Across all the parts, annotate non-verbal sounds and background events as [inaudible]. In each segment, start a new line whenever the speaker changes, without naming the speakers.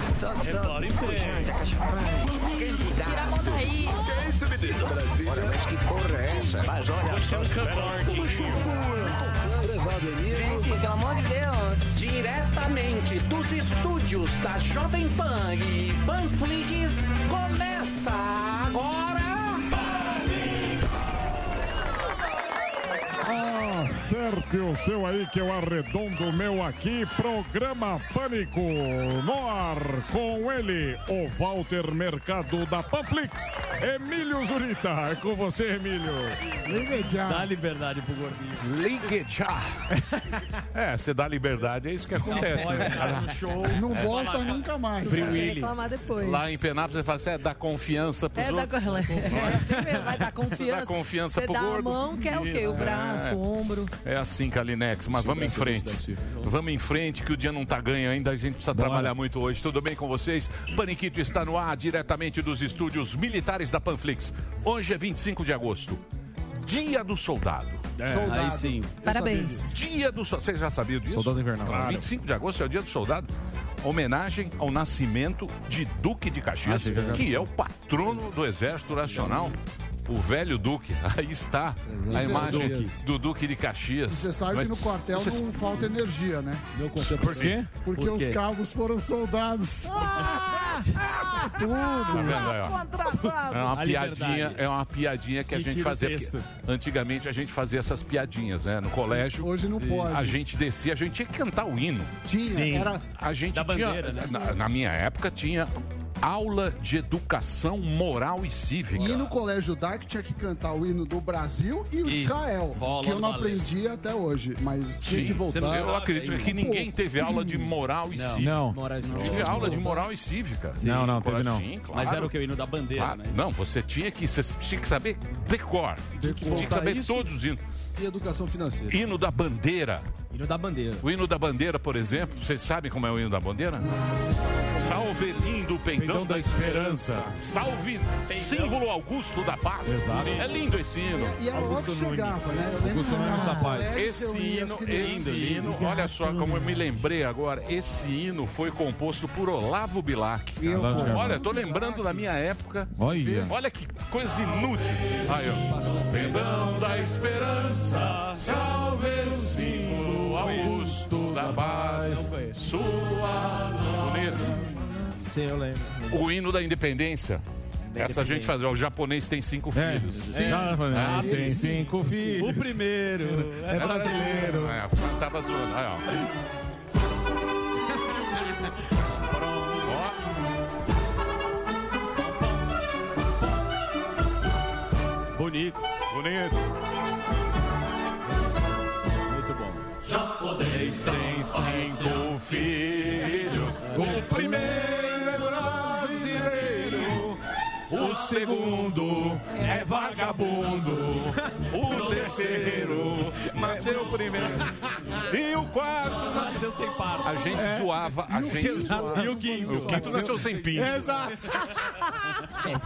Repare bem.
Quem te dá?
Tira a mão daí.
Que isso, menino? Olha, mas que porra é essa?
Mas olha
Você é um
cavardinho.
Gente, pelo amor de Deus.
Diretamente dos estúdios da Jovem Pan e Panflix, começa agora.
Ah, Acerte o seu aí que eu arredondo o meu aqui. Programa Pânico no ar com ele, o Walter Mercado da Panflix, Emílio Zurita. É com você, Emílio.
Ligue
Dá liberdade pro gordinho.
Ligue já.
É, você dá liberdade, é isso que acontece.
Apoia, vai no show.
Não
né?
É.
volta nunca mais.
Free
Vai
Willy.
reclamar depois.
Lá em Penápolis, você fala assim, é, dá confiança pros
É, dá,
outros.
é, [laughs] assim mesmo, vai dar confiança.
Dá confiança
Você
pro
dá
gordo.
a mão, quer o quê? O
Isso,
braço,
é.
o ombro.
É assim, Kalinex, mas vamos em frente. Vamos em frente, que o dia não tá ganho ainda, a gente precisa trabalhar muito hoje. Tudo bem com vocês? Paniquito está no ar, diretamente dos estúdios militares da Panflix. Hoje é 25 de agosto, dia do soldado.
É. Aí sim.
Parabéns.
Dia do soldado. Vocês já sabiam disso?
Soldado invernal.
Claro. 25 de agosto é o dia do soldado. Homenagem ao nascimento de Duque de
Ah,
Caxias, que é o patrono do Exército Nacional. O velho Duque, [laughs] aí está a
Isso é
imagem
Duque.
do Duque de Caxias.
Você sabe
Mas
que no quartel
você-
não falta energia, né?
Por quê?
Porque os cabos foram soldados.
[laughs] Tá vendo aí, ó? É uma
A liberdade.
piadinha, é uma piadinha que a
E
gente
tira o
fazia.
texto.
porque Antigamente a gente fazia essas piadinhas, né? No colégio.
Hoje não pode.
A gente descia, a gente tinha que cantar o hino.
Tinha,
Sim.
era
A gente
Da
tinha.
bandeira, né?
na, na minha época tinha aula de educação moral e cívica.
E no colégio judaico tinha que cantar o hino do Brasil e o de
E
Israel,
rola
que eu
no
não
balé.
aprendi até hoje, mas tinha
Sim.
que voltar.
Você não
Eu
sabe
acredito
ainda.
que ninguém teve aula de moral e cívica.
Não.
Tive aula de moral e cívica.
Não, não,
Claro,
teve não.
Sim, claro.
Mas era o que? O hino da bandeira,
Claro.
né?
Não, você tinha que, você tinha que saber decor. Tinha que,
voltar
saber
isso.
todos os hinos.
e educação financeira.
Hino da bandeira.
Hino da bandeira.
O hino da bandeira, por exemplo, vocês sabem como é o hino da bandeira? Salve lindo peitão,
Peidão
da
da
esperança.
esperança.
Salve símbolo Augusto da paz.
Exato.
É lindo esse hino.
E era hora que
Augusto Nunes.
chegava, né? Eu lembro
Augusto
que na
Nunes da Paz.
colégio eu
Esse
ia, as
hino,
crianças-
esse hino, olha só como eu me lembrei agora. Esse hino foi composto por Olavo Bilac.
Eu,
Olha,
pô,
Olha, tô lembrando da minha época.
Olha.
Olha que coisa inútil. Aí, ó. Pendão da esperança, salve o símbolo Augusto da paz, sua bonito.
Sim, eu lembro.
O hino da independência. Essa gente faz, ó, o japonês tem cinco
É.
filhos.
Ah,
Ah,
Nada, mas tem cinco
O
filhos.
primeiro. É brasileiro.
É, tava zoando. Aí, ó. Ó,
Bonito.
bonito.
Muito bom.
Eles têm cinco filhos. O primeiro é brasileiro. O segundo é vagabundo. [laughs] O terceiro nasceu primeiro. E o quarto.
Nasceu sem par.
A gente zoava. A gente zoava.
E o quinto?
O quinto É. nasceu sem pinto.
Exato.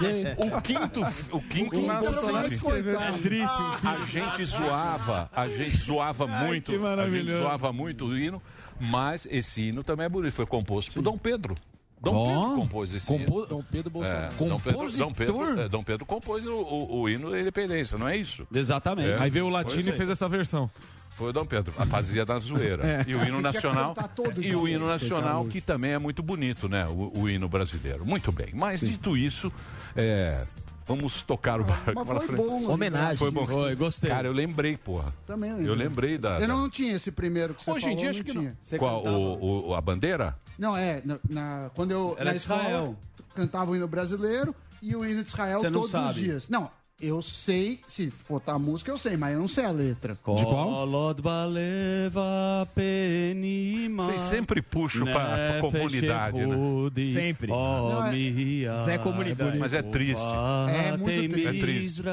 É,
O quinto, o quinto nasceu
Bolsonaro
sem É pinto.
biscoitado.
Triste.
assim. A gente zoava, a gente
[laughs]
zoava muito,
que
a gente
maravilhoso.
zoava muito o hino, mas esse hino também é bonito. Foi composto por Dom Pedro. Dom
Ó,
Pedro compôs esse hino.
Dom Pedro
É,
Bolsonaro.
Dom Pedro, Dom, Pedro,
compositor?
é, Dom Pedro compôs o, o- o hino da independência, não é isso?
Exatamente.
É.
Aí veio o Latino
Pois é.
e fez essa versão.
Foi o Dom Pedro, a fazia
[laughs]
da zoeira. E o hino nacional.
É. cantar todo
E
dia,
o hino
né?
nacional, que também é muito bonito, né? O, o hino brasileiro. Muito bem. Mas dito isso, é, vamos tocar o barco
Mas
para
foi
frente.
bom. né?
Homenagem.
Foi bom.
Oi, gostei.
Cara, eu lembrei, porra.
Também lembro.
Eu lembrei da.
Eu não tinha esse primeiro que você
Hoje em
falou,
dia acho que
tinha.
não. Qual,
cantava?
o, o- a bandeira?
Não, é, na, na- quando eu
Era
na
de
escola
Israel.
cantava o hino brasileiro e o hino de Israel
Você não
todos os
sabe.
dias. Não, eu sei, se botar a música eu sei, mas eu não sei a letra.
De
qual?
baleva penima.
Vocês sempre puxam
Né,
para a comunidade, né?
Sempre.
Não, é-
Zé Comunidade.
Mas é triste.
É muito triste.
É triste.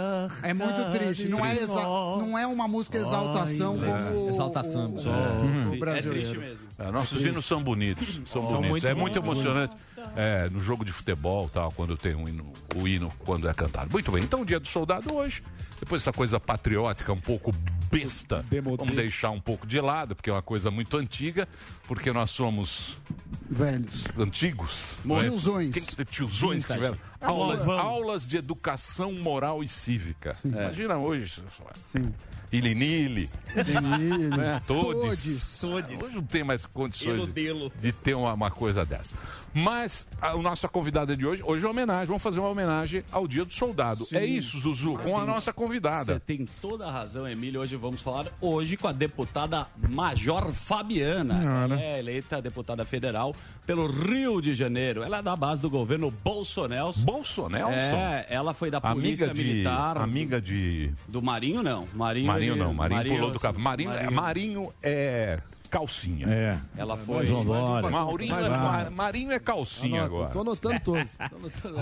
É muito triste, não é, exa- não é uma música exaltação como o-
Exalta
o-
samba.
o-
Só
Uhum.
o,
É
brasileiro.
triste mesmo.
É, nossos hinos são bonitos. São bonitos. é muito emocionante. É, no jogo de futebol, tal, quando tem um hino, o hino quando é cantado. Muito bem, então dia do soldado hoje. Depois dessa coisa patriótica um pouco besta. Vamos deixar um pouco de lado, porque é uma coisa muito antiga, porque nós somos
velhos,
antigos.
Morre.
né?
Tiozões.
Quem que- tiozões que tiveram.
Vintage.
Aulas,
Novão.
aulas de educação moral e cívica.
É.
Imagina hoje.
Sim.
Ilinile.
Ilinile.
Né?
Todes.
Todes. Hoje não tem mais condições de,
Elodelo.
de ter uma, uma coisa dessa. Mas a, a nossa convidada de hoje, hoje é uma homenagem, vamos fazer uma homenagem ao Dia do Soldado. É isso, Zuzu, com a
Você
nossa convidada.
tem toda a razão, Emílio. Hoje vamos falar hoje com a deputada Major Fabiana. Ela é eleita deputada federal pelo Rio de Janeiro. Ela é da base do governo Bolsonaro.
Bolsonaro?
É, ela foi da Polícia
Amiga de,
Militar.
amiga de
Do Marinho, não. Marinho,
Marinho
ele-
não, Marinho, pulou do cavalo.
assim,
Marinho, é- Marinho é calcinha. É.
Ela foi- João Dória.
Maurinho é,
Vai lá.
Ma- Marinho é calcinha agora.
tô
anotando todos. [laughs]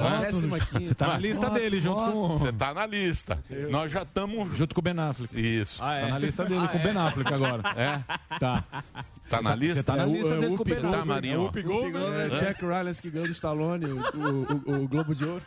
Você
tá na lista dele, junto com-
Você tá na lista. Nós já estamos.
Junto com o Ben Affleck.
Isso.
Tá na lista dele, com o Ben Affleck agora.
É?
Tá.
Tá na lista?
Você tá na
É o-
lista
é o
dele com o
Whoopi
Ben Affleck.
Goldberg, Marinho, ó.
O Whoopi né? Goldberg,
É.
Jack Rylance que ganhou do Stallone, o, o- o Globo de Ouro.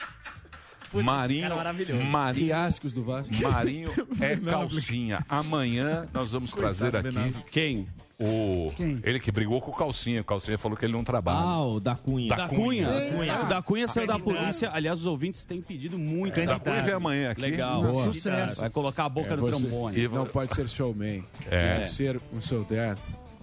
Marinho.
é
cara maravilhoso.
Marinho.
Fiascos do
é
Vasco.
[laughs]
Marinho é
Ben Affleck.
calcinha. Amanhã nós vamos trazer
do Ben
aqui.
Quem?
O... Ele que brigou com o Calcinha. O Calcinha falou que ele não trabalha.
Ah, o
da Cunha. Da, Cunha.
Da Cunha.
O É. da Cunha saiu da
Candidato.
polícia. Aliás, os ouvintes têm pedido muito.
É, da Cunha
tá
vem amanhã aqui.
Legal.
Boa.
Sucesso.
né? Vai colocar a boca
É,
no
você
trombone.
Não pode ser showman.
É.
Tem que ser um soldado.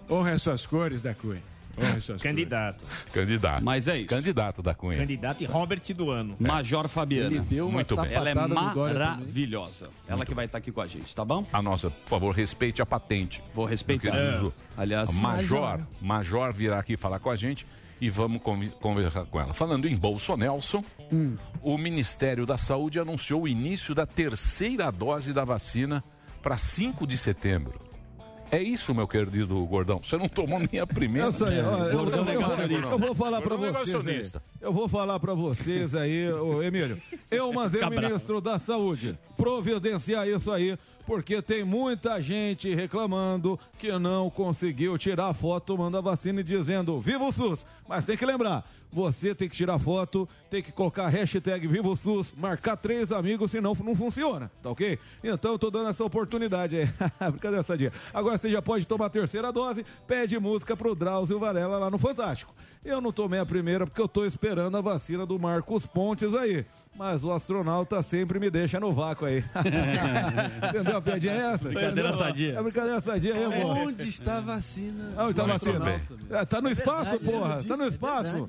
Honra as suas cores, da Cunha. Honra suas
Candidato.
Candidato.
Mas é isso.
Candidato da Cunha.
Candidato e Robert do ano.
Major Fabiana.
Ele deu uma Muito bem.
Ela é
sapatada no Dória também.
maravilhosa. Ela que vai estar aqui com a gente, tá bom?
A nossa, por favor, respeite a patente.
Vou respeitar. É. Aliás,
Major, Major virá aqui falar com a gente e vamos convi- conversar com ela. Falando em Bolsonelson,
Hum.
o Ministério da Saúde anunciou o início da terceira dose da vacina para 5 de setembro. É isso, meu querido Gordão. Você não tomou nem a
[laughs]
primeira.
Eu
É.
sei, ó,
É.
eu,
Gordão
eu- eu-
negacionista.
eu vou falar pra
Gordão
vocês. Aí,
negacionista.
eu vou falar pra vocês aí, ô, Emílio. Eu mandei o
Fica bravo.
ministro da Saúde providenciar isso aí, porque tem muita gente reclamando que não conseguiu tirar foto tomando a vacina e dizendo Viva o SUS! Mas tem que lembrar. Você tem que tirar foto, tem que colocar a hashtag Viva o SUS, marcar três amigos, senão não funciona, tá ok? Então eu tô dando essa oportunidade aí. [laughs] Brincadeira sadia. Agora você já pode tomar a terceira dose, pede música pro Drauzio Varela lá no Fantástico. Eu não tomei a primeira porque eu tô esperando a vacina do Marcos Pontes aí. Mas o astronauta sempre me deixa no
[laughs]
vácuo aí. Entendeu a piadinha é essa?
Brincadeira
Entendeu?
sadia.
É brincadeira sadia aí, amor.
É
Onde
está a vacina? Ah, onde está a
do
vacina?
astronauta?
É, tá no
É
espaço,
verdade,
porra.
eu
tá
disse,
no
é
espaço.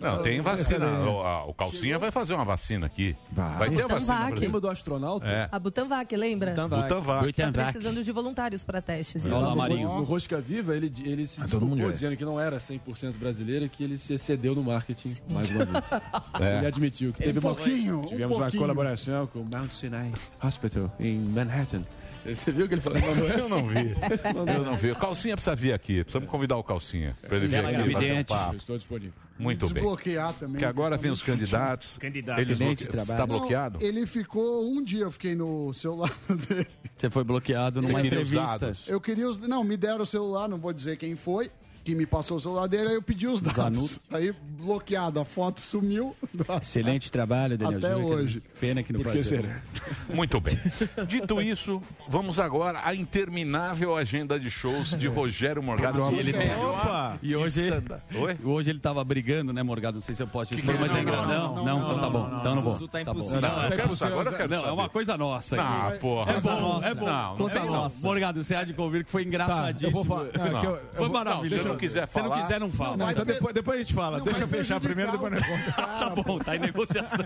Não,
É.
tem vacina. O, a- o Calcinha vai fazer uma vacina aqui. Vai, ter uma vacina.
Butanvac.
pra-
Lembra do astronauta?
É.
A Butanvac, lembra?
Butanvac.
Butanvac.
Tá precisando de voluntários para testes. viu?
No- No Rosca Viva, ele, ele se desculpou dizendo que não era 100% brasileiro e que ele se excedeu no marketing mais uma vez.
É.
Ele admitiu que
Um
teve
pouquinho, um
uma... Tivemos uma
pouquinho.
colaboração com o Mount Sinai Hospital em Manhattan. Você viu o que ele falou?
Eu não [laughs]
[laughs]
vi. Eu não vi. O Calcinha precisa vir aqui. Precisamos convidar o Calcinha. Pra ele vir
Ela é
aqui. bater um
evidente.
papo.
Eu estou disponível.
Muito bem.
desbloquear também.
Porque agora vem os candidatos.
Candidato.
Eles
Acidente
bloque...
de trabalho.
Está bloqueado?
Não, ele ficou um dia, eu fiquei no celular [laughs] dele.
Você foi bloqueado
Você
numa
queria os
entrevista.
dados.
Eu queria os. Não, me deram o celular, não vou dizer quem foi, que me passou o celular dele, aí eu pedi os dados.
Zanuto.
Aí bloqueado, a foto sumiu.
Excelente trabalho, Daniel.
Até
Júnior.
hoje.
Pena que não
Por
pode.
que será?
Muito bem. Dito isso, vamos agora à interminável agenda de shows de Rogério Morgado.
Droga.
Ele tem
Opa!
E hoje,
Oi?
hoje ele tava brigando, né, Morgado? Não sei se eu posso expor, mas é engraçado. Não, não, então tá bom. Então não vou. Tá bom.
Não, eu
Até
quero
porque
agora eu
eu-
quero
Não, é uma
saber.
coisa nossa.
Ah,
aqui.
porra.
É bom, é bom.
Não, não
É
vem
bom.
não.
Morgado, você há de convir que foi engraçadíssimo.
Tá, eu vou falar. Não, é
Não.
que eu- eu
Foi
vou-
maravilhoso.
se não quiser
Se não
falar-
quiser, não fala.
Não, então
vai-
depois, depois a gente fala.
Não
Deixa
vai
eu fechar primeiro, depois nós conta.
Tá bom, tá em [laughs] negociação.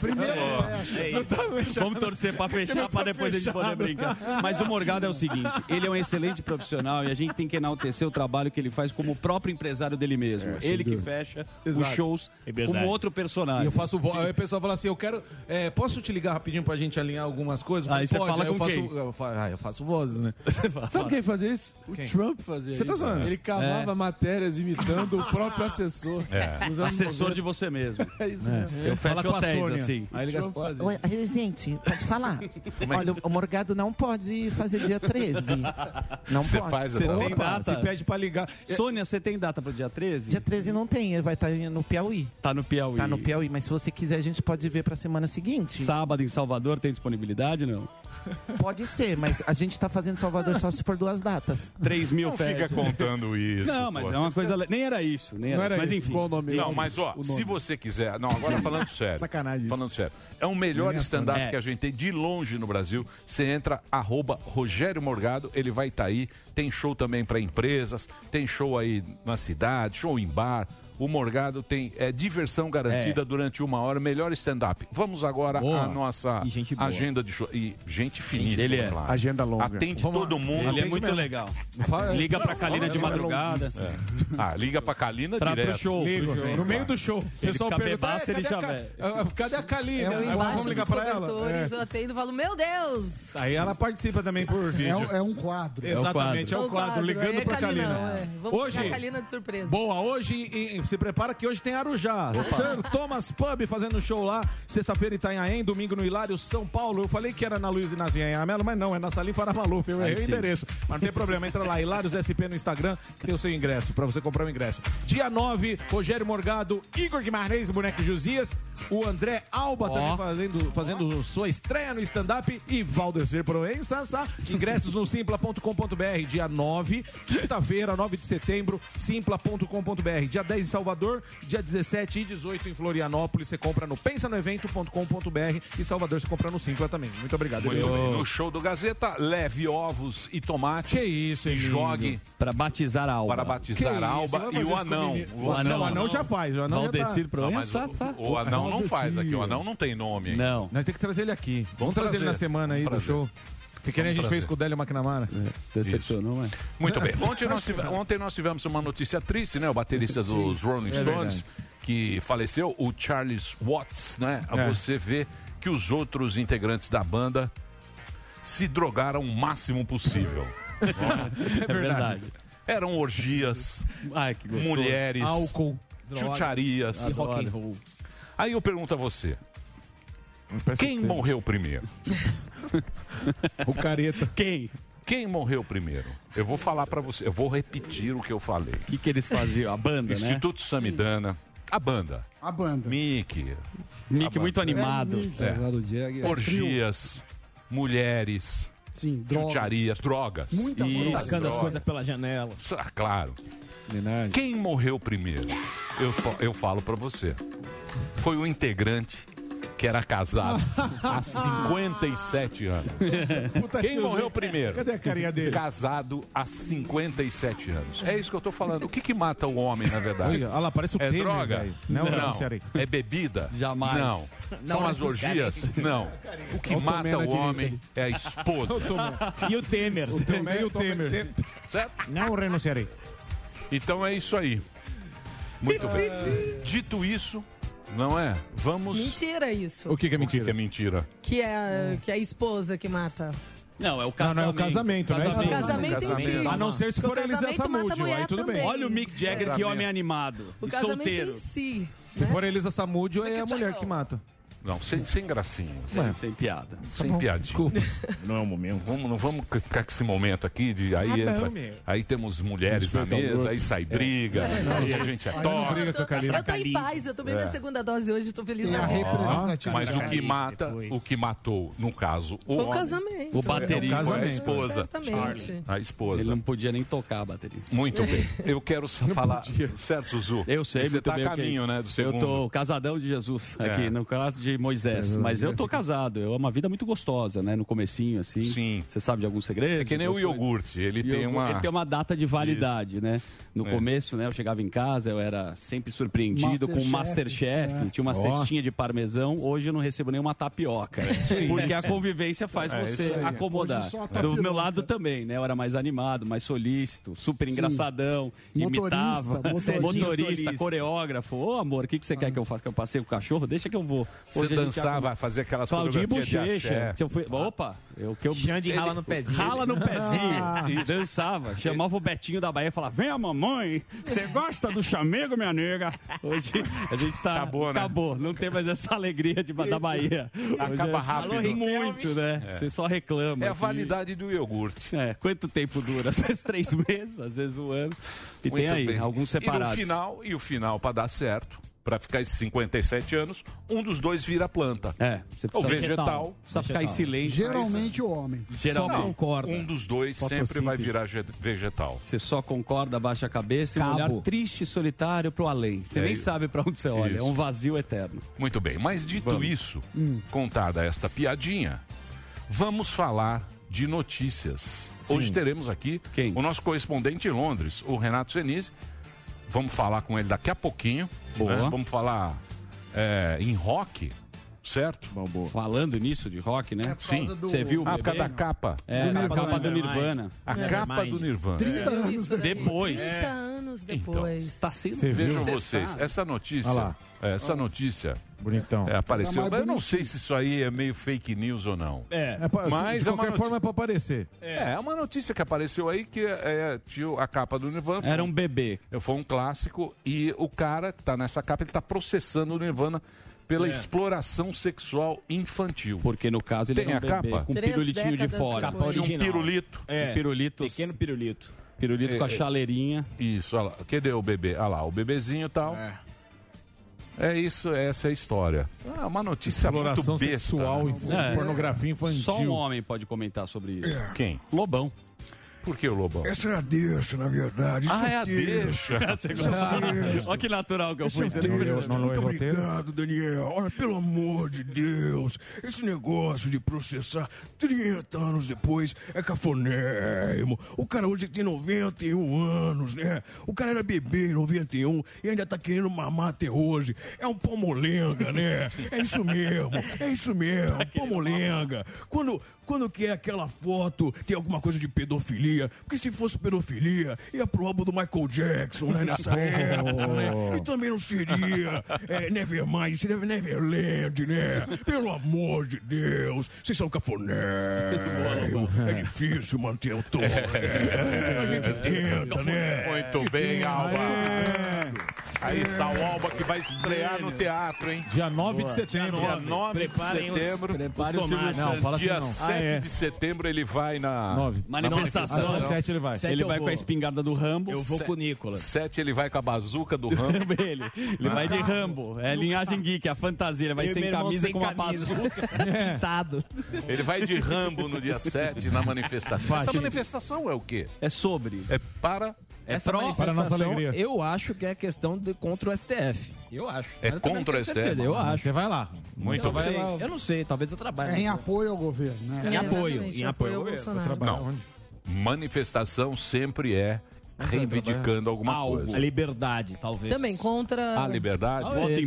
né?
É
tá-
isso.
Vamos torcer pra fechar, pra depois a gente poder brincar. Mas o Morgado é o seguinte, ele é um excelente profissional e a gente tem que enaltecer o trabalho que ele faz como o próprio empresário dele mesmo. ele que fecha os
Exato.
shows
É verdade.
como outro
E
personagem.
eu faço vo... Aí o pessoal fala assim: eu quero. é, posso te ligar rapidinho pra gente alinhar algumas coisas?
Aí Ah, você fala
eu
com
um-
faço...
quem?
[laughs]
Eu faço... Ah, eu faço vozes, né? Sabe quem fazia isso? O Trump fazia Você tá zoando?
Ele cavou
É.
chamava matérias imitando o próprio assessor.
[laughs] É.
Nos anos
Assessor
90.
de você mesmo. Né?
É isso mesmo.
Eu fecho
Fala com a
hotéis,
Sônia.
assim.
Aí ele gasta-
um Oi, aí, gente,
[laughs]
pode falar.
é
Olha, o Morgado não pode fazer é dia 13. Não
Você
pode.
faz essa- Você tem data?
Você pede
pra ligar.
Sônia, você tem data pro dia 13?
Dia 13 não tem, vai estar no Piauí.
Tá no Piauí.
Tá no Piauí, mas se você quiser, a gente pode ver pra semana seguinte.
Sábado em Salvador tem disponibilidade, não?
Pode ser, mas a gente tá fazendo Salvador só se for duas datas.
3 mil
Não fica
festa.
contando isso,
Não, mas
pô.
é uma coisa. le- Nem era isso. Nem era, isso, mas enfim.
né? Não, mas ó, se você quiser. Não, agora falando sério.
Sacanagem
Falando sério. É o melhor
Nem a
stand-up
Sônia.
que a gente tem de longe no Brasil. Você entra, arroba Rogério Morgado, ele vai estar aí. Tem show também para empresas, tem show aí na cidade, show em bar. O Morgado tem é, diversão garantida durante uma hora, melhor stand-up. Vamos agora
É. Boa.
à nossa
E gente boa.
agenda de show. E gente finíssima,
ele é.
claro.
Agenda longa.
Atende
Vamos lá.
todo mundo.
Ele é muito
Atende mesmo.
legal.
Liga pra Kalina de
Agenda
madrugada.
longuíssima. É. Ah, liga pra Kalina
Pra- pro
direto.
show, pro Ligo, show. no meio do show.
O pessoal
fica
pergunta,
bebaço,
"É,
ele
cadê a
já
Ca-
vê."
ah, Cadê a Kalina?
Eu
Aí
É um embaixo
vamos ligar
dos
pra ela?
cobertores,
É.
eu atendo e falo, meu Deus!
Aí ela participa também por vídeo.
um- é um quadro.
Exatamente, é
É
um
um
quadro.
quadro,
Ligando
é
pra
Kalina,
Kalina.
é. Vamos pegar a Kalina de surpresa.
Boa, hoje e- e se prepara que hoje tem Arujá. Sir Thomas Pub fazendo show lá. Sexta-feira em Itanhaém, domingo no Hilário, São Paulo. Eu falei que era na Luiz Inácio de Anhanha Melo, mas não, é na Salim Fara Maluf. Eu
Aí
errei o
sim.
endereço. Mas não tem problema, entra lá, Hilários SP no Instagram, que tem o seu ingresso, pra você comprar o ingresso. Dia 9, Rogério Morgado, Igor Guimarães, Boneco Josias, o André Alba
Ó.
também fazendo, fazendo sua estreia no stand-up e Valdecer Proença. sa- Ingressos no simpla.com.br, dia 9, quinta-feira, 9 de setembro, simpla.com.br. Dia 10 em Salvador, dia 17 e 18 em Florianópolis. Você compra no pensanoevento.com.br e Salvador você compra no Simpla também. Muito obrigado.
Muito
Emílio.
bem. No show do Gazeta, leve ovos e tomate. Que
isso,
hein? Jogue.
Para batizar a alba.
Para batizar
Que isso,
a
vai
alba
fazer
e o
isso
anão.
com o anão. O anão já faz, o anão já
Valdecir É,
tá-
Proença,
Não, mas
sa-
o, o anão não faz aqui, o anão não tem nome. hein?
Não.
Nós temos que trazer ele aqui. Vamos, trazer, ele na semana aí
Vamos
do
trazer.
show. Fiquei que nem a
Vamos
gente
trazer.
fez com o Délio McNamara.
Decepcionou, mas.
Muito [laughs] bem. Ontem nós, tive- ontem nós tivemos uma notícia triste, né? O baterista dos Rolling
É
Stones,
verdade.
que faleceu, o Charles Watts, né?
É.
Você vê que os outros integrantes da banda se drogaram o máximo possível.
É verdade.
Eram orgias,
gostoso.
mulheres,
Álcool, drogas,
chucharias.
e rock and roll.
Aí eu pergunto a você, quem
que teve.
morreu primeiro?
[laughs] o careta.
Quem?
Quem morreu primeiro? Eu vou falar pra você, eu vou repetir o que eu falei. O
que, que eles faziam? A banda, né?
Instituto Samidana, a banda.
A banda.
Mickey.
Mickey
A banda.
muito animado.
É.
Jagger.
Orgias, mulheres,
Sim,
drogas.
chucharias, drogas.
Muitas
Isso,
coisas. Tacando as
drogas.
coisas
pela janela.
Ah, claro. Quem morreu primeiro? Eu, fa- eu falo pra você. Foi o integrante que era casado
[laughs]
há 57 anos.
Puta
Quem
tio,
morreu
né?
primeiro?
Cadê a carinha dele?
Casado há 57 anos. É isso que eu tô falando. O que, que mata o homem, na verdade?
Olha, olha lá, parece o
É
Temer,
droga?
velho. Não, não, sério.
[laughs]
É bebida?
Jamais.
Não.
Não,
São
não
as
é
orgias?
sério.
Não. O que
Olha o Tomé
mata o
na direita
homem
ali. [laughs]
é a esposa.
Olha o Tomé. E o Temer. O Tomé e o Temer.
Certo?
Não renunciarei.
Então é isso aí. Muito bem. Dito isso, não é? Vamos.
Mentira
é
isso.
mentira? O que, é mentira?
Que é, a- que é a esposa que mata.
Não, é o
Não, não, é o casamento, né?
É o casamento em si.
A não ser se
Porque
for
o
Eliseu
casamento mata a
Samúdio, aí
mulher
tudo bem.
também.
Olha o Mick Jagger, que homem animado.
O
e
casamento
solteiro.
em si.
Se for Elisa Samúdio, é a mulher que mata.
Não, sem, sem gracinha.
Ué.
Sem piada.
Sem
Tá bom,
piadinha. Desculpa. Não é o momento. Vamos, não vamos ficar com esse momento aqui de aí
Ah, não,
entra.
meu.
aí temos mulheres na
Respeito ao
mesa,
grupo.
aí sai
É.
briga, aí a gente é
Olha, não briga com
tóxico.
a Kalina.
Eu tô em paz, eu tomei
É.
minha segunda dose hoje, tô feliz na vida.
Ó, Mas o que
Kalina
mata, o que matou, no caso, o,
Foi o
homem,
casamento.
o baterista,
É o
foi a
casamento.
esposa,
Certamente.
Charlie, a esposa.
Ele não podia nem tocar a bateria.
Muito bem. Eu quero
[laughs]
só falar, certo, Zuzu?
É. Eu sei,
Você
muito
tá
bem
a
o que é
caminho,
isso.
né, do segundo.
Eu tô casadão de Jesus aqui,
É.
no caso de Moisés. é, Mas eu tô casado. É uma vida muito gostosa, né? No comecinho, assim. Sim. Você sabe de algum segredo?
É que nem o iogurte, ele tem uma-
Ele tem uma data de validade, né? No
É.
começo, né? Eu chegava em casa, eu era sempre surpreendido com o
Masterchef,
Masterchef.
é.
Tinha uma
Ó.
cestinha de parmesão. Hoje eu não recebo nenhuma
É
tapioca. porque a convivência faz
É,
você
isso aí.
acomodar.
Hoje só a
É.
Do
tapioca.
meu lado também, né? Eu era mais animado, mais solícito, super
Sim.
engraçadão.
Motorista,
imitava.
motorista.
motorista
Solista.
coreógrafo. Ô, amor, o que, que você quer que eu faça? Que eu passeie com o cachorro? Deixa que eu vou. Ô,
Você
a gente já-
dançava, fazia aquelas
Claudinho
coreografias de
Bochecha.
axé.
Se eu fui... Opa! Eu, que eu...
Xande rala no pezinho.
Rala no pezinho.
Ah.
E dançava. Chamava o Betinho da Bahia e falava: Vem a mamãe, você gosta do chamego, minha nega? Hoje a gente tá. Acabou, né? Acabou. Não tem mais essa alegria de, da Bahia. Hoje é
Acaba rápido.
Alô, Muito, né?
É.
Você só reclama.
É a
que-
validade do iogurte.
É, quanto tempo dura? Às vezes três [laughs] meses, às vezes um ano. E tem
Muito
aí,
bem.
alguns separados.
E no final, e o final para dar certo, para ficar esses 57 anos, um dos dois vira planta.
É, você
Ou
precisa-
vegetal.
Precisa ficar em silêncio. é
Geralmente o homem.
Geralmente.
Não, Um dos dois sempre vai
Fotossíntese.
virar ge- vegetal.
Você só concorda, baixa a cabeça e um
Cabo.
olhar triste e solitário pro além. Você
É
nem
isso.
sabe pra onde você olha. É
Isso.
um vazio eterno.
Muito bem, mas dito
Vamos. Hum.
isso, contada esta piadinha, vamos falar de notícias. Hoje teremos aqui o nosso correspondente em Londres, o Renato Senise. Vamos falar com ele daqui a pouquinho. né?
Boa.
Vamos falar é, em rock, certo?
Falando nisso de rock, né?
Sim.
do- Você viu o
Ah, por causa
bebê?
da capa.
É, a capa capa do Nirvana. É.
A capa do Nirvana. É.
Depois.
30 anos
Então,
depois.
Está sendo
tá Você Vejam
viu?
vocês,
Você sabe.
essa notícia.
Olha lá.
é, Essa notícia.
Bonitão.
é, apareceu.
Tá mais
Eu não
bonitinho.
sei se isso aí é meio fake news ou não.
É, pra-
Mas
de
é uma
qualquer
noti-
forma é pra aparecer.
É, é uma notícia que apareceu aí que é, tio, a capa do Nirvana.
Era um bebê.
Foi um clássico e o cara que tá nessa capa, ele tá processando o Nirvana pela
É.
exploração sexual infantil.
Porque no caso ele
Tem
era
a
um bebê
capa?
com um
Três
pirulitinho de
décadas
fora.
depois. Capa original. Um pirulito.
Um pirulito. Pequeno
pirulito.
Pirulito
É,
com a
é.
chaleirinha.
Isso, olha lá. Cadê o bebê? Olha lá, o bebezinho e tal. É. isso, essa é a história. É uma notícia
Exploração
muito besta,
sexual
né?
infantil, pornografia infantil.
É. Só um homem pode comentar sobre isso.
Quem?
Lobão.
Por que o Lobão?
Essa é a deixa, na verdade. Isso
Ah, [laughs] é a
texto.
deixa. Você
Isso é
gostou? [laughs]
texto.
Olha que natural que eu
Isso
fui,
é
você não
texto.
percebeu.
Muito
Não leu o roteiro?
obrigado, Daniel. Olha, pelo amor de Deus. Esse negócio de processar 30 anos depois é cafonérrimo. O cara hoje tem 91 anos, né? O cara era bebê em 91 e ainda tá querendo mamar até hoje. É um pomolenga, né? É isso mesmo. É isso mesmo. Pomolenga. Quando, quando quer aquela foto, tem alguma coisa de pedofilia. Porque se fosse pedofilia, ia pro álbum do Michael Jackson, né? Nessa época, né? E também não seria é, Nevermind, seria Neverland, é né? Pelo amor de Deus, vocês são cafonérrimos. É difícil
[laughs]
manter o tom.
É.
né? A gente tenta, né?
Muito bem, Alba. Aí está o Alba que vai estrear no teatro, hein?
Dia 9 de setembro.
Dia 9 de
Preparem os-
setembro.
preparem os tomates.
Não, fala assim
Dia
não. Dia 7
7
de setembro ele vai na...
Manifestação. Ah, não, sete ele vai. Sete
ele
eu
vai
vou.
com a espingarda do Rambo.
Eu vou com o Nicolas.
7 ele vai com a bazuca [laughs] do Rambo. Ah.
ele ele vai de Rambo. É linhagem geek, a fantasia. Ele vai
Eu e
sem
meu irmão
camisa
sem
com uma
camisa.
[laughs]
bazuca.
É.
Pintado.
Ele vai de Rambo no dia 7 na manifestação.
Vai,
Essa
Chico.
manifestação é o quê?
É sobre.
É para...
Essa
pró-
manifestação, eu acho que é questão de contra o STF. Eu acho.
É
Mas eu
contra
também não tenho
o STF?
certeza, Eu acho.
Você vai lá. Muito
eu
bem.
sei.
Vai lá.
Eu não sei, talvez eu trabalhe.
É em apoio ao governo, né?
Em apoio, em apoio ao
Bolsonaro.
Não. Manifestação sempre é reivindicando alguma coisa.
A liberdade, talvez.
Também contra.
A liberdade.
Talvez.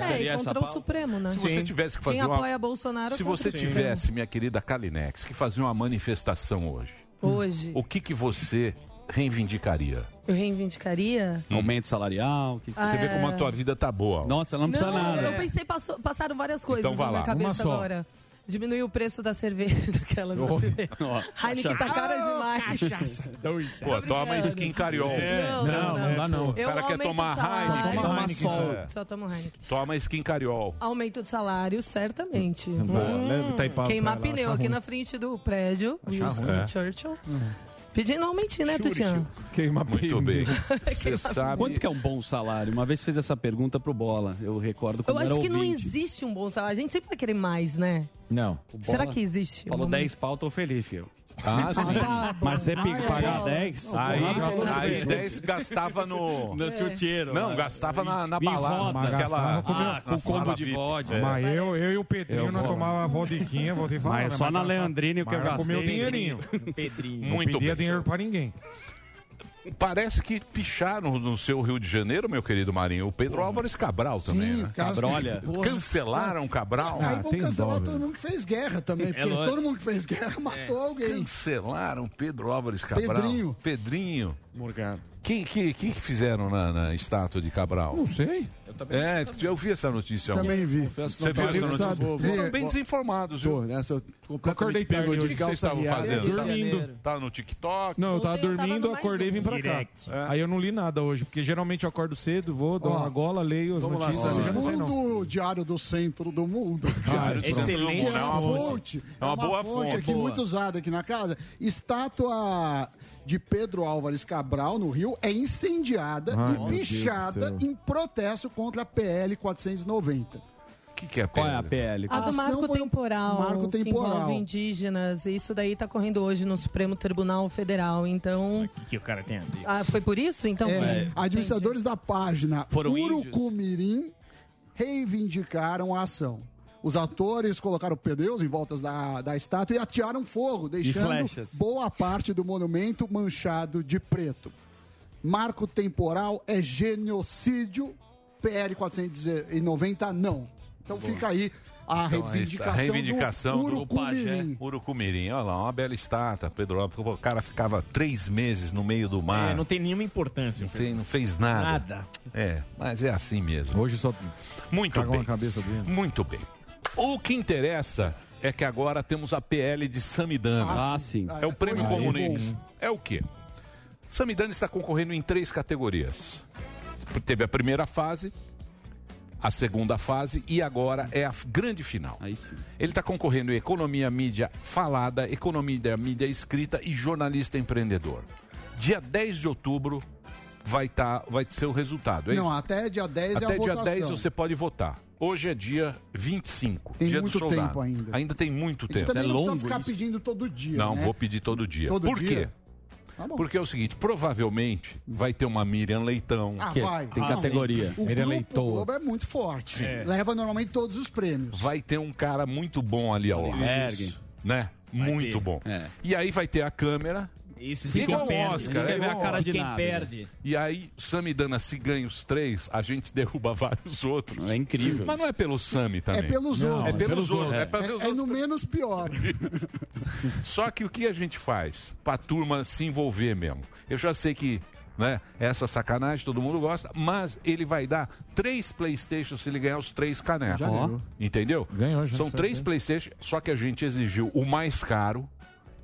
É, e contra o Supremo, né?
Se você tivesse que fazer
Quem
uma-
apoia Bolsonaro
Se
contra
você
o Supremo.
tivesse, minha querida Kalinex, que fazer uma manifestação hoje,
Hoje,
o que, que você reivindicaria?
eu reivindicaria.
Aumento salarial. que-
Você vê
Ah,
como a tua vida tá boa.
Hum. Nossa, ela não precisa nada.
Eu pensei, passou- passaram várias coisas
Então vai
na
lá,
minha
uma
cabeça
só.
agora. Diminuir o preço da cerveja [laughs] daquelas.
Ó, ó,
[laughs] Heineken tá
cachaça.
cara demais. [laughs] é.
Pô, toma skin cariol. É,
Não, não, não.
O cara quer
aumento
tomar
de salário.
Heineken.
É. Só tomo Heineken.
Toma skin cariol.
Aumento de salário, certamente.
Boa. Hum. Leva tá o Itaipava
Queimar
pra lá,
pneu
achar
aqui
ruim.
na frente do prédio,
Achar
Winston
ruim. É.
Churchill. Pedindo um aumentinho, né, Tutian?
Queima
Muito
[laughs]
bem.
Você sabe... Quanto que é um bom salário? Uma vez fez essa pergunta pro Bola. Eu recordo
Eu
quando era
acho que não
ouvinte.
existe um bom salário. A gente sempre vai querer mais, né?
Não.
Será que existe?
Falou
um-
10 pau, tô feliz, filho.
Ah, sim.
tá bom.
Mas você
Ah,
pica-
é
pagar
bola.
10?
Aí,
Ah,
aí
tudo bem.
10 gastava no.
No tchutcheiro,
Não,
né?
gastava na, na
Em
balada.
roda.
naquela, Ah,
Gastava com meu- com combo de vodka. É.
Mas
Mas
eu,
Eu e o Pedrinho,
Eu
nós
vou. é
tomava vodiquinha, vou te falar.
Mas é
né?
só na
gasta-
Leandrine que eu
mas era
[laughs]
com
gastei.
meu dinheirinho.
Pedrinho.
Não pedia dinheiro pra ninguém.
Parece que picharam no seu Rio de Janeiro, meu querido Marinho. O Pedro Álvares Cabral também, né?
cara,
Cabrolha.
porra.
Cancelaram Cabral.
Ah,
Aí vão cancelar todo mundo que fez guerra também,
É
porque
lógico. É.
todo mundo que fez guerra [laughs] matou alguém.
Cancelaram Pedro Álvares Cabral.
Pedrinho.
Pedrinho. Morgado. Quem que, que que fizeram na, na estátua de Cabral?
Não sei.
Eu é, eu vi essa notícia.
Também vi.
Então, Confesso, Você viu essa notícia? Vocês estão bem desinformados, viu?
Tô, nessa, eu
Acordei tarde.
completamente pego
O
de
que que
calça
vocês estavam
riada.
fazendo?
Dormindo.
Tava no TikTok?
Não, eu tava um. dormindo,
eu
acordei e vim pra cá. Aí eu não li nada hoje, porque geralmente eu acordo cedo, vou, dou
Ó,
uma gola, leio as
Vamos lá,
notícias.
né?
eu já não sei não.
Segundo o Diário do Centro do Mundo.
Diário do Centro do Excelente. Mundo,
Que É uma fonte.
É uma boa fonte.
aqui,
Boa.
muito usada aqui na casa. Estátua de Pedro Álvares Cabral, no Rio, é incendiada
Ai, meu
e
Deus do
pichada
céu.
em protesto contra a PL 490.
O que, que é a PL? Qual é a PL?
A do marco
foi um
temporal,
marco temporal.
que envolve indígenas, e isso daí tá correndo hoje no Supremo Tribunal Federal, então...
O que o cara tem a ver?
Ah, foi por isso? Então...
É,
Entendi.
administradores da página
Foram
Urucumirim reivindicaram a ação. Os atores colocaram pneus em voltas da, da estátua e atearam fogo, deixando
flechas.
boa parte do monumento manchado de preto. Marco temporal é genocídio, PL 490 não. Então
Boa.
fica aí a
Então, aí está.
reivindicação,
reivindicação
do
do
Urucumirim.
Urucumirim. Olha lá, uma bela estátua, Pedro Álvares. O cara ficava três meses no meio do mar.
É, não tem nenhuma importância.
Não, tem- não fez nada.
Nada.
É, mas é assim mesmo. Hoje só muito bem. Muito bem. O que interessa é que agora temos a PL de Samidana.
Ah, sim.
É o Prêmio
Ah,
Comunix.
sim.
É o quê? Samidana está concorrendo em três categorias. Teve a primeira fase, a segunda fase e agora é a f- grande final. Ele está concorrendo em economia mídia falada, economia mídia escrita e jornalista empreendedor. Dia 10 de outubro vai, tá, vai ser o resultado. é
Não,
isso?
até dia 10 é a
Até dia
votação.
10 você pode votar. Hoje é dia 25,
Tem
dia
muito
do soldado.
tempo ainda.
Ainda tem muito
A gente
tempo. É
também não precisa ficar pedindo todo dia,
Não,
né?
vou pedir todo dia.
Todo
Por
dia?
quê?
Tá bom.
Porque é o seguinte, provavelmente vai ter uma Miriam Leitão.
Ah,
que é-
vai. Ah, O grupo Globo é muito forte.
É.
Leva normalmente todos os prêmios.
Vai ter um cara muito bom ali ao lado.
Solenberg.
Né? muito bom. E aí vai ter a câmera.
Isso,
fica
quem
um
perde. Quer
Oscar. é
ver a
igual
cara
Oscar.
de Quem nada, né? perde.
E aí, Samidana, se ganha os três, a gente derruba vários outros. É
incrível.
Mas não é pelo Sami também.
É pelos
Não,
outros.
É pelos outros. É pelos
É, é no menos
[laughs]
pior.
Só que o que a gente faz pra turma se envolver mesmo? Eu já sei que né, essa sacanagem todo mundo gosta, mas ele vai dar três Playstation se ele ganhar os três canecos.
Já ganhou.
Entendeu?
Ganhou já,
São
certo,
três
hein?
Playstation, só que a gente exigiu o mais caro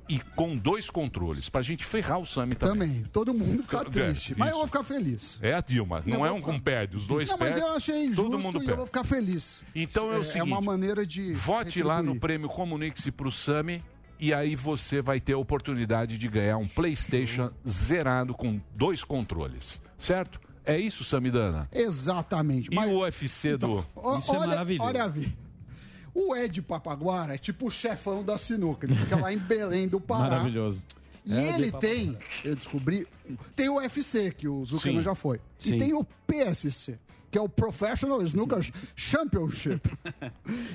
e com dois controles, pra gente ferrar o Sami também.
Também. Todo mundo fica
Ganha,
triste. Mas eu
isso.
vou ficar feliz.
É a Dilma, não,
Não,
é
vou
um com perde, os dois
Não, mas
perdem.
eu achei injusto
todo
e
mundo
eu
perde.
vou ficar feliz.
Então é o seguinte,
uma maneira de
Vote lá no
retribuir.
prêmio Comunique-se pro Sami e aí você vai ter a oportunidade de ganhar um PlayStation zerado com dois controles, certo? É isso, Samidana?
Exatamente.
E o UFC do.
O- olha, Olha a vi- O Ed Papaguara é tipo o chefão da sinuca. Ele fica lá em Belém do Pará. E
É,
ele
de papo.
tem, eu descobri, tem o UFC, que o Zuckerman
Sim.
já foi.
Sim.
E tem o PSC, que é o Professional Snooker
[laughs]
Championship.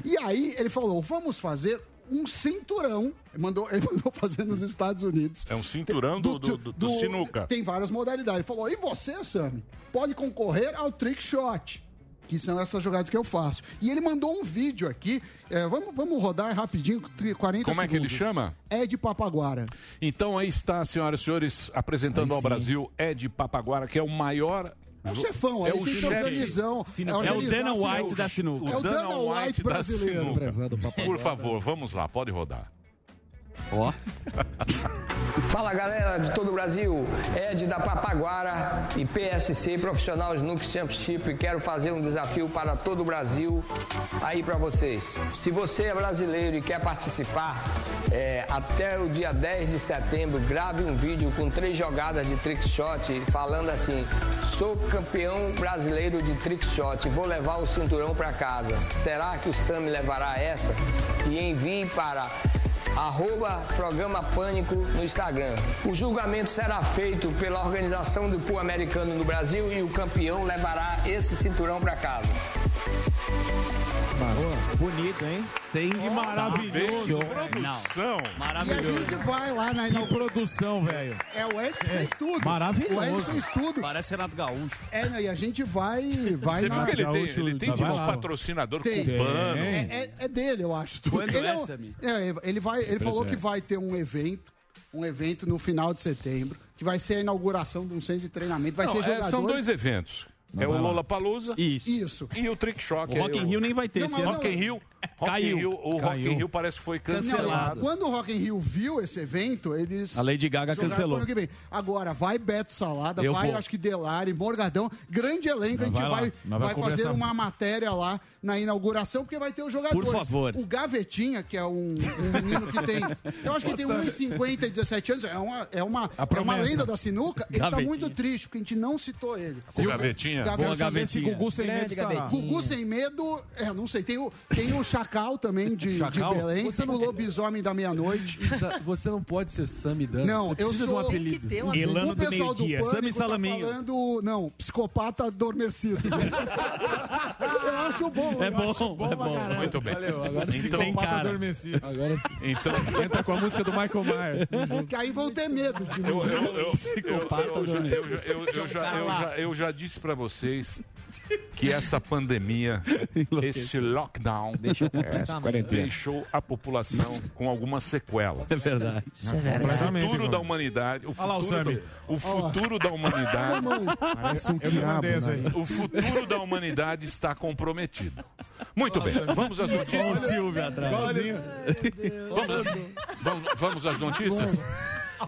e aí ele falou, vamos fazer um cinturão. Ele mandou, ele mandou fazer nos Estados Unidos.
É um cinturão do, do, do- do sinuca.
Tem várias modalidades. Ele falou, e você, Sammy, pode concorrer ao trick shot. Que são essas jogadas que eu faço. E ele mandou um vídeo aqui. é, vamos, vamos rodar rapidinho, tri- 40
Como é que ele
segundos.
chama?
Ed Papaguara.
Então aí está, senhoras e senhores, apresentando
Aí
ao
sim.
Brasil Ed Papaguara, que é o maior.
É o chefão, é o
chefe.
organizão.
é
organizar sinuca. É o Dana White brasileiro.
Por favor, vamos lá, pode rodar.
Ó.
Fala galera de todo o Brasil, Ed da Papaguara e PSC Profissional Snook Championship. Quero fazer um desafio para todo o Brasil aí para vocês. Se você é brasileiro e quer participar, é, até o dia 10 de setembro, grave um vídeo com três jogadas de trick shot falando assim: sou campeão brasileiro de trick shot, vou levar o cinturão para casa. Será que o Sam levará essa? E envie para arroba programa Pânico no Instagram. O julgamento será feito pela organização do pool americano no Brasil e o campeão levará esse cinturão para casa.
Boa.
Bonito, hein? Sem
maravilhoso. Produção.
E a gente vai lá Tá na
Que produção, velho.
É, o Ed fez tudo. O Ed fez tudo.
Parece Renato Gaúcho.
É, não, e a gente vai. vai
Você
na...
viu que ele tem, ele tem tipo um patrocinador cubano.
É, é- é dele, eu acho.
Quando
ele
é,
um-
Sammy?
é, ele vai, ele falou
Impressionante.
que vai ter um evento. Um evento no final de setembro, que vai ser a inauguração de um centro de treinamento. Vai
Não,
ter
é,
jogadores.
são dois eventos. é o
vai lá.
Lola Palusa
Isso.
e o Trick Shock.
O Rock in
Eu-
Rio nem vai ter
Não,
esse
mas
ano.
Rock in Rio, Rock in
Caiu.
Rio, o Rock
Caiu.
in Rio parece que foi
Não,
cancelado.
Quando o Rock in Rio viu esse evento, eles.
A Lady Gaga
jogaram
cancelou.
pro ano que vem. Agora, vai Beto Salada,
Eu
vai,
vou.
acho que Delari, Morgadão, grande elenco. a gente
Vai lá,
vai,
nós
vai
vai
fazer
conversar.
uma matéria lá na inauguração, porque vai ter os jogadores.
Por favor.
O Gavetinha, que é um, um menino que tem. Eu acho que tem
Nossa.
1,50 e 17 anos, é uma, é uma, é uma
promessa.
lenda da sinuca. Ele tá
Gavetinha.
muito triste, porque a gente não citou ele.
O Gavetinha? Boa, Gavetinha.
Esse Gugu sem
Grande
medo. estará.
Gavetinha.
Gugu sem medo, é, não sei. Tem o, tem o Chacal também de, de
Chacal?
Belém.
Você
o Lobisomem da
[laughs]
Meia-Noite.
Você não pode ser Sami Dan.
Não,
você
eu
precisa
sou...
de um apelido.
o pessoal do Pânico tá falando... Não, psicopata
[laughs]
adormecido. eu acho
É
bom. eu acho pra caralho.
Muito bem.
Agora esse
então,
psicopata adormecido. Agora
então,
entra com a música do Michael Myers. né?
Que aí vão ter medo de mim.
Eu- eu- eu- eu-
Psicopata
eu- eu já- eu já- eu- eu
John
já- eu
Carla.
já- Eu já disse pra vocês que essa [laughs] pandemia, esse lockdown,
Deixou completamente.
essa quarentena, deixou a população com algumas sequelas. É verdade.
Isso é verdade.
O futuro
Completamente,
da humanidade. O
Olha lá o
futuro,
Sami.
do- o futuro da humanidade.
Parece um Eu me mandei quiabo, essa né? aí.
O futuro da humanidade está comprometido. Muito bem, vamos às notícias. Vamos, vamos- vamos às notícias?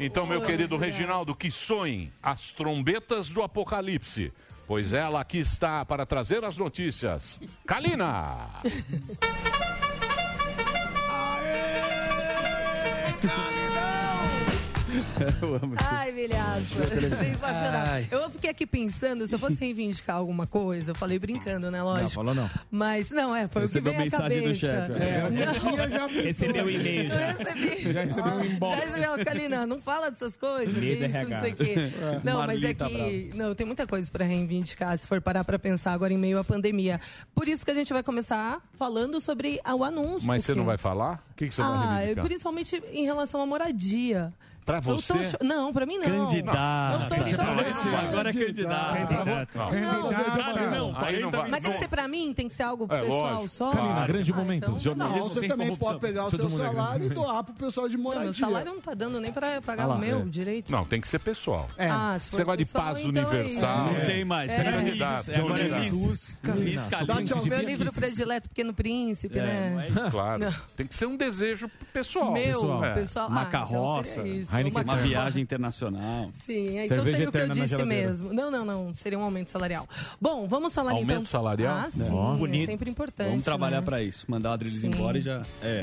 Então, meu querido Reginaldo, que sonhem as trombetas do apocalipse. Pois ela aqui está para trazer as notícias. Kalina!
[laughs] Eu amo isso.
Ai, milhaça. Sensacional.
[laughs] Ai.
Eu fiquei aqui pensando, se eu fosse reivindicar alguma coisa, eu falei brincando, né? Lógico.
Não, falou não.
Mas, não, é, foi
Recebeu
o que veio à
mensagem
cabeça.
do chefe, é.
É,
Recebeu-
não.
recebeu e-mail já.
Eu recebi.
Já recebeu um inbox.
Já é recebeu, Kalina, não fala dessas coisas,
E-mail
que
do
isso,
RH.
não sei o quê.
É.
Não, mas
Marli
é
tá
que... Não, tem muita coisa pra reivindicar, se for parar pra pensar agora em meio à pandemia. Por isso que a gente vai começar falando sobre a- o anúncio.
Mas você
porque-
não vai falar? O que, que você vai
um ah, eu-
reivindicar?
principalmente em relação à moradia.
Pra
Eu tô
você?
cho- Não, pra mim não.
Candidata.
Eu tô chocada.
Agora é candidato.
Não.
Cara, não,
Aí não vai. É,
Mas tem que ser pra mim? Tem que ser algo pro pessoal só? Ah, então tá
Kalina, grande momento.
Não, você também pode pegar o seu salário e doar pro pessoal de
Não,
moradia.
meu salário não tá dando nem pra pagar
Ah lá,
o meu
é.
direito.
Não, tem que ser pessoal.
É. Ah, se for
Você gosta de
pessoal,
paz
então é
universal.
isso. Não
tem mais, é
Você é
Miss,
candidato.
é agora é
candidato.
Miss. Miss Miss Kalina.
Dá tchau,
Kalina.
meu livro predileto, Pequeno Príncipe,
É,
né?
não é
[laughs]
Claro.
Não.
Tem que ser um desejo pessoal.
Meu,
pessoal.
É. pessoal-
Uma
Ah, então
carroça,
seria isso,
uma,
uma
viagem internacional.
Sim, é, então seria o que eu disse mesmo. Não, não, não. Seria um aumento salarial. Bom, vamos falar
Aumento
então...
salarial?
Ah,
É.
sim.
Ó.
É
Bonito.
sempre importante,
Vamos trabalhar
né?
pra isso. Mandar o Adriles embora e já.
É,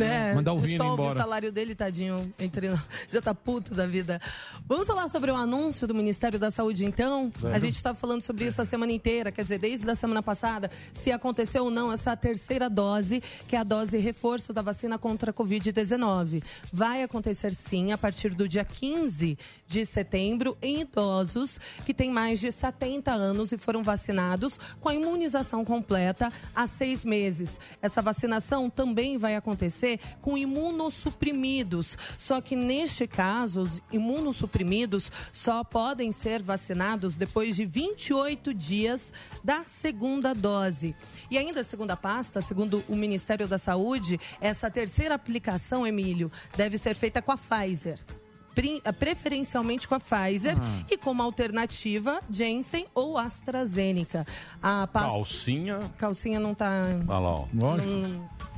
dissolve o salário dele, tadinho. Entre... nós. [laughs] Já tá puto da vida. Vamos falar sobre o anúncio do Ministério da Saúde, então?
Vamos.
A gente tá falando sobre isso a semana inteira, quer dizer, desde a semana passada, se aconteceu ou não essa terceira dose, que é a dose reforço da vacina contra a Covid-19. Vai acontecer sim a partir do dia 15 de setembro em idosos que têm mais de 70 anos e foram vacinados com a imunização completa há seis meses. Essa vacinação também vai acontecer com imunossuprimidos. Só que neste caso, os imunossuprimidos só podem ser vacinados depois de 28 dias da segunda dose. E ainda, segundo a pasta, segundo o Ministério da Saúde, essa terceira aplicação, Emílio, deve ser feita com a Pfizer. Pri- eh, Preferencialmente com a Pfizer
Ah.
e como alternativa Janssen ou AstraZeneca. A pasta...
Calcinha.
Calcinha não tá.
Olha lá, ó.
Não,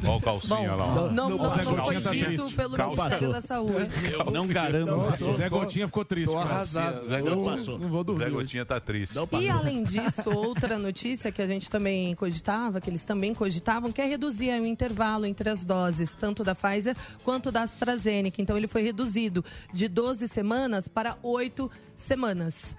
Olha o calcinha
Bom,
lá. ó.
Hum. não, não, não
Zé
foi
Gotinha tá
dito
triste.
pelo
Calça.
Ministério da Saúde.
Eu não garanto.
O Zé Gotinha ficou triste.
Tô
cara.
arrasado. Zé
Eu
Gotinha.
Não vou dormir.
Zé Gotinha tá triste.
E além disso, outra notícia que a gente também cogitava, que eles também cogitavam, que é reduzir aí o intervalo entre as doses, tanto da Pfizer quanto da AstraZeneca. Então ele foi reduzido de 12 semanas para 8 semanas.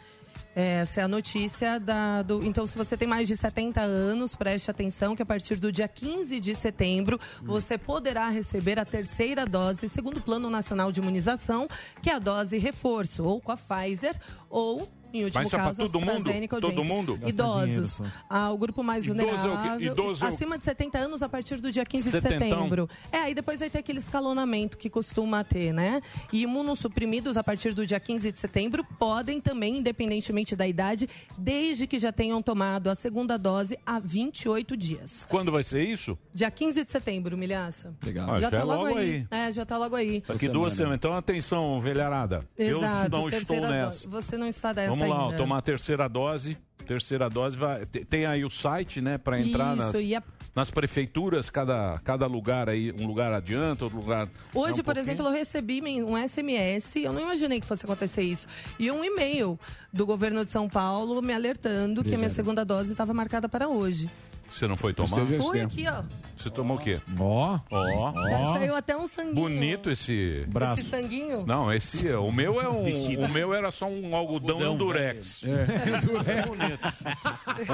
Essa é a notícia da, do. Então, se você tem mais de 70 anos, preste atenção que a partir do dia 15 de setembro você poderá receber a terceira dose, segundo o Plano Nacional de Imunização, que é a dose reforço, ou com a Pfizer ou Em último
Mas isso é pra
caso,
todo mundo?
AstraZeneca,
Todo
audiência.
mundo? Gastar dinheiro
Idosos.
só.
Ah, o grupo mais
Idoso é o quê?
vulnerável.
Idoso é o-
acima de 70 anos a partir do dia 15 de
Setentão.
setembro. É, aí depois vai ter aquele escalonamento que costuma ter, né? E imunossuprimidos a partir do dia 15 de setembro podem também, independentemente da idade, desde que já tenham tomado a segunda dose há 28 dias.
Quando vai ser isso?
Dia 15 de setembro, milhaça.
Legal. Ah, já
tá
é logo
É, já tá logo aí.
Daqui duas semanas. Então, atenção, velharada.
Exato,
eu não estou
terceira
nessa.
dose. Você não está dessa
Vamos lá, ó,
ainda.
tomar a terceira dose. Terceira dose vai. te- Tem aí o site, né, para entrar
Isso,
nas,
e a-
nas prefeituras, cada, cada lugar aí, um lugar adianta, outro lugar. é
Hoje,
um
por
pouquinho.
exemplo, eu recebi men- um SMS, eu não imaginei que fosse acontecer isso, e um e-mail do governo de São Paulo me alertando que a minha
Deseado.
segunda dose estava marcada para hoje.
Você não foi tomar? um
Fui aqui, ó.
Você tomou o quê? Ó. Ó.
Saiu até um sanguinho.
Bonito esse
Esse sanguinho.
Não, esse é- o meu é um,
Vestido.
o meu era só um algodão
Algodão,
durex. o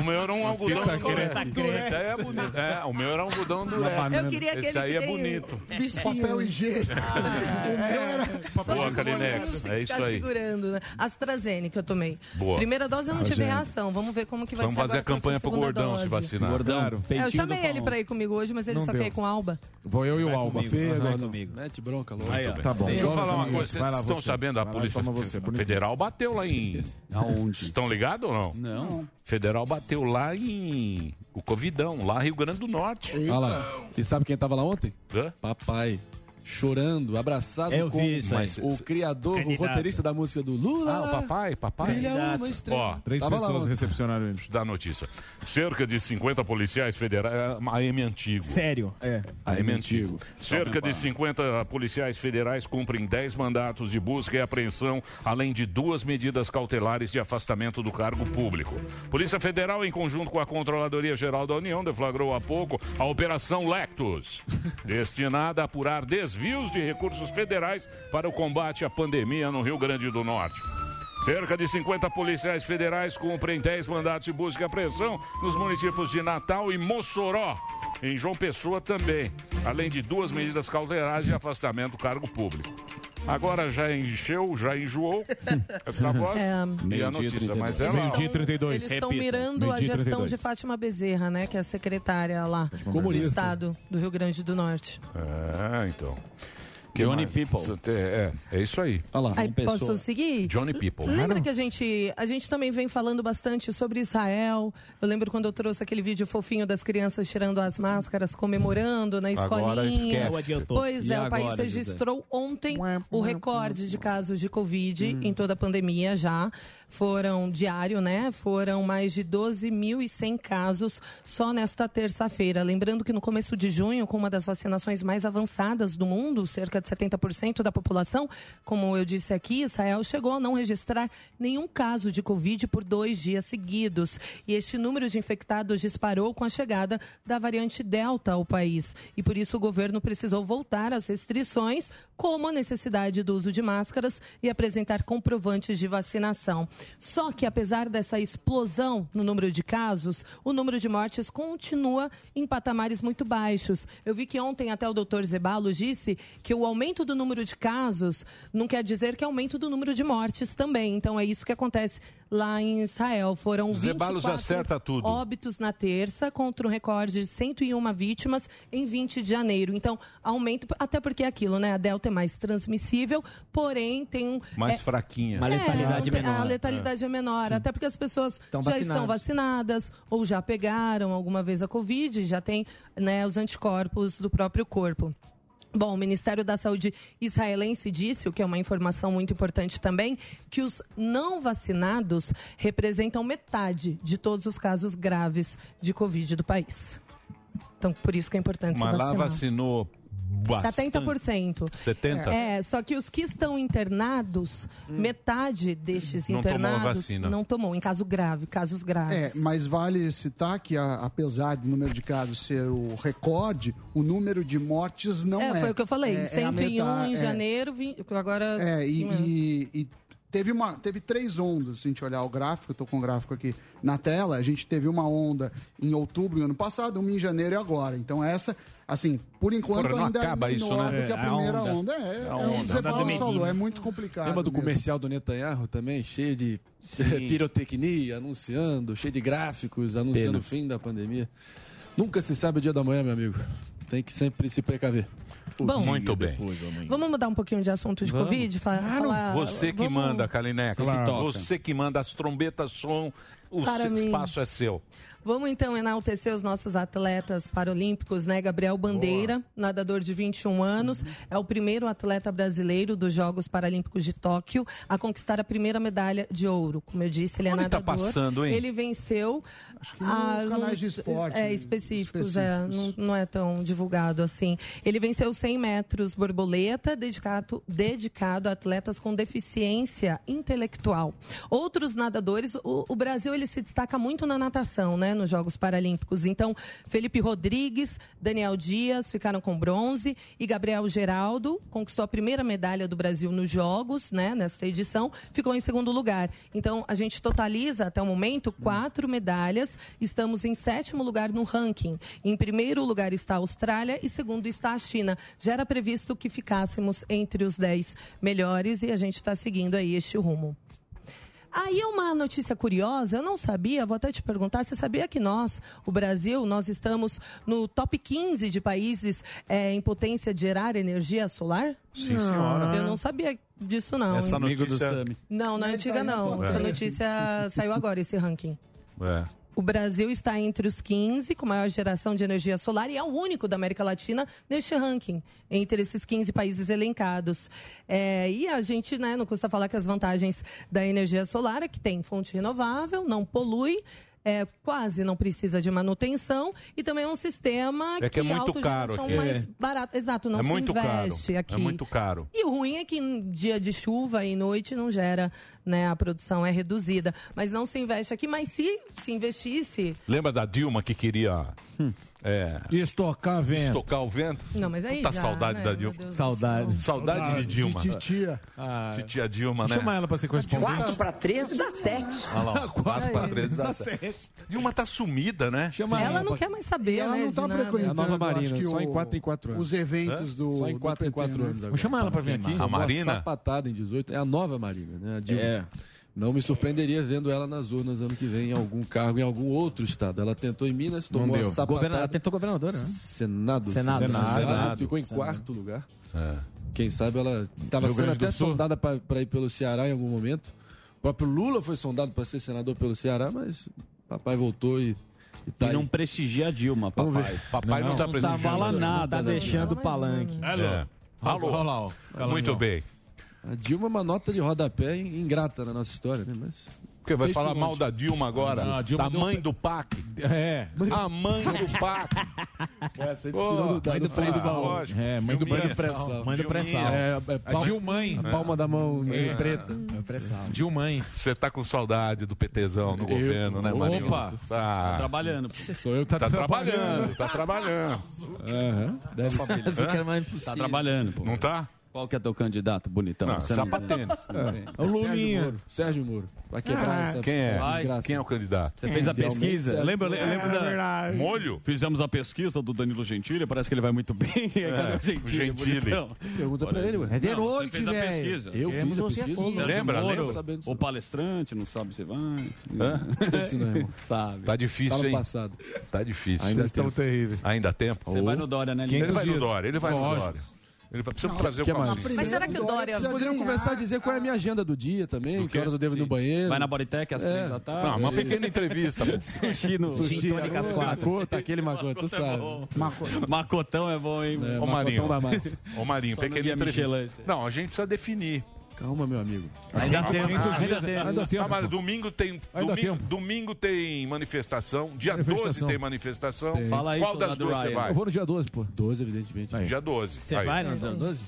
meu era um
Uma
algodão
fita
durex.
crepe.
Esse aí é bonito. É, o meu era um algodão durex.
banana. Eu
queria aquele
esse aí
que
é
tem
bonito.
bichinho.
Papel higiênico.
Boa,
Não
Kalinex.
sei
É isso
ficar
aí.
segurando, né? AstraZeneca eu tomei.
Boa.
Primeira dose eu não tive
AstraZeneca.
reação. Vamos ver como que vai
Vamos
ser
fazer a
agora com essa
campanha pro
segunda
gordão
dose.
se vacinar. Gordão.
É, eu chamei ele pra ir comigo hoje, mas ele
Não
só
deu.
quer ir com a Alba.
Vou eu e o
Vai
Alba.
comigo, vai
agora.
comigo.
Mete bronca
Muito
logo.
bem.
Tá bom.
Deixa eu
Jovens
falar uma
amigos,
coisa.
vai
Vocês
lá
estão
você.
sabendo, a
Vai lá,
Polícia
toma você, bonito.
Federal bateu lá em... Aonde? [laughs] Estão ligados ou não?
Não.
Federal bateu lá em... O Covidão, lá Rio Grande do Norte.
Olha lá. E sabe quem tava lá ontem? Papai. Chorando, abraçado
Eu
com
vi isso aí.
o criador,
Candidato.
o roteirista da música do Lula.
Ah, o papai, papai.
Filha é uma
Candidato.
estrela.
Ó,
Três Tava lá pessoas ontem.
recepcionaram ele. Da notícia. Cerca de 50 policiais federais. é, AM antigo.
Sério? É.
AM antigo. Cerca de 50 policiais federais cumprem 10 mandatos de busca e apreensão, além de duas medidas cautelares de afastamento do cargo público. Polícia Federal, em conjunto com a Controladoria Geral da União, deflagrou há pouco a
[laughs]
Operação Lectus, destinada a apurar desvios de recursos federais para o combate à pandemia no Rio Grande do Norte. Cerca de 50 policiais federais cumprem 10 mandatos de busca e apreensão nos municípios de Natal e Mossoró. Em João Pessoa também, além de duas medidas cautelares de afastamento do cargo público. Agora já encheu, já
[laughs]
enjoou essa voz e a
Meio-dia e
notícia,
32.
mas é
Meio-dia e
lá.
32.
É. Eles estão mirando a gestão de Fátima Bezerra, né? Que é a secretária lá do
Comunista.
estado do Rio Grande do Norte.
É, então. Johnny People. É, é isso aí. Olha lá,
Aí, posso seguir?
Johnny People.
Lembra que a gente, a gente também vem falando bastante sobre Israel. Eu lembro quando eu trouxe aquele vídeo fofinho das crianças tirando as máscaras, comemorando na escolinha.
Agora esquece.
Pois
E
é, o país
agora,
registrou ontem o recorde de casos de Covid em toda a pandemia já. Foram diário, né? Foram mais de 12.100 casos só nesta terça-feira. Lembrando que no começo de junho, com uma das vacinações mais avançadas do mundo, cerca de 70% da população, como eu disse aqui, Israel chegou a não registrar nenhum caso de Covid por dois dias seguidos. E este número de infectados disparou com a chegada da variante Delta ao país. E por isso o governo precisou voltar às restrições, como a necessidade do uso de máscaras e apresentar comprovantes de vacinação. Só que, apesar dessa explosão no número de casos, o número de mortes continua em patamares muito baixos. Eu vi que ontem até o doutor Zebalos disse que o aumento do número de casos não quer dizer que aumento do número de mortes também. Então é isso que acontece lá em Israel. Foram
Zeballos
24
acerta tudo.
óbitos na terça contra um recorde de 101 vítimas em 20 de janeiro. Então, aumento, até porque é aquilo, né? A Delta é mais transmissível, porém tem um...
Mais
é-
fraquinha.
É, não tem- A letalidade é menor, até porque as pessoas
Estão
já
vacinadas.
estão vacinadas ou já pegaram alguma vez a Covid, já tem né, os anticorpos do próprio corpo. Bom, o Ministério da Saúde israelense disse, o que é uma informação muito importante também, que os não vacinados representam metade de todos os casos graves de Covid do país. Então, por isso que é importante
Mas
se
lá
vacinar.
vacinou bastante.
70%.
70%?
É, só que os que estão internados,
Hum.
metade destes
Não tomou a
internados
vacina.
não tomou, em caso grave, casos
É,
graves.
mas vale citar que, a- apesar do número de casos ser o recorde, o número de mortes não é.
É, foi o que eu falei,
É- é a
101
meta-
em
é.
janeiro, vin- agora...
É, e,
Hum.
e- e Teve, uma, teve três ondas, se a gente olhar o gráfico, estou com o gráfico aqui na tela, a gente teve uma onda em outubro do ano passado, uma em janeiro e agora. Então essa, assim, por enquanto
Porra, não
ainda
acaba
é
isso,
menor
né?
do que a
É, a
primeira
onda.
onda. É,
É
é,
a
o que
onda.
você
Onda do
Paulo falou,
menino.
é muito complicado.
Lembra do
mesmo.
comercial do Netanyahu também? Cheio de [laughs] pirotecnia, anunciando, cheio de gráficos, anunciando
Pena.
o fim da pandemia. Nunca se sabe o dia da manhã, meu amigo. Tem que sempre se precaver.
Bom. Muito
bem.
Vamos mudar um pouquinho de assunto de
Vamos.
Covid? Fa- falar-
Você que
vamos-
manda, Kalinex.
Claro.
Você que manda as trombetas, som, o
Para
se-
mim.
espaço é seu.
Vamos então enaltecer os nossos atletas paralímpicos, né? Gabriel Bandeira, nadador de 21 anos, é o primeiro atleta brasileiro dos Jogos Paralímpicos de Tóquio a conquistar a primeira medalha de ouro. Como eu disse, ele é
Onde tá
nadador.
passando, hein?
Ele venceu.
nos canais
não-
de esporte,
É,
né?
específicos,
Específicos.
é, não, não é tão divulgado assim. Ele venceu 100 metros borboleta, dedicado, dedicado a atletas com deficiência intelectual. Outros nadadores, o, o Brasil ele se destaca muito na natação, né, nos Jogos Paralímpicos. Então, Felipe Rodrigues, Daniel Dias ficaram com bronze e Gabriel Geraldo conquistou a primeira medalha do Brasil nos Jogos, né, nesta edição, ficou em segundo lugar. Então, a gente totaliza até o momento quatro medalhas. Estamos em sétimo lugar no ranking. Em primeiro lugar está a Austrália e segundo está a China. Já era previsto que ficássemos entre os dez melhores e a gente está seguindo aí este rumo. Aí é uma notícia curiosa, eu não sabia, vou até te perguntar, você sabia que nós, o Brasil, nós estamos no top 15 de países eh, em potência de gerar energia solar?
Sim, senhora.
Eu não sabia disso não.
Essa
hein?
Amigo do notícia- Sami.
Não, não é antiga não.
É.
Essa notícia saiu agora, esse ranking.
É.
O Brasil está entre os 15 com maior geração de energia solar e é o único da América Latina neste ranking, entre esses 15 países elencados. É, e a gente, né, não custa falar que as vantagens da energia solar é que tem fonte renovável, não polui. é, quase não precisa de manutenção e também é um sistema
É que é muito
autogeração
caro aqui.
mais
É.
barato. Exato, não
é
se
muito caro.
investe aqui.
É muito caro.
E o ruim é que em dia de chuva e noite não gera, né? A produção é reduzida. Mas não se investe aqui. Mas se se investisse.
Lembra da Dilma que queria é,
Estocar vento.
estocar o vento?
Não, mas aí
Puta
já,
saudade
né?
da
Meu
Dilma.
Deus do
Saudade. Saudade de Dilma.
De titia. Ah,
Titia Dilma, né?
Chama ela pra ser correspondente.
para 13 dá 7.
Olha lá, ó. Quatro
tá
pra três,
Dá
dá certo. Dilma tá sumida, né?
Chama
ela não quer mais saber,
Ela
né?
não
de
tá
nada.
frequentando.
A
Então,
nova
eu acho
Marina,
que
só
o-
em quatro em quatro anos.
Os eventos
Hã?
do.
Só em
do
quatro em
PT,
quatro
né?
anos. Vou chamar ela pra vir aqui.
Deu uma
Marina?
sapatada em 18. É a nova Marina, né? A Dilma.
É.
Não me surpreenderia vendo ela nas urnas ano que vem em algum cargo, em algum outro estado. Ela tentou em Minas, tomou a
deu.
sapatada.
Governa- ela
tentou governadora, né? Senado.
Senado.
Senado.
Senado.
Ficou em
Senado. É.
quarto lugar. Quem sabe ela estava
Rio
sendo
Grande do
até
Sul.
sondada para ir pelo Ceará em algum momento. O próprio Lula foi sondado para ser senador pelo Ceará, mas o papai voltou e, e tá
E não
aí.
prestigia a Dilma,
Vamos
papai.
ver. Papai não tá prestigiando.
Não fala
Não
nada.
tá
né?
deixando palanque.
Alô. É. Alô.
Alô.
Alô. Muito bem.
A Dilma é uma nota de rodapé ingrata na nossa história, né? Mas.
Porque vai
Fez
falar
por
mal
onde?
da Dilma agora.
Ah, a Dilma
da
deu
mãe
um-
do PAC.
É.
A mãe do PAC.
Essa
Pô, mãe do pré-sal.
É, mãe do
Dilminha.
pré-sal. Mãe do pré-sal.
Dilminha.
É, é palma-
Dilmãe.
a palma da mão
É.
preta.
um
É
pré-sal. Dilmãe.
Você tá com saudade do PTzão no governo, né, Marinho?
Opa.
Tu Tá,
trabalhando.
Sou eu que tá,
Tá trabalhando,
trabalhando.
tá trabalhando.
Aham.
Deve ser.
Hã?
Zuckerman é impossível. Tá trabalhando, pô. Não
tá?
Qual que é teu candidato, bonitão?
Não,
Você
sapatênis.
É o Lulinha.
Sérgio Moro. Sérgio Moro. Vai quebrar
Ah,
essa,
quem é?
essa desgraça.
Quem é o candidato?
Você fez a pesquisa? Lembra, eu lembro da...
Molho?
Fizemos a pesquisa do Danilo Gentili, parece que ele vai muito bem. [laughs]
É,
Aí, cadê o Gentili,
É, Gentili.
bonitão?
Pergunta
Olha
pra
aí.
ele, ué. É de
Não, você
noite,
fez a
velho.
pesquisa.
Eu fiz a Temos você pesquisa. apoio.
Lembra,
Lembra,
lembra?
lembra? Sabendo disso.
O palestrante não sabe se vai.
Hã?
Sei que isso não é bom.
Sabe.
Tá difícil,
Tá no
hein?
passado.
Tá difícil.
Ainda Vocês têm estão tempo. terríveis.
Ainda há tempo?
Você vai no Dória, né, Lino?
Ele vai no
Quinhentos
Dória, ele vai no
dias.
Dória. Ele vai, precisa trazer o
Que mais? é,
calcinha.
Mas será que o Dória
Vocês poderiam
ganhar?
começar a dizer qual é a minha agenda do dia também, que horas eu devo ir no banheiro.
Vai na Bodytech às
É.
três da tarde.
Não, uma pequena
entrevista, pô.
[laughs] Sushi no
Sushi,
Gin Tônica às
alô,
quatro.
Macoto, aquele Macoto, tu sabe.
Então
Macotão é bom, hein?
Ô Marinho, ô
O
Marinho, pequena entrevista. Não, a gente precisa definir.
Calma, meu amigo.
Ah,
Ainda tem, ainda tem. Ainda tem,
Ah, mas
pô.
domingo tem,
Ainda
domingo,
tempo.
domingo tem manifestação, dia
Manifestação.
12 tem manifestação.
Tem.
Qual das duas você vai?
É. Eu vou no dia 12, pô. 12, evidentemente.
Dia 12. Você Aí. vai no dia 12?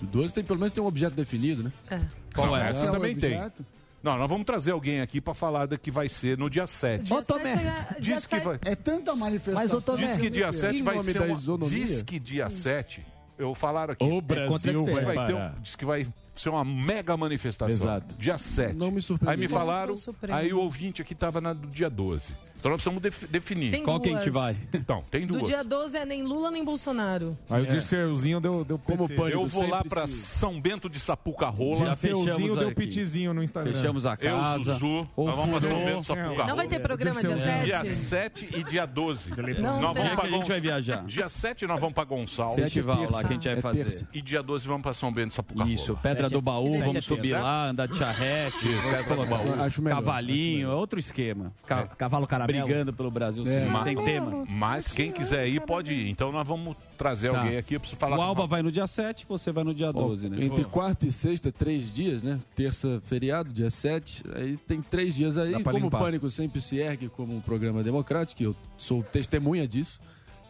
Do 12 tem, pelo menos tem um objeto definido, né?
É.
Não, essa
Ah,
também
o
tem.
objeto?
Não, nós vamos trazer alguém aqui pra falar da que vai ser no dia 7.
Ô, Tomé,
diz que vai.
É tanta manifestação.
Mas, diz que dia 7
Em
vai
nome
ser
da
uma...
isonomia?
Diz que dia 7, eu falaram aqui. O
Brasil vai
vai ter um-
parar.
Diz que vai pra ser uma mega manifestação.
Exato.
Dia 7. Não me
surpreendi.
Aí me
Contra o
falaram,
Supremo.
aí o ouvinte aqui tava na do dia 12. Então nós precisamos def- definir.
Tem Qual que a gente duas. vai?
Então, tem
Do
duas. É.
dia 12 é nem Lula nem Bolsonaro. É,
Aí o Dirceuzinho deu, deu Como
eu vou lá pra São Bento de Sapucarola.
Dirceuzinho deu pitizinho no Instagram. É,
Eu, Zuzu, nós vamos
um
um pra São Bento de Sapucarola.
Não vai ter programa dia sete?
Dia 7 e dia 12.
Não
é
nós
tem.
vamos pra
Dia que a gente
Gonç-
vai viajar.
Dia 7 nós vamos pra Gonçalves.
Festival lá que a gente vai
É
fazer.
terça. é E dia 12 vamos um pra São Bento de Sapucarola.
Isso, Pedra do Baú, vamos subir lá, andar de charrete, Pedra do Baú, cavalinho, é outro esquema. Ficar
Cavalo
caramelo. Brigando pelo Brasil sem, sem tema.
Mas quem quiser ir, pode ir. Então nós vamos trazer
Tá.
alguém aqui. Eu preciso falar
o
com
Alba vai no dia 7, você vai no dia 12, né?
Entre quarta e sexta, três dias, né? Terça, feriado, dia 7. Aí tem três dias aí.
Dá pra
Como o
limpar.
Pânico sempre se ergue como um programa democrático, e eu sou testemunha disso,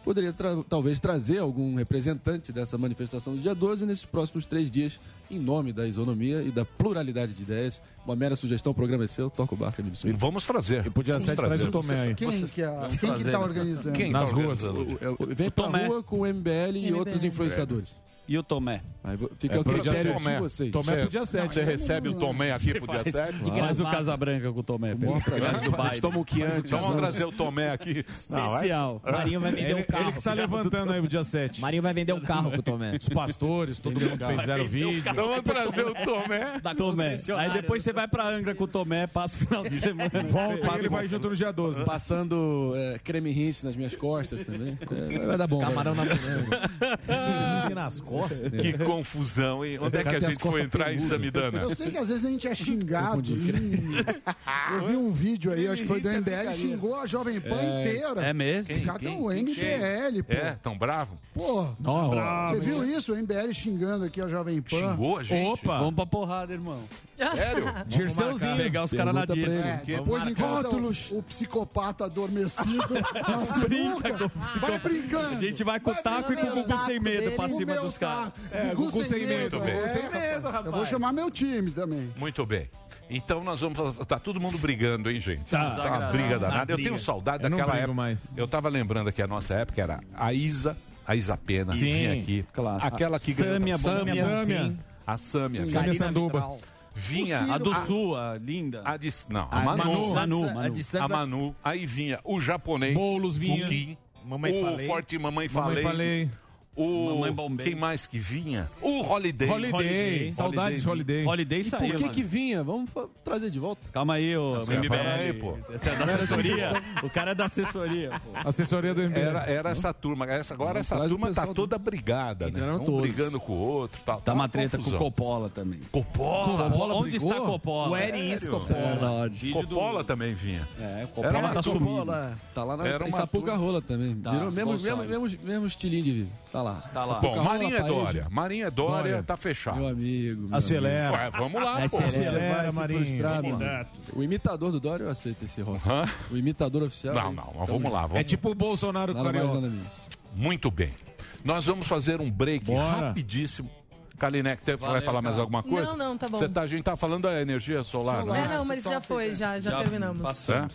poderia tra- talvez trazer algum representante dessa manifestação do dia 12 nesses próximos três dias, em nome da isonomia e da pluralidade de ideias. Uma mera sugestão, o programa é seu, toca o barco, Emílio Silva.
Vamos trazer. E
podia
Vamos ser trazer. atrás do Tomé aí.
Quem que, é,
um
quem
né?
que tá organizando?
Nas ruas. É, Vem pra
Tomé.
rua com o MBL e
MBL.
outros [laughs] influenciadores.
E o Tomé?
Aí vo- fica
É,
o critério de vocês.
Você- Você recebe o Tomé aqui pro dia 7?
Faz o Casabranca com o Tomé. Pedro. Faz do Biden.
Então vamos trazer o Tomé aqui.
Especial.
Não, é-
[laughs] Marinho vai vender um carro. Ele está levantando aí o dia 7. Marinho vai vender um carro pro Tomé. Os pastores, todo mundo fez zero
um
vídeo.
Então vamos trazer o Tomé.
Tomé. Aí depois você vai pra Angra com o Tomé, passa o [laughs] final de semana.
Volta e ele vai junto no dia 12.
Passando é, creme rinse nas minhas costas também. É, vai dar bom.
Camarão
vai.
na Ah. nas costas.
Que confusão, hein? Onde é que a gente foi entrar em
Né?
Samidana?
Eu sei que às vezes a gente
[laughs]
é xingado. Hum. Eu vi um vídeo aí, acho que foi do MBL, xingou a Jovem Pan
É.
inteira.
É mesmo? Quem?
Cada
Quem?
um
Quem?
MBL, pô.
É, tão bravo?
Pô,
Não,
você
bravo,
viu
hein?
isso? O MBL xingando aqui a Jovem Pan.
Xingou a gente? Opa!
Vamos pra porrada, irmão.
Sério?
Dirceuzinho. Pegar os caras na
dieta.
direita.
depois encontra o, o psicopata
[laughs]
adormecido na
Brinca
sinuca.
com o
Vai
psicopata.
brincando.
A gente vai com o
Vai
taco e com o
brincando.
Gugu sem medo
Taco
pra
dele.
cima
O meu
dos caras.
taco.
É,
Gugu, sem,
Gugu sem
medo.
medo,
é,
Gugu sem
rapaz.
medo,
Eu vou
rapaz.
chamar meu time também.
Muito bem. Então nós vamos. Tá todo mundo brigando, hein, gente?
Tá.
tá uma briga danada.
Tá,
Eu
briga.
tenho saudade
Eu não
daquela
brigo
época. Eu tava lembrando aqui a nossa época era a Isa, a Isa Pena,
Sim,
vinha aqui.
claro.
Aquela que
Sâmia,
ganhou-
Sâmia, Sâmia. Bonfim.
A Sâmia.
Sim. Sâmia Sanduba. Vitral.
Vinha
A do Sul, a linda.
Ah. A de, não, a,
A
Manu,
Manu, Manu, Manu.
A, de Santos- a Manu. Aí vinha o japonês.
Boulos vinha.
O Gui.
Mamãe
o
Falei.
Forte Mamãe Falei.
Mamãe Falei.
O,
Mamãe Bombei.
quem mais que vinha? O Holiday.
Holiday. Saudades de Holiday.
Holiday
E
saiu.
por que
mano.
que vinha? Vamos fa- trazer de volta.
Calma aí, ô
Os caras
MBL.
falaram aí, pô.
Essa é da assessoria. o cara é da assessoria, pô.
Assessoria do MBL.
Era, era essa turma. Essa, agora
Não,
essa
traz o
turma tá
pessoal do-
toda brigada, né?
Entraram
Um
Então todos.
brigando com o outro. Tá,
Tá uma treta com o Coppola também.
Coppola?
Coppola Onde brigou? está Coppola? É.
O
O Eris Coppola.
Coppola. Coppola também vinha.
É,
Era uma turma-
Tá lá na
Era
em
uma
Sapucarola também.
Tá,
Virou mesmo, mesmo,
Gonçalves.
mesmo, mesmo estilinho de vida. Tá lá.
Tá lá. Bom, Marinha é Dória. Marinha é Dória, tá fechado.
Meu amigo. meu
Acelera.
amigo.
Ué, vamos lá, pô. Acelera,
Você vai se
Marinho,
frustrar,
vamos
mano.
lá.
O imitador do Dória eu aceito esse rock. O imitador oficial.
Não,
hein?
não,
Tamo
mas vamos lá.
junto.
Vamos...
o Bolsonaro
Nada mais, nada menos.
Muito bem. Nós vamos fazer um break
Bora.
rapidíssimo. Kalinek, você vai
Valeu,
falar mais
cara.
alguma
Não,
coisa?
não, tá bom.
Você a gente tá falando da energia solar,
É,
né?
não, mas já foi, já, já, terminamos.
É?
É.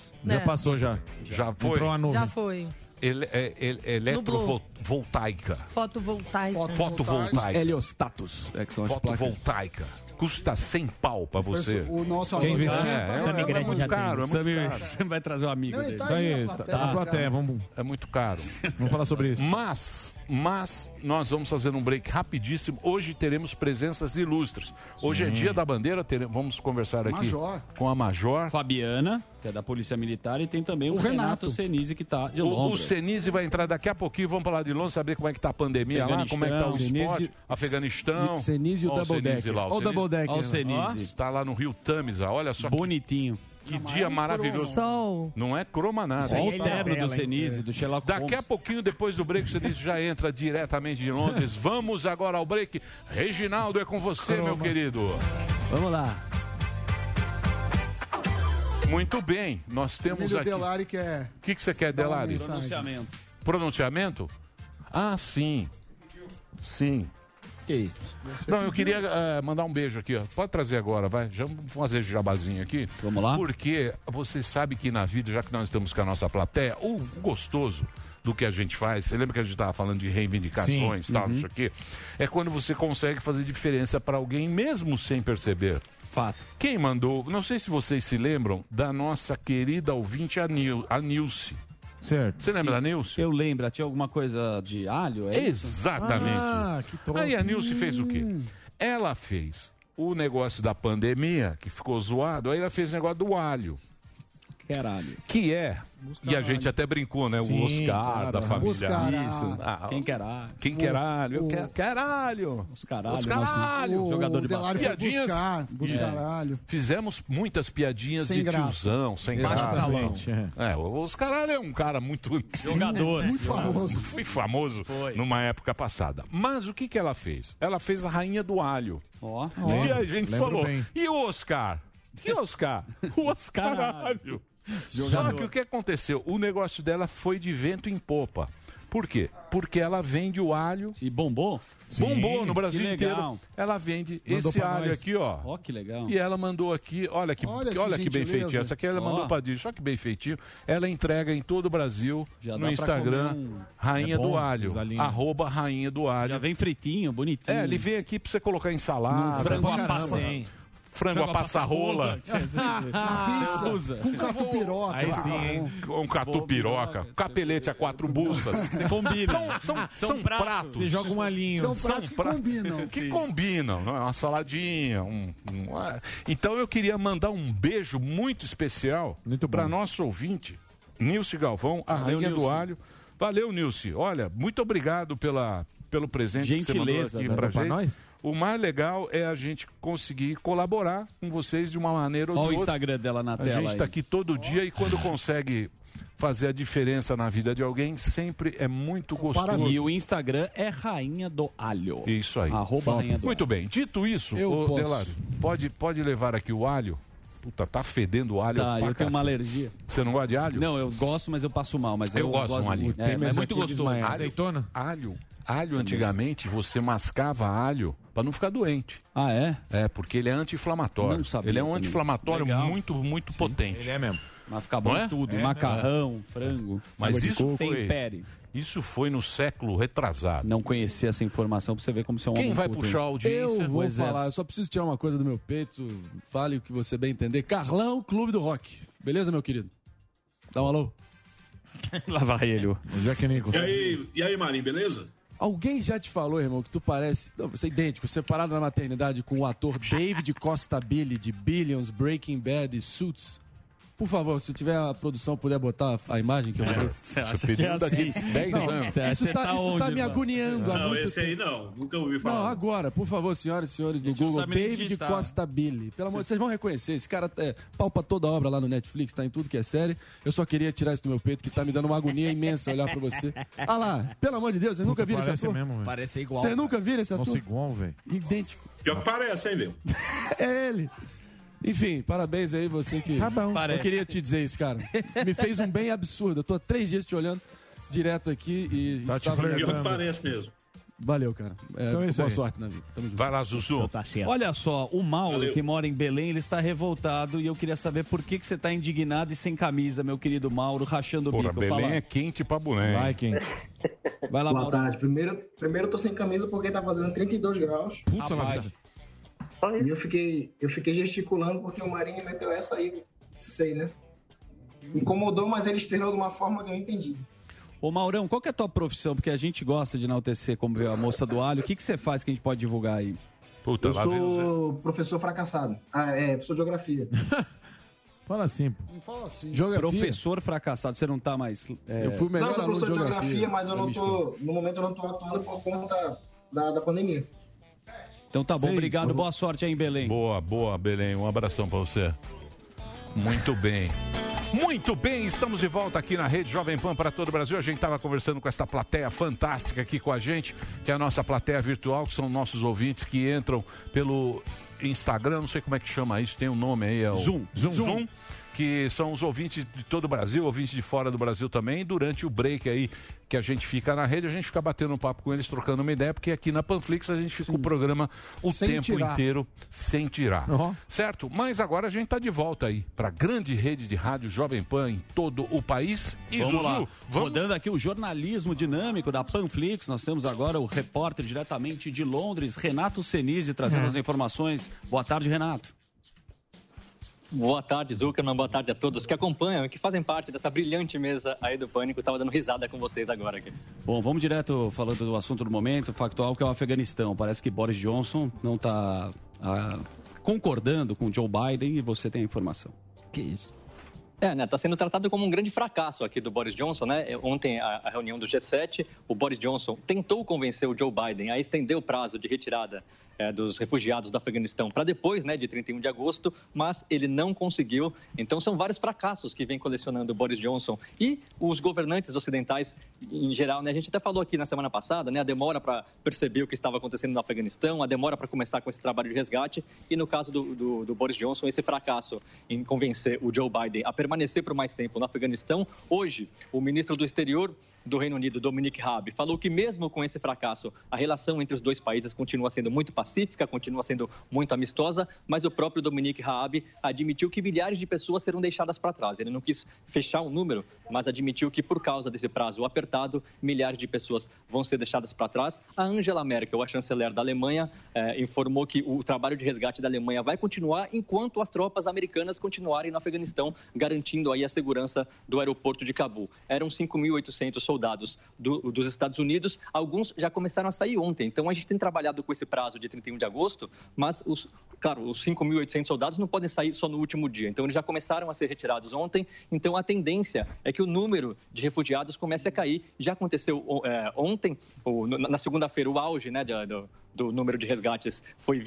já.
Já foi?
Já foi.
Ele, é- ele- é eletrovoltaica.
Fotovoltaica.
Fotovoltaica.
Heliostatus.
É
Fotovoltaica. Custa 100 pau pra você.
O nosso
Quem
aluno-
investir?
É,
Tá migrante,
muito
já tem.
caro, é muito
Samir,
caro.
[laughs] Você vai trazer um amigo
Não, ele
dele.
tá aí na plateia, cara.
vamos.
É muito caro.
Vamos falar sobre isso.
Mas, mas, nós vamos fazer um break rapidíssimo. Hoje teremos presenças ilustres. Hoje é
Sim.
dia da bandeira, teremos- vamos conversar aqui
Major.
com a Major.
Fabiana, que é da Polícia Militar, e tem também o, Renato. Senise, que está de
O, o
Londres.
Senise vai entrar daqui a pouquinho, vamos falar de Londres, saber como é que tá a pandemia lá, como é que tá o
Afeganistão.
esporte,
Senise-
Afeganistão.
Senise e o
Ó
Double
Senise
Decker.
lá,
Ó o Double Decker,
Ó
né? Ó.
Está lá no Rio Tamisa, olha só.
Bonitinho.
Que, dia maravilhoso.
Sol.
Não é croma nada.
Só o terno do Senise, do Sherlock Holmes.
Daqui a pouquinho, depois do break, o Senise já entra diretamente
[laughs]
de Londres. Vamos agora ao break. Reginaldo, é com você, meu querido.
Vamos lá.
Muito bem, nós temos
Emílio
aqui...
Delari que é...
O que, que você quer,
Dá uma
Delari?
mensagem. Pronunciamento.
Pronunciamento? Ah, sim. Sim.
Que isso?
Não, eu queria eh, mandar um beijo aqui, ó. Pode trazer agora, vai. Já vamos fazer jabazinho aqui. Vamos lá. Porque você sabe que na vida, já que nós estamos com a nossa plateia, o gostoso do que a gente faz, você lembra que a gente estava falando de reivindicações
Sim,
tal,
uhum.
não sei o quê? É quando você consegue fazer diferença para alguém mesmo sem perceber.
Fato.
Quem mandou, não sei se vocês se lembram, da nossa querida ouvinte, a, Nil, a Nilce.
Certo.
Você lembra da Nilce?
Eu lembro. Tinha alguma coisa de alho? é isso?
Exatamente.
Ah,
Aí a Nilce fez o quê? Ela fez o negócio da pandemia, que ficou zoado, aí ela fez o negócio do alho.
Que era alho.
Que é. e a gente até brincou, né?
Sim,
o Oscar
claro.
da família.
Oscar,
né?
Isso. ah, quem quer alho?
Quem quer alho? Eu
o-
quero caralho.
Os caralho.
Os caralho.
nosso jogador de
O Delário
basquete.
foi Piadinhas. buscar, buscar
É.
Caralho.
Fizemos muitas piadinhas
Sem
de
graça.
tiozão, sem
Exatamente,
graça. É. o os caralho é um cara muito antigo.
Jogador. Muito famoso.
Foi famoso numa época passada. Mas o que, que ela fez? Ela fez a rainha do alho.
Ó.
E a gente
Lembro
falou.
bem.
E o Oscar? Que Oscar? [laughs] o Oscar caralho. Só
Jogador.
que o que aconteceu? O negócio dela foi de vento em popa. Por quê? Porque ela vende o alho.
E bombou?
bombou
Sim,
no Brasil
que legal.
inteiro. Ela vende
Mandou
esse
pra
alho
nós.
aqui, ó.
Ó, que legal.
E é ela mandou aqui, olha que,
Olha
olha
que
que, bem
gentileza.
feitinho. Essa aqui ela
Ó.
mandou pra Diz, só que bem feitinho. Ela entrega em todo o Brasil,
Já dá
no
pra
Instagram,
comer um-
Rainha
É bom
do
esses
Alho.
alinhos.
Arroba Rainha do Alho.
Já vem fritinho, bonitinho.
É, ele vem aqui pra você colocar em salada.
Num frango
pra
à passa-
caramba.
Sim.
Frango à passa-rola.
[laughs]
[laughs]
Pizza com catupiroca.
Aí sim, hein? Um catu piroca, capelete a quatro buças.
né? [laughs] Você combina. Ah,
São, são,
São
são,
pratos.
pratos.
Você joga um alinho. São pratos que combinam.
Que
Sim.
combinam, não é? Uma saladinha. um- um- ah. Então eu queria mandar um beijo muito especial para nosso ouvinte, Nilce Galvão, a
Valeu,
rainha do
Nilce.
alho. Valeu, Nilce. Olha, muito obrigado pela, pelo presente
Gentileza, né?
que você mandou aqui pra
Pra
gente.
nós?
O mais legal é a gente conseguir colaborar com vocês de uma maneira ou de
Olha o
outra.
Instagram dela na
a
tela
A gente está
aí.
aqui todo dia e quando consegue fazer a diferença na vida de alguém, sempre é
Um
muito gostoso.
E o Instagram é Rainha do Alho.
Isso aí.
Arroba
Top.
Rainha do
Muito bem. Dito isso,
Eu
ô,
posso.
Delário, pode, pode levar aqui o alho. Puta, tá fedendo o alho.
Tá,
pra
eu tenho
cacete.
uma alergia.
Você não gosta de alho?
Não, eu gosto, mas eu passo mal. Mas eu,
Eu gosto de um alho.
muito. É, mas é muito gostoso.
Azeitona? Alho. Alho, antigamente, você mascava alho pra não ficar doente.
Ah, é?
É, porque ele é anti-inflamatório.
Não sabia
Ele é um
também.
anti-inflamatório
Legal.
muito, muito potente. Ele
é mesmo. Mas fica
Não
bom
é?
tudo.
É,
Macarrão, frango. água
Mas
de
isso
coco.
foi,
Tempere.
isso foi no século retrasado.
Não conhecia essa informação pra você ver como você é um homem culto, hein?
Eu vou
Pois é.
falar, eu só preciso tirar uma coisa do meu peito. Fale o que você bem entender. Carlão, Clube do Rock. Beleza, meu querido? Dá um alô.
Lá vai
[laughs]
ele. O
Jack
E aí, e aí, Marinho, beleza?
Alguém já te falou, irmão, que tu parece. Não, você é idêntico, separado na maternidade com o ator David Costa Billy, de Billions, Breaking Bad e Suits. Por favor, se tiver a produção, puder botar a imagem que eu mandei.
Você acha Você pediu que é daqui assim? 10
Não,
anos. Você
Isso tá,
tá
isso
onde,
tá me
mano?
agoniando. há
Não,
muito
esse aí não. Nunca ouvi
Não,
falar.
agora, por favor, senhoras e senhores do
não
Google,
sabe nem tá.
David
digitar.
Costa Billy. Pelo amor de vocês vão reconhecer. Esse cara é, palpa toda a obra lá no Netflix, tá em tudo que é série. Eu só queria tirar isso do meu peito, que tá me dando uma agonia imensa olhar pra você.
[laughs]
Ah lá, pelo amor de Deus, eu nunca vi esse
parece
ator.
mesmo, velho.
Parece igual. Você nunca viu esse ator?
Nossa, igual, velho.
Idêntico.
Pior que parece, hein, meu?
É ele. Enfim, parabéns aí você que. Tá bom. Só
Parece.
queria te dizer isso, cara. Me fez um bem absurdo. Eu tô há três dias te olhando direto aqui e.
Tá te
estava me
flertando. Pior que
agoniando.
parece mesmo.
Valeu, cara. É,
Então é isso
boa
aí.
sorte na vida. Tamo junto.
Vai lá, Zuzu.
Olha só, o Mauro, que mora em Belém, ele está revoltado e eu queria saber por que, que você está indignado e sem camisa, meu querido Mauro, rachando o
Porra,
bico.
Belém
Fala.
é quente pra boneco.
Vai, quente. Vai lá,
é Boa
Mauro.
tarde. Primeiro, primeiro eu tô sem camisa porque tá fazendo 32 graus.
Putz, Rapaz.
E eu fiquei, eu fiquei gesticulando porque o Marinho meteu essa aí, sei, né? Incomodou, mas ele externou de uma forma que eu entendi.
Ô Maurão, qual que é a tua profissão? Porque a gente gosta de enaltecer, como veio a moça do alho. O que, que você faz que a gente pode divulgar aí?
Puta,
eu sou professor fracassado. Ah, é, professor de [laughs] geografia.
Fala assim, pô.
Não fala assim.
Professor fracassado, você não tá mais. é,
não, sou professor de geografia, é mas eu não tô. No momento eu não tô atuando por conta da, da pandemia.
Então tá bom,
Seis.
obrigado, boa sorte aí em Belém.
Boa, boa, Belém. Um abração pra você. Muito bem. Muito bem, estamos de volta aqui na Rede Jovem Pan para todo o Brasil. A gente estava conversando com esta plateia fantástica aqui com a gente, que é a nossa plateia virtual, que são nossos ouvintes que entram pelo Instagram, não sei como é que chama isso, tem um nome aí. É o...
Zoom.
Zoom. Zoom. que são os ouvintes de todo o Brasil, ouvintes de fora do Brasil também. Durante o break aí que a gente fica na rede, a gente fica batendo um papo com eles, trocando uma ideia, porque aqui na Panflix a gente fica o programa o
Sem
tempo
tirar.
inteiro sem tirar. Certo? Mas agora a gente está de volta aí para a grande rede de rádio Jovem Pan em todo o país. E
vamos
Zuzu,
lá.
vamos
Rodando aqui o jornalismo dinâmico da Panflix, nós temos agora o repórter diretamente de Londres, Renato Senise, trazendo
É.
as informações. Boa tarde, Renato.
Boa tarde, Zuckerman. Boa tarde a todos que acompanham e que fazem parte dessa brilhante mesa aí do Pânico. Estava dando risada com vocês agora aqui.
Bom, vamos direto falando do assunto do momento, factual, que é o Afeganistão. Parece que Boris Johnson não está concordando com Joe Biden e você tem a informação.
Que isso? É, né? Tá sendo tratado como um grande fracasso aqui do Boris Johnson, né? Eh, Ontem, a, a reunião do G7, o Boris Johnson tentou convencer o Joe Biden a estender o prazo de retirada eh, dos refugiados do Afeganistão para depois, né, de 31 de agosto, mas ele não conseguiu. Então, são vários fracassos que vem colecionando o Boris Johnson e os governantes ocidentais em geral, né? A gente até falou aqui na semana passada, né? A demora para perceber o que estava acontecendo no Afeganistão, a demora para começar com esse trabalho de resgate e, no caso do, do- do Boris Johnson, esse fracasso em convencer o Joe Biden a permanecer por mais tempo no Afeganistão. Hoje, o ministro do Exterior do Reino Unido, Dominic Raab, falou que mesmo com esse fracasso, a relação entre os dois países continua sendo muito pacífica, continua sendo muito amistosa, mas o próprio Dominic Raab admitiu que milhares de pessoas serão deixadas para trás. Ele não quis fechar um número, mas admitiu que por causa desse prazo apertado, milhares de pessoas vão ser deixadas para trás. A Angela Merkel, a chanceler da Alemanha, eh, informou que o trabalho de resgate da Alemanha vai continuar enquanto as tropas americanas continuarem no Afeganistão, garantindo aí a segurança do aeroporto de Cabul. Eram 5.800 soldados do- dos Estados Unidos, alguns já começaram a sair ontem. Então a gente tem trabalhado com esse prazo de 31 de agosto, mas os, claro, os 5.800 soldados não podem sair só no último dia. Então eles já começaram a ser retirados ontem. Então a tendência é que o número de refugiados comece a cair. Já aconteceu o- é, ontem, ou no- na segunda-feira, o auge né, de- do, do número de resgates foi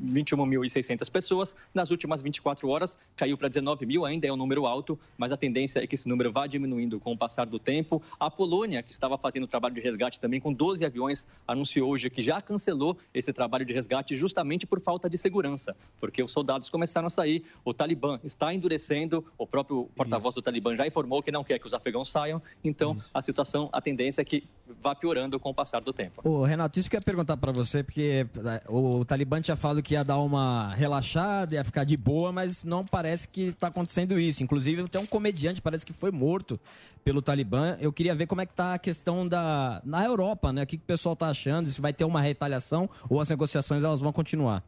21 21.600 pessoas. Nas últimas 24 horas, caiu para 19 mil, ainda é um número alto, mas a tendência é que esse número vá diminuindo com o passar do tempo. A Polônia, que estava fazendo o trabalho de resgate também com 12 aviões, anunciou hoje que já cancelou esse trabalho de resgate justamente por falta de segurança, porque os soldados começaram a sair, o Talibã está endurecendo, o próprio porta-voz do Talibã já informou que não quer que os afegãos saiam, então a situação, a tendência é que vá piorando com o passar do tempo.
Ô, Renato, isso que eu ia perguntar pra você, porque eh, o Talibã tinha falado que ia dar uma relaxada, ia ficar de boa, mas não parece que tá acontecendo isso. Inclusive, até um comediante parece que foi morto pelo Talibã. Eu queria ver como é que tá a questão da... na Europa, né? O que, que o pessoal tá achando, se vai ter uma retaliação ou as negociações elas vão continuar.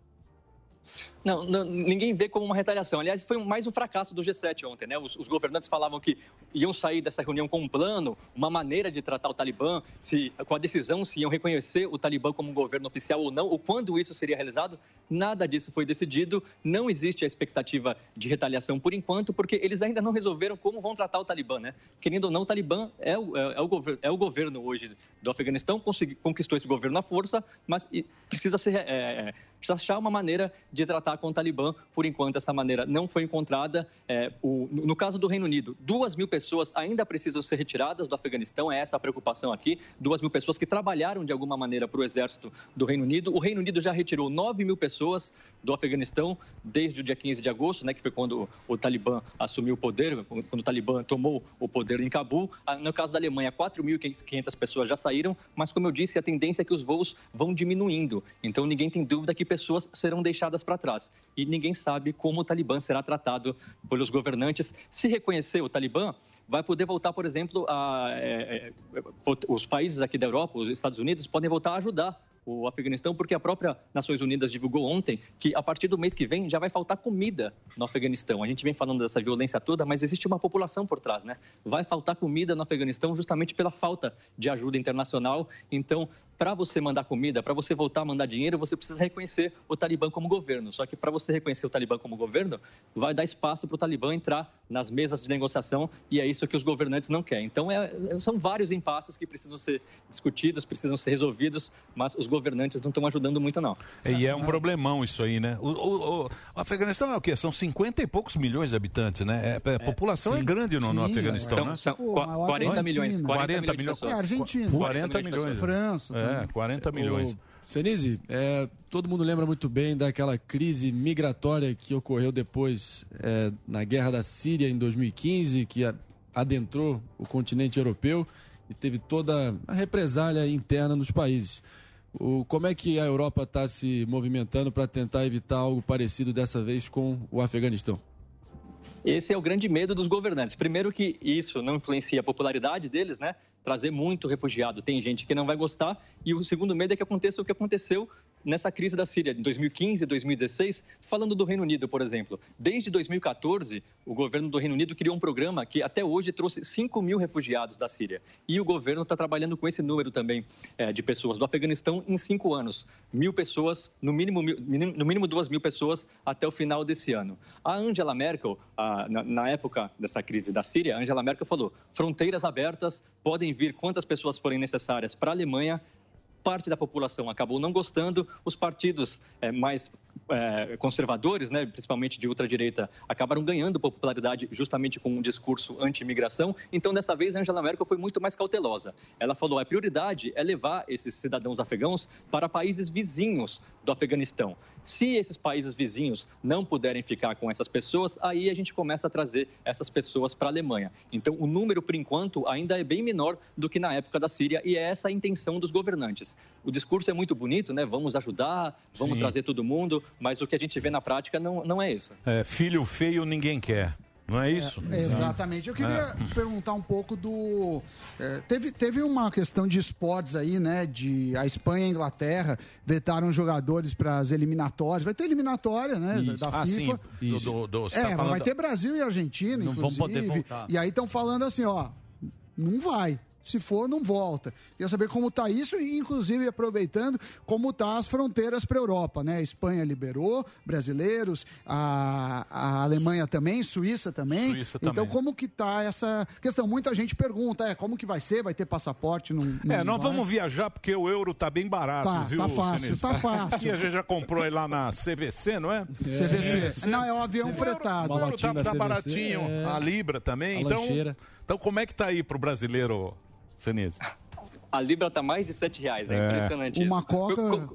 Não, não, ninguém vê como uma retaliação. Aliás, foi mais um fracasso do G7 ontem, né? Os, os governantes falavam que iam sair dessa reunião com um plano, uma maneira de tratar o Talibã, se com a decisão se iam reconhecer o Talibã como um governo oficial ou não, ou quando isso seria realizado. Nada disso foi decidido. Não existe a expectativa de retaliação por enquanto, porque eles ainda não resolveram como vão tratar o Talibã, né? Querendo ou não, o Talibã é o, é, é o, gover- é o governo hoje do Afeganistão, consegui- conquistou esse governo à força, mas e- precisa ser é, é, precisa achar uma maneira de tratar com o Talibã. Por enquanto, essa maneira não foi encontrada. É, o- no no caso do Reino Unido, duas mil pessoas ainda precisam ser retiradas do Afeganistão, é essa a preocupação aqui. Duas mil pessoas que trabalharam de alguma maneira para o exército do Reino Unido. O Reino Unido já retirou nove mil pessoas do Afeganistão desde o dia 15 de agosto, né, que foi quando o Talibã assumiu o poder, quando o Talibã tomou o poder em Cabul. Ah, No caso da Alemanha, 4.500 pessoas já saíram, mas como eu disse, a tendência é que os voos vão diminuindo. Então ninguém tem dúvida que pessoas serão deixadas para trás. E ninguém sabe como o Talibã será tratado pelos governantes. Se reconhecer o Talibã, vai poder voltar, por exemplo, a, é, é, os países aqui da Europa, os Estados Unidos, podem voltar a ajudar o Afeganistão, porque a própria Nações Unidas divulgou ontem que a partir do mês que vem já vai faltar comida no Afeganistão. A gente vem falando dessa violência toda, mas existe uma população por trás, né? Vai faltar comida no Afeganistão justamente pela falta de ajuda internacional. Então, para você mandar comida, para você voltar a mandar dinheiro, você precisa reconhecer o Talibã como governo. Só que para você reconhecer o Talibã como governo, vai dar espaço para o Talibã entrar nas mesas de negociação e é isso que os governantes não querem. Então, é- são vários impasses que precisam ser discutidos, precisam ser resolvidos, mas os governantes não estão ajudando muito, não.
E é
Ah.
um problemão isso aí, né? O, o- o- o Afeganistão é o quê? São 50 e poucos milhões de habitantes, né? É, a população é
sim.
grande no, no
Sim,
Afeganistão,
então,
né?
são Pô, qua- maior que 40 milhões,
40
Argentina.
milhões.
É, Argentina.
40
40 milhões de
milhões.
pessoas. França
É,
também.
40 milhões.
Senise, é, todo mundo lembra muito bem daquela crise migratória que ocorreu depois é, na guerra da Síria em 2015, que a- adentrou o continente europeu e teve toda a represália interna nos países. O- como é que a Europa está se movimentando para tentar evitar algo parecido dessa vez com o Afeganistão?
Esse é o grande medo dos governantes. Primeiro que isso não influencia a popularidade deles, né? Trazer muito refugiado, tem gente que não vai gostar. E o segundo medo é que aconteça o que aconteceu nessa crise da Síria de 2015 e 2016. Falando do Reino Unido, por exemplo, desde 2014, o governo do Reino Unido criou um programa que até hoje trouxe 5 mil refugiados da Síria. E o governo está trabalhando com esse número também eh, de pessoas do Afeganistão em cinco anos. Mil pessoas, no mínimo, mil- no mínimo duas mil pessoas até o final desse ano. A Angela Merkel, ah, na, na época dessa crise da Síria, a Angela Merkel falou: fronteiras abertas, podem vir quantas pessoas forem necessárias para a Alemanha, parte da população acabou não gostando, os partidos eh, mais eh, conservadores, né, principalmente de ultradireita, acabaram ganhando popularidade justamente com um discurso anti-imigração. Então, dessa vez, a Angela Merkel foi muito mais cautelosa. Ela falou: a prioridade é levar esses cidadãos afegãos para países vizinhos do Afeganistão. Se esses países vizinhos não puderem ficar com essas pessoas, aí a gente começa a trazer essas pessoas para a Alemanha. Então, o número, por enquanto, ainda é bem menor do que na época da Síria e é essa a intenção dos governantes. O discurso é muito bonito, né? Vamos ajudar, vamos
Sim.
trazer todo mundo, mas o que a gente vê na prática não, não é isso.
É, filho feio ninguém quer. Não é isso?
Exatamente. Eu queria
É.
perguntar um pouco do. eh, teve, teve uma questão de esportes aí, né? De a Espanha e a Inglaterra vetaram jogadores para as eliminatórias. Vai ter eliminatória, né?
Isso.
Da
Ah, sim.
FIFA.
Do- do- do-
é,
você tá
mas vai
falando-
ter Brasil e Argentina,
Não vão
inclusive.
poder voltar.
E aí estão falando assim, ó. Não vai. Se for, não volta. Queria saber como tá isso e, inclusive, aproveitando, como tá as fronteiras para a Europa, né? A Espanha liberou brasileiros, a, a Alemanha também, Suíça também.
Suíça
Então,
também.
como que tá essa questão? Muita gente pergunta, é, como que vai ser? Vai ter passaporte? Não,
É,
não
nós
vai?
vamos viajar porque o euro tá bem barato,
Tá,
viu?
tá fácil,
Sinistro?
tá fácil.
[laughs] E a gente já comprou ele lá na CVC, não é?
CVC. Não, é um avião fretado.
O euro tá, tá baratinho,
é.
a Libra também.
A
então,
lancheira.
então, como é que tá aí pro brasileiro, Senise?
A Libra está mais de R$ 7 reais, é,
É.
impressionante isso.
Uma
coca-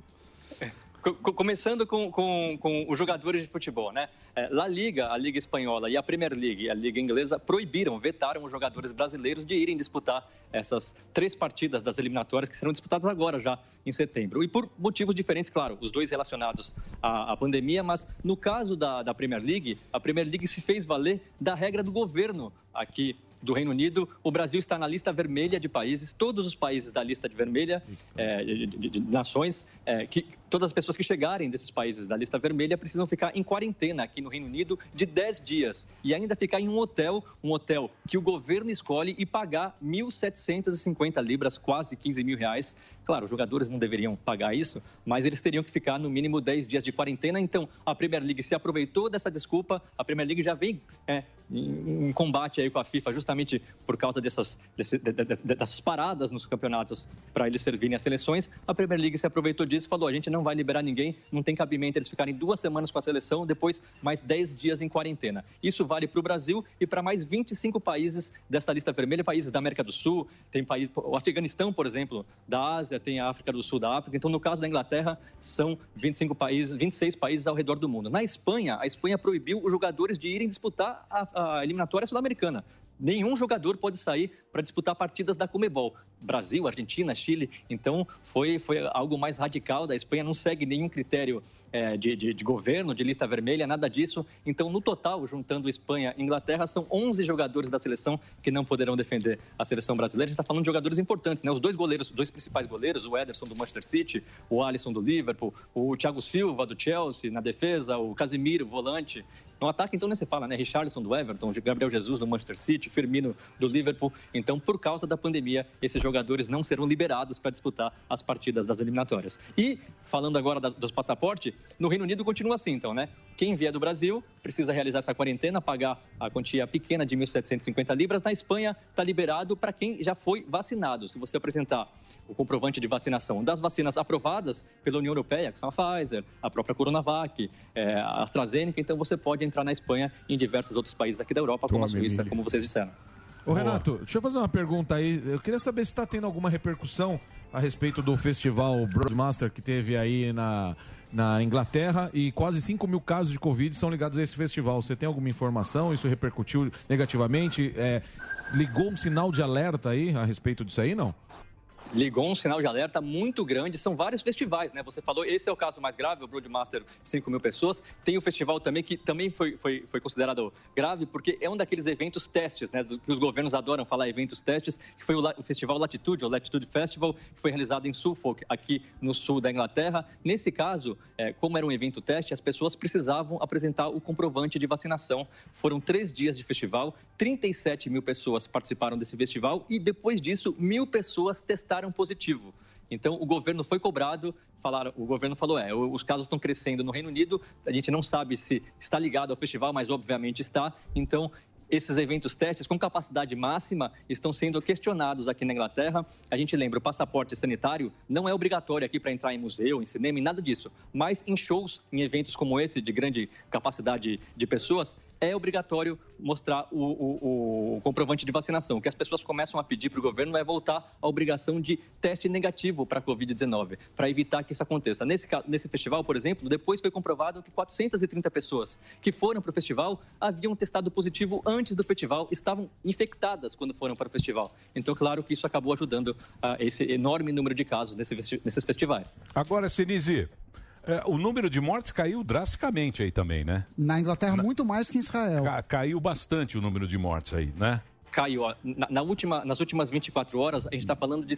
Co- co- Começando com, com- com os jogadores de futebol, né? É, La Liga, a Liga Espanhola e a Premier League, a Liga Inglesa, proibiram, vetaram os jogadores brasileiros de irem disputar essas três partidas das eliminatórias que serão disputadas agora já em setembro. E por motivos diferentes, claro, os dois relacionados à, à pandemia, mas no caso da, da Premier League, a Premier League se fez valer da regra do governo aqui do Reino Unido, o Brasil está na lista vermelha de países, todos os países da lista de vermelha eh, de, de- de nações, eh, que todas as pessoas que chegarem desses países da lista vermelha precisam ficar em quarentena aqui no Reino Unido de 10 dias e ainda ficar em um hotel, um hotel que o governo escolhe e pagar 1.750 libras, quase 15 mil reais. Claro, os jogadores não deveriam pagar isso, mas eles teriam que ficar no mínimo 10 dias de quarentena. Então, a Premier League se aproveitou dessa desculpa, a Premier League já vem eh, em em combate aí com a FIFA, justamente por causa dessas, desse- de- de- de- dessas paradas nos campeonatos para eles servirem às seleções. A Premier League se aproveitou disso e falou: a gente não vai liberar ninguém, não tem cabimento eles ficarem duas semanas com a seleção, depois mais 10 dias em quarentena. Isso vale para o Brasil e para mais 25 países dessa lista vermelha países da América do Sul, tem país, o Afeganistão, por exemplo, da Ásia, tem a África do Sul da África. Então, no caso da Inglaterra, são 25 países, 26 países ao redor do mundo. Na Espanha, a Espanha proibiu os jogadores de irem disputar a, a eliminatória sul-americana. Nenhum jogador pode sair para disputar partidas da Comebol. Brasil, Argentina, Chile. Então, foi, foi algo mais radical da Espanha. Não segue nenhum critério eh, de, de- de governo, de lista vermelha, nada disso. Então, no total, juntando Espanha e Inglaterra, são 11 jogadores da seleção que não poderão defender a seleção brasileira. A gente está falando de jogadores importantes, né? Os dois goleiros, os dois principais goleiros, o Ederson do Manchester City, o Alisson do Liverpool, o Thiago Silva do Chelsea na defesa, o Casimiro, volante. No ataque, então, nem se fala, né? Richarlison do Everton, Gabriel Jesus do Manchester City, Firmino do Liverpool. Então, por causa da pandemia, esses jogadores não serão liberados para disputar as partidas das eliminatórias. E, falando agora da- dos passaportes, no Reino Unido continua assim, então, né? Quem vier do Brasil precisa realizar essa quarentena, pagar a quantia pequena de 1.750 libras. Na Espanha, está liberado para quem já foi vacinado. Se você apresentar o comprovante de vacinação das vacinas aprovadas pela União Europeia, que são a Pfizer, a própria Coronavac, eh, a AstraZeneca, então você pode entrar na Espanha e em diversos outros países aqui da Europa, como a
Tome,
Suíça,
Emílio.
como vocês disseram.
Ô, Renato, deixa eu fazer uma pergunta aí. Eu queria saber se está tendo tá alguma repercussão a respeito do festival Broadmaster que teve aí na, na Inglaterra e quase 5 mil casos de Covid são ligados a esse festival. Você tem alguma informação? Isso repercutiu negativamente? É, ligou um sinal de alerta aí a respeito disso aí, não?
ligou um sinal de alerta muito grande. São vários festivais, né? Você falou, esse é o caso mais grave, o Broadmaster, 5 mil pessoas. Tem o festival também que também foi, foi, foi considerado grave, porque é um daqueles eventos testes, né? do- Que os governos adoram falar eventos testes, que foi o, La- o festival Latitude, o Latitude Festival, que foi realizado em Suffolk, aqui no sul da Inglaterra. Nesse caso, eh, como era um evento teste, as pessoas precisavam apresentar o comprovante de vacinação. Foram três dias de festival, 37 mil pessoas participaram desse festival e depois disso, mil pessoas testaram positivo. Então, o governo foi cobrado, falaram, o governo falou, é, o- os casos estão crescendo no Reino Unido, a gente não sabe se está ligado ao festival, mas obviamente está. Então, esses eventos testes com capacidade máxima estão sendo questionados aqui na Inglaterra. A gente lembra, o passaporte sanitário não é obrigatório aqui para entrar em museu, em cinema, em nada disso. Mas em shows, em eventos como esse, de grande capacidade de pessoas, é obrigatório mostrar o, o- o comprovante de vacinação. O que as pessoas começam a pedir para o governo é voltar à obrigação de teste negativo para a Covid-19, para evitar que isso aconteça. Nesse, ca- nesse festival, por exemplo, depois foi comprovado que 430 pessoas que foram para o festival haviam testado positivo antes do festival, estavam infectadas quando foram para o festival. Então, claro que isso acabou ajudando a esse enorme número de casos nesse festi- nesses festivais.
Agora, Sinise, eh, o número de mortes caiu drasticamente aí também, né?
Na Inglaterra, muito mais que em Israel.
Ca- caiu bastante o número de mortes aí, né?
Caio, ó, na, na última, nas últimas 24 horas, a gente está falando de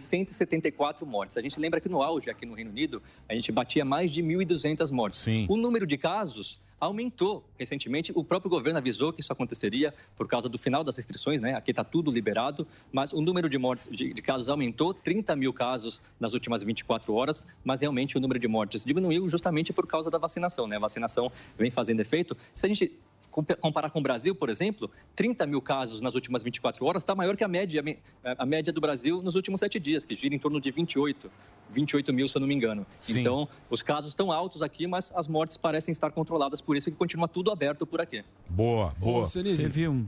174 mortes. A gente lembra que no auge, aqui no Reino Unido, a gente batia mais de 1.200 mortes. O número de casos aumentou recentemente. O próprio governo avisou que isso aconteceria por causa do final das restrições, né? Aqui está tudo liberado, mas o número de mortes, de, de casos aumentou, 30 mil casos nas últimas 24 horas, mas realmente o número de mortes diminuiu justamente por causa da vacinação, né? A vacinação vem fazendo efeito. Se a gente Compa- comparar com o Brasil, por exemplo, 30 mil casos nas últimas 24 horas está maior que a média, a me- a média do Brasil nos últimos sete dias, que gira em torno de 28, 28 mil, se eu não me engano. Então, os casos estão altos aqui, mas as mortes parecem estar controladas, por isso que continua tudo aberto por aqui.
Boa,
Ô, Senise,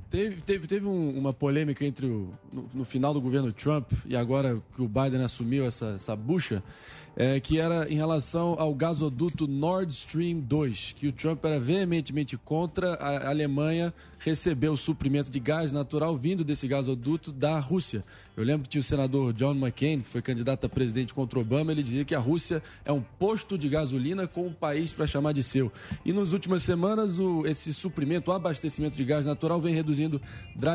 teve, teve, teve, um- uma polêmica entre o, no, no final do governo Trump e agora que o Biden assumiu essa, essa bucha, é, que era em relação ao gasoduto Nord Stream 2, que o Trump era veementemente contra a Alemanha receber o suprimento de gás natural vindo desse gasoduto da Rússia. Eu lembro que tinha o senador John McCain, que foi candidato a presidente contra Obama, ele dizia que a Rússia é um posto de gasolina com o país para chamar de seu. E nas últimas semanas, o- esse suprimento, o abastecimento de gás natural vem reduzindo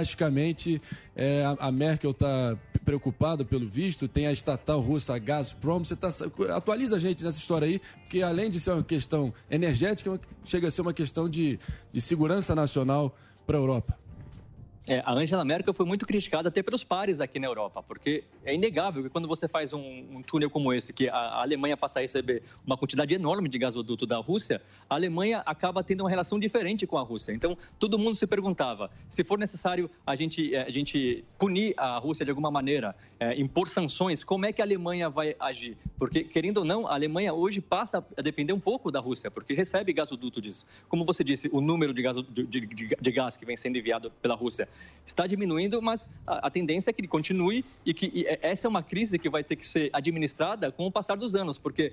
drasticamente. É, a, a Merkel está preocupada pelo visto, tem a estatal russa a Gazprom. Você tá, sa- atualiza a gente nessa história aí, porque além de ser uma questão energética, é uma- chega a ser uma questão de, de segurança nacional para a Europa.
É, a Angela Merkel foi muito criticada até pelos pares aqui na Europa, porque é inegável que quando você faz um, um túnel como esse, que a, a Alemanha passa a receber uma quantidade enorme de gasoduto da Rússia, a Alemanha acaba tendo uma relação diferente com a Rússia. Então, todo mundo se perguntava, se for necessário a gente, eh, a gente punir a Rússia de alguma maneira, eh, impor sanções, como é que a Alemanha vai agir? Porque, querendo ou não, a Alemanha hoje passa a depender um pouco da Rússia, porque recebe gasoduto disso. Como você disse, o número de, gaso- de- de- de- de gás que vem sendo enviado pela Rússia está diminuindo, mas a, a tendência é que ele continue e que e essa é uma crise que vai ter que ser administrada com o passar dos anos, porque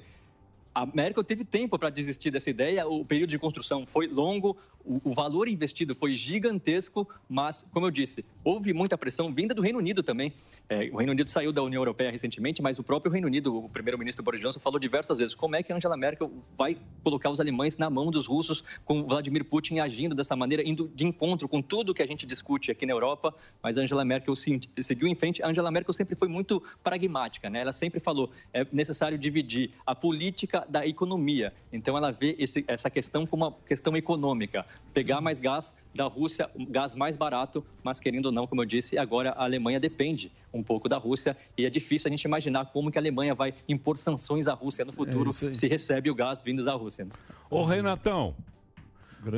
a Merkel teve tempo para desistir dessa ideia, o período de construção foi longo, o, o valor investido foi gigantesco, mas, como eu disse, houve muita pressão vinda do Reino Unido também. É, o Reino Unido saiu da União Europeia recentemente, mas o próprio Reino Unido, o primeiro-ministro Boris Johnson, falou diversas vezes como é que a Angela Merkel vai colocar os alemães na mão dos russos, com o Vladimir Putin agindo dessa maneira, indo de encontro com tudo que a gente discute aqui na Europa, mas a Angela Merkel se- seguiu em frente. A Angela Merkel sempre foi muito pragmática, né? Ela sempre falou, é necessário dividir a política da economia. Então ela vê esse- essa questão como uma questão econômica, pegar mais gás da Rússia, um gás mais barato, mas querendo ou não, como eu disse, agora a Alemanha depende um pouco da Rússia e é difícil a gente imaginar como que a Alemanha vai impor sanções à Rússia no futuro
É isso aí.
se recebe o gás vindos da Rússia. né?
Ô, Renatão,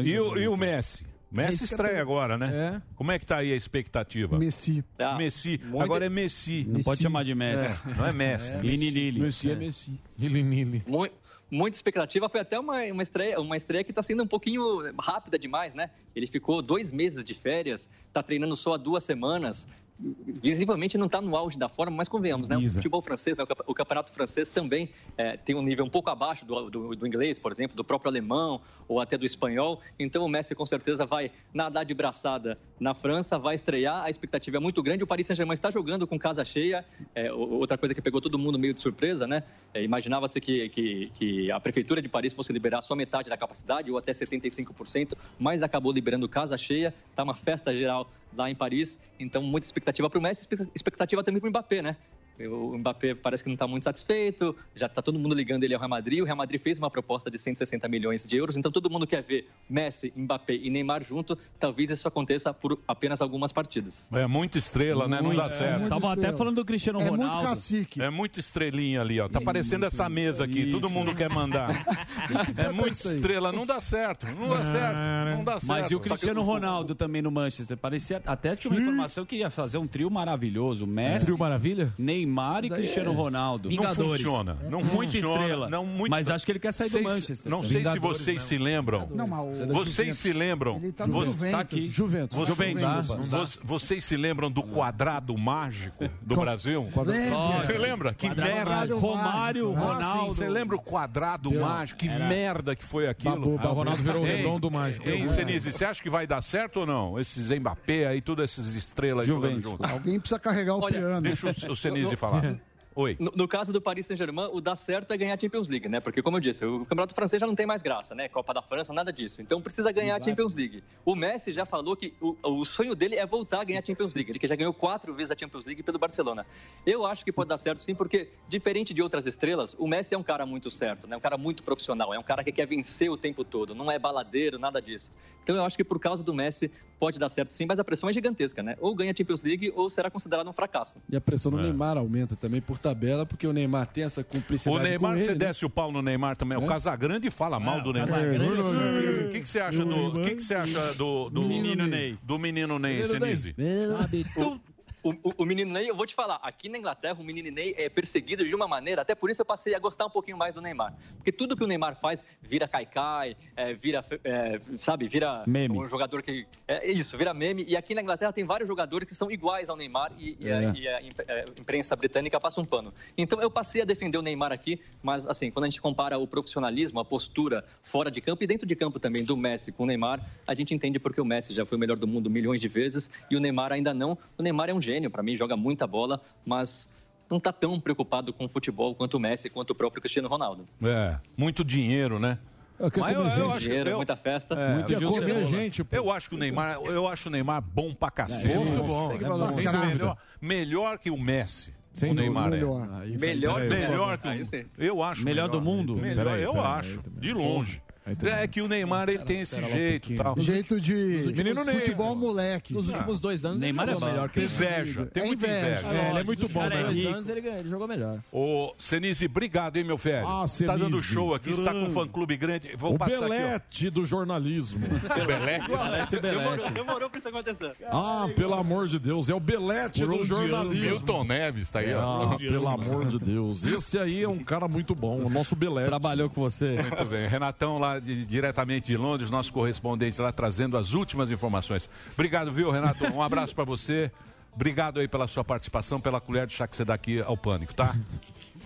e o, e o Messi? Messi
Messi
estreia
tá-
agora, né? Como é que tá aí a expectativa?
Messi.
Tá.
Messi.
Um
Agora é Messi.
Não pode chamar de Messi.
É, Não é Messi.
É, Messi. Messi é
Messi.
Mui- Muita expectativa, foi até uma, uma estreia, uma estreia que está sendo um pouquinho tá rápida demais, né? Ele ficou dois meses de férias, está treinando só há duas semanas, visivelmente não está no auge da forma, mas convenhamos, né? O
Isa.
futebol francês, né? O campe- o campeonato francês também eh, tem um nível um pouco abaixo do, do- do inglês, por exemplo, do próprio alemão ou até do espanhol. Então o Messi com certeza vai nadar de braçada na França, vai estrear. A expectativa é muito grande. O Paris Saint-Germain está jogando com casa cheia. Eh, o- outra coisa que pegou todo mundo meio de surpresa, né? Eh, Imaginava-se que, que- que a prefeitura de Paris fosse liberar só metade da capacidade ou até 75%, mas acabou liberando casa cheia. Tá uma festa geral lá em Paris. Então, muita expectativa para o Messi, expecta- expectativa também para o Mbappé, né? O Mbappé parece que não está muito satisfeito, já está todo mundo ligando ele ao Real Madrid. O Real Madrid fez uma proposta de 160 milhões de euros, então todo mundo quer ver Messi, Mbappé e Neymar junto. Talvez isso aconteça por apenas algumas partidas.
É muita estrela, né? Não
Muito,
dá
é,
certo.
muita Tava até estrela. falando
do Cristiano
É muito Ronaldo. cacique.
É muita estrelinha ali, ó. Tá parecendo essa mesa aqui. Todo mundo quer
[laughs]
mandar. é muita estrela. Não dá certo. Não dá certo. Não dá certo.
Mas e o
Só que
Cristiano
eu-
Ronaldo também no Manchester? Parecia até tinha uma informação que ia fazer um trio maravilhoso. Messi,
Trio Maravilha?
Neymar e
Mas aí
Cristiano
é-
Ronaldo.
Não funciona. Não
é Muita
funciona.
estrela.
Não, muito
Mas acho que ele quer sair
Vocês-
do Manchester.
Não sei se vocês se lembram.
Não, mas o-
Vocês se lembram.
Ele tá no
Vo-
Juventus. Tá aqui.
Juventus.
Juventus. Juventus. Não dá.
Vo- Vocês se lembram do quadrado mágico do Brasil?
Lembro.
Você lembra? Que
Quadrado
merda.
mágico. Romário,
Ah, sim,
Ronaldo.
Você lembra o quadrado
Deu.
mágico? Que
Era.
merda que foi aquilo.
Babu, babu. Ah, o Ronaldo virou o
Ei,
redondo mágico.
Ei,
É.
Senise, você acha que vai dar certo ou não? Esses Mbappé aí, todas essas estrelas jogando junto.
Alguém precisa carregar o piano.
Deixa o, o Senise falar. Oi.
No, no caso do Paris Saint-Germain, o dar certo é ganhar a Champions League, né? Porque, como eu disse, o Campeonato Francês já não tem mais graça, né? Copa da França, nada disso. Então precisa ganhar a Champions League. O Messi já falou que o, o sonho dele é voltar a ganhar a Champions League. Ele que já ganhou quatro vezes a Champions League pelo Barcelona. Eu acho que pode dar certo sim, porque, diferente de outras estrelas, o Messi é um cara muito certo, né? Um cara muito profissional. É um cara que quer vencer o tempo todo. Não é baladeiro, nada disso. Então eu acho que por causa do Messi pode dar certo sim, mas a pressão é gigantesca, né? Ou ganha a Champions League ou será considerado um fracasso.
E a pressão
É.
do Neymar aumenta também por tabela, porque o Neymar tem essa cumplicidade.
O Neymar,
com
você
ele, né?
desce o pau no Neymar também. O
É?
Casagrande fala mal do Neymar.
Casagrande.
O que, que você acha do. O que, que você acha do. do menino Ney. Do menino Ney, Senise.
Então, O, o- o menino Ney, eu vou te falar, aqui na Inglaterra o menino Ney é perseguido de uma maneira, até por isso eu passei a gostar um pouquinho mais do Neymar. Porque tudo que o Neymar faz vira caicai, é, vira, é, sabe, vira
Meme.
um jogador que... É isso, vira meme. E aqui na Inglaterra tem vários jogadores que são iguais ao Neymar e, e a,
É.
e a impre- é, imprensa britânica passa um pano. Então eu passei a defender o Neymar aqui, mas assim, quando a gente compara o profissionalismo, a postura fora de campo e dentro de campo também do Messi com o Neymar, a gente entende porque o Messi já foi o melhor do mundo milhões de vezes e o Neymar ainda não. O Neymar é um gênio para mim, joga muita bola, mas não está tão preocupado com o futebol quanto o Messi, quanto o próprio Cristiano Ronaldo.
É, muito dinheiro, né?
Mas eu- eu acho- Dinheiro, muita festa.
Tá.
É.
Muito
o Gil
comer
Cebola.
gente,
Eu acho que o Neymar, eu acho o Neymar bom pra cacete.
É, muito bom.
Tem que
É
falar
bom.
isso.
Sem
melhor, melhor que o Messi.
Sem
o
dúvida,
Neymar
melhor.
é.
Aí,
melhor,
aí,
melhor
aí,
que
aí,
o,
sim.
eu acho
Melhor do mundo?
Melhor,
Peraí,
eu
peraí,
acho,
peraí.
de longe. É que o Neymar ele tem esse
um
jeito, e tal.
Jeito de
um últimos- Menino Ney.
futebol moleque.
Nos últimos
dois anos
Neymar é bom. Inveja. Tem muita inveja.
É, ele é
Lógico,
muito
o
bom.
cara é
né? Dois
rico.
anos ele, ganhou, ele jogou melhor.
Ô, Senise, obrigado, hein, meu velho.
Ah,
Você tá
Senise.
dando show aqui, está com um
Grande.
fã-clube grande. Vou
o
passar aqui, né?
Belete do
ó.
jornalismo.
[laughs] O Belete?
Demorou, demorou pra isso acontecer.
Ah, pelo amor de Deus, é o Belete
Por um
do
dinheiro.
jornalismo.
Milton Neves tá aí, ó. Por
Ah,
um dinheiro.
pelo amor de Deus. Esse aí é um cara muito bom, o nosso Belete. Trabalhou
com você.
Muito bem. Renatão, lá de- diretamente de Londres, nosso correspondente lá, trazendo as últimas informações. Obrigado, viu, Renato? Um abraço pra você. Obrigado aí pela sua participação, pela colher de chá que você dá aqui ao Pânico, tá?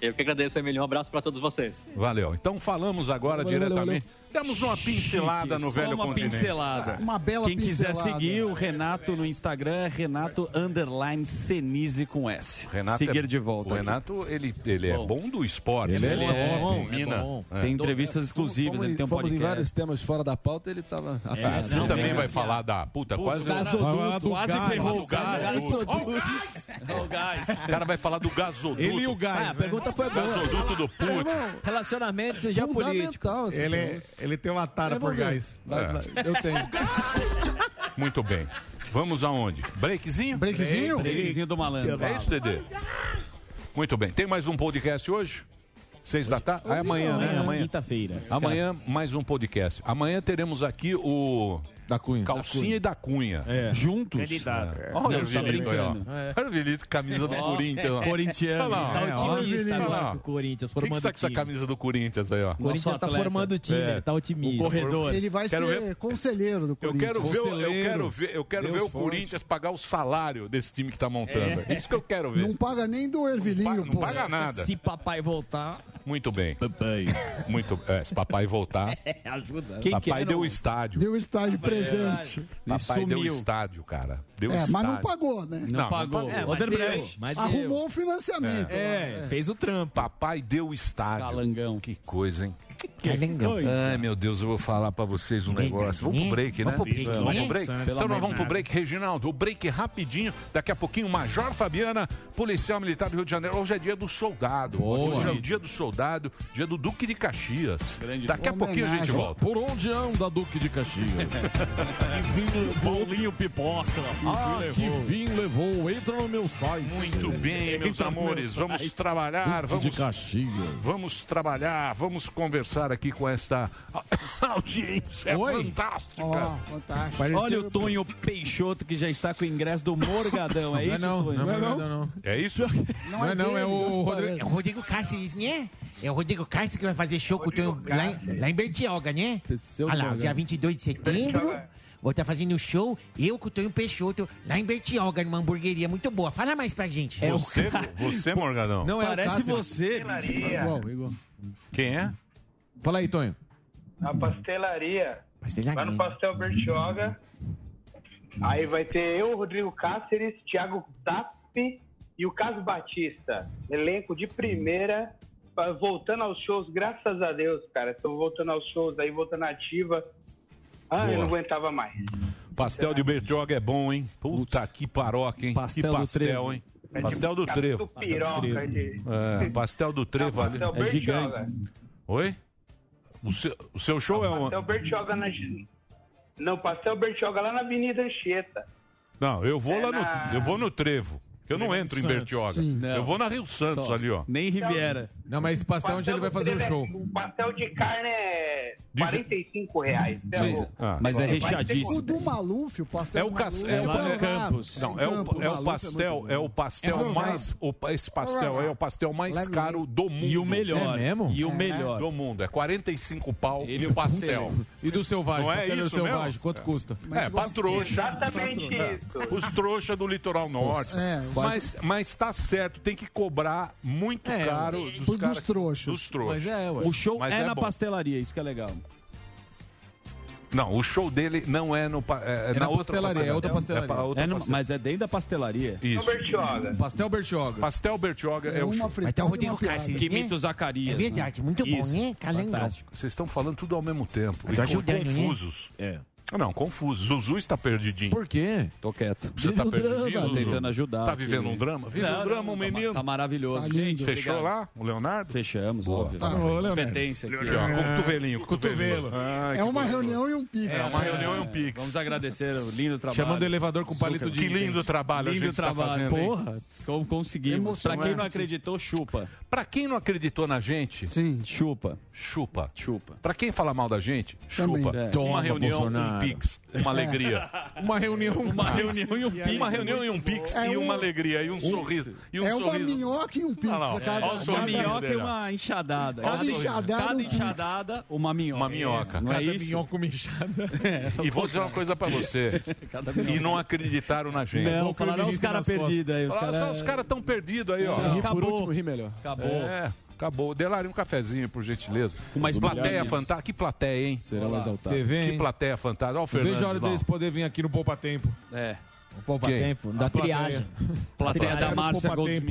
Eu que agradeço, Emílio. Um abraço para todos vocês.
Valeu. Então falamos agora
Valeu,
diretamente.
valeu,
Demos uma pincelada no
Só
velho
uma
continente. É.
pincelada.
Uma bela
Quem quiser
pincelada.
seguir o Renato no Instagram é Renato Underline Senise com S.
Renato
seguir
é-
de volta.
O
aqui.
Renato, ele, ele é bom do esporte.
Ele
né?
é bom,
ele domina.
é bom.
É.
Tem entrevistas exclusivas,
Fomos,
ele tem um
né? fomos em
podcast.
vários temas fora da pauta, ele tava né? à
É,
frente.
você também vai falar da puta,
Putz,
quase.
gasoduto,
Vai falar do
quase
gás,
ferrou
do
o gás.
gasoduto.
Gasoduto.
Ó,
o gás.
O cara vai falar do gasoduto.
Ele e o gás, Ah, a né? pergunta foi boa.
Gasoduto do puto.
Relacionamento
é
geopolítico.
Ele, é, ele tem uma tara por gás.
Vai, vai.
Eu tenho.
[laughs] Muito bem. Vamos aonde? Breakzinho?
Breakzinho? Breakzinho do malandro.
É isso, Dedê? Muito bem. Tem mais um podcast hoje? Seis da tarde? Ah, é Tá, amanhã, né?
Amanhã,
Amanhã.
quinta-feira.
Amanhã, mais um podcast. Amanhã teremos aqui o
Da Cunha. É.
Calcinha da Cunha. e da Cunha.
Juntos.
Candidato.
É.
Olha
Não,
o
tá
Vilito aí, ó.
brincando. É.
Olha o Vilito, camisa do
Ó, é
Corinthians. ó.
corintiano.
Olha lá, ó.
Tá otimista
Olha
agora
lá.
com o Corinthians,
Quem que
formando
está com essa
time.
camisa do Corinthians aí, ó? É.
O Corinthians Nosso tá atleta. formando time, ele tá otimista. O corredor.
Ele vai
Quero
ser
ver-
conselheiro do
Eu
Corinthians.
quero ver, eu quero ver, eu quero
Deus
ver o
forte.
Corinthians pagar o salário desse time que tá montando.
É.
Isso que eu quero ver.
Não paga nem do Ervilinho,
Não paga nada.
Se papai voltar,
Muito bem. Papai. Muito, é, se papai voltar.
né?
ajuda.
papai
é
deu
um
o estádio.
Deu o estádio presente.
Papai
E
deu o
sumiu.
estádio, cara. Deu
é,
estádio.
mas não pagou, né?
Não, não pagou.
É, mas
Odebrecht.
deu, mas deu. Arrumou o financiamento.
É,
É.
fez o trampo. Papai deu o estádio. Calangão. Que coisa, hein? Que
Calangão.
coisa. Ai, meu Deus, eu vou falar pra vocês um negócio. Vamos pro break, né?
Vamos pro break, né?
Vamos pro break?
Pelo
Então nós
amor
vamos
de
pro
nada.
break, Reginaldo. O break é rapidinho. Daqui a pouquinho, Major Fabiana, policial militar do Rio de Janeiro. Hoje é dia do soldado. Hoje é o dia do soldado, dia do Duque de Caxias. Daqui a pouquinho a gente volta.
[laughs] Por onde anda Duque de Caxias? vinho, bolinho pipoca. Ah, que vinho levou. Entra no meu site.
Muito bem, meus
Entra no meu
amores, vamos
site.
trabalhar,
Duque
vamos-
de Caxias.
Vamos trabalhar, vamos conversar aqui com esta [coughs] audiência
Oi.
fantástica.
Ó,
fantástico.
Olha o Tonho Peixoto que já está com o ingresso do Morgadão, é
Não é
isso?
não,
Tonho?
não é não, não é não.
É isso?
Não é não, é o Rodrigo.
É o Rodrigo Cáceres, né? É o Rodrigo Cáceres que vai fazer show com o Tonho lá, em- lá em Bertioga, né? Ah lá,
Morgado.
dia 22 de setembro. Vou estar fazendo um show, eu com o Tonho Peixoto, lá em Bertioga, numa hamburgueria muito boa. Fala mais pra
É
gente.
você,
[laughs]
você, Morgadão?
Não, é o
Parece
Cássio.
você.
Pastelaria.
Igual, igual.
Quem é?
Fala aí, Tonho.
A pastelaria.
Pastelaria.
Lá no Pastel Bertioga. Aí vai ter eu, Rodrigo Cáceres, Thiago Tap e o Caso Batista. Elenco de primeira. pa- Voltando aos shows, graças a Deus, cara. Estou voltando aos shows, aí voltando à ativa. Ah, eu
Boa.
não aguentava mais.
Pastel de Bertioga é bom, hein? Puta que paroca, hein?
Pastel
que
do
pastel,
Trevo.
hein? Pastel do
Tá
Trevo.
tudo piroca de-
É, pastel do Trevo ali.
pastel É gigante. Bertioga.
Oi? O seu, o seu show é uma.
Pastel Bertioga na. Não, Pastel Bertioga lá na Avenida Anchieta.
Não, eu vou
É
lá
na-
no. Eu vou no Trevo. Eu não
Trevo
entro em
Santos.
Bertioga.
Sim.
Eu vou na Rio Santos ali, ó.
Nem
Riviera.
Não, mas esse pastel é onde ele vai fazer o
do
show.
Trevo é- O pastel de carne é 45 reais. Cê é
Mas-
louco.
ah, mas é
Vai ter
recheadíssimo.
O do Maluf, o pastel
É o,
do
cas-
Maluf,
é o-
lá no
Não, é o, é o pastel, é o pastel
É
mais. O, pa- esse pastel aí é o pastel mais caro do mundo.
E o melhor. É mesmo?
E o
É.
melhor. Do mundo. É 45 pau e o pastel.
E do selvagem?
Não é
pastel do
isso
selvagem,
mesmo?
quanto custa?
É, pra trouxa.
Exatamente
É.
isso.
Os trouxa do litoral norte.
É,
mas, mas tá certo, tem que cobrar muito
É,
caro
é,
dos,
dos
caras-
trouxas.
Dos trouxas.
Mas é, ué. O show
Mas
é, na
bom.
pastelaria, isso que é legal.
Não, o show dele não é no. pa- É, é
É
na,
na
outra
pastelaria, é outra pastelaria.
pra outra
É no-
pastelaria.
mas é dentro da pastelaria.
Isso.
Bertioga.
Pastel Bertioga. tá
Pastel Bertioga é, o show.
um
Então, Rodrigo Cáceres,
Que
né?
imita o Zacarias.
É verdade,
né?
muito bom,
Isso.
né?
Tá
Calengão.
Fantástico. Vocês estão falando tudo ao mesmo tempo.
Eu
E
tô
co-
ajudando, né?
confusos. É. Não, confusos. Zuzu está perdidinho. Por
quê?
Tô quieto.
Você tá
Vive um
perdidinho,
drama.
Zuzu?
Tentando ajudar.
Tá vivendo um drama? Vive um drama, um
tá ma-
menino.
Tá maravilhoso.
Tá lindo. Fechou lá, o Leonardo?
Fechamos,
Boa.
óbvio.
Tá. Ô, Leonardo.
Competência aqui.
Aqui, ó, cotovelinho, cotovelo.
É uma reunião e um pico.
É
uma reunião e um pique.
Vamos agradecer o lindo trabalho.
Chamando o elevador com palito de
Que
dente.
lindo trabalho,
Lindo
tá
trabalho.
Porra, como conseguimos. Pra quem não acreditou, chupa.
Pra quem não acreditou na gente,
chupa.
Chupa.
Chupa.
Pra quem fala mal da gente,
Também.
chupa.
É.
Uma
Toma,
reunião, um
Bolsonaro.
pix, uma alegria.
Uma reunião,
uma reunião e um pix.
Uma reunião e um pix
É
e
um-
uma alegria e um
um-
sorriso. E um
é uma
sorriso.
minhoca e um pix.
Olha lá, ó.
a cada-
Olha o
cada-
sorriso
minhoca
dele,
e
ó.
uma enxadada.
Cada
Cada
enxadada
enxadada,
é um
cada
pix.
enxadada uma minhoca.
Uma minhoca.
É, Não é
Cada
isso? [laughs] É,
minhoca
uma enxada.
E vou dizer é uma coisa pra você.
Cada um.
E não acreditaram na gente.
Não, falaram, "Olha os cara perdido aí, os
Falaram,
cara-
"Só os caras estão perdidos
É.
aí, ó.
Ri por Acabou. último, ri
melhor.
Acabou.
É, acabou. Delaria um cafezinho, por gentileza.
Uma
plateia
esplendidez.
fantástica. Que plateia, hein?
Serão exaltados. Você vê,
Que
hein?
plateia fantástica. Olha o Fernandes
Veja a hora
lá.
deles poderem vir aqui no Poupa Tempo.
É.
Poupa
Quem?
A plateia.
Plateia
do
da Márcia
é Poupa Tempo.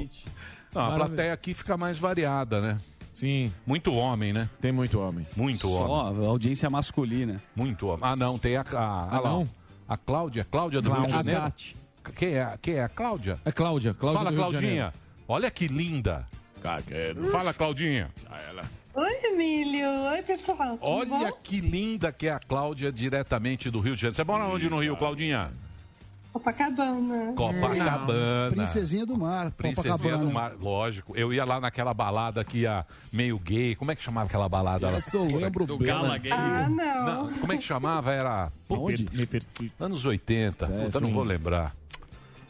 Não, a
Maravilha.
plateia aqui fica mais variada, né?
Sim.
Muito homem, né?
Tem muito homem.
Muito homem.
Só audiência masculina.
Muito homem. Ah, não, tem a. a, a,
Ah,
lá,
não?
a Cláudia, Cláudia do Rio de
Cláudia.
Janeiro.
A
Quem é, quem é a Cláudia?
É Cláudia. Cláudia
Fala,
do Rio de
Claudinha.
Janeiro.
Olha que linda. Fala, Claudinha.
Oi, Emílio. Oi, pessoal. Tudo
Olha
bom?
que linda que é a Cláudia diretamente do Rio de Janeiro. Você mora onde no Rio, Claudinha?
É.
Copacabana.
Copacabana.
Princesinha do Mar.
Princesinha
Copacabana.
do Mar, lógico. Eu ia lá naquela balada que ia meio gay. Como é que chamava aquela balada? lá?
só lembro
do
bem
Gala
antigo.
Gay.
Ah, não.
Como é que chamava? Era.
Aonde?
Anos 80.
É,
Puta, não vou
sim.
lembrar.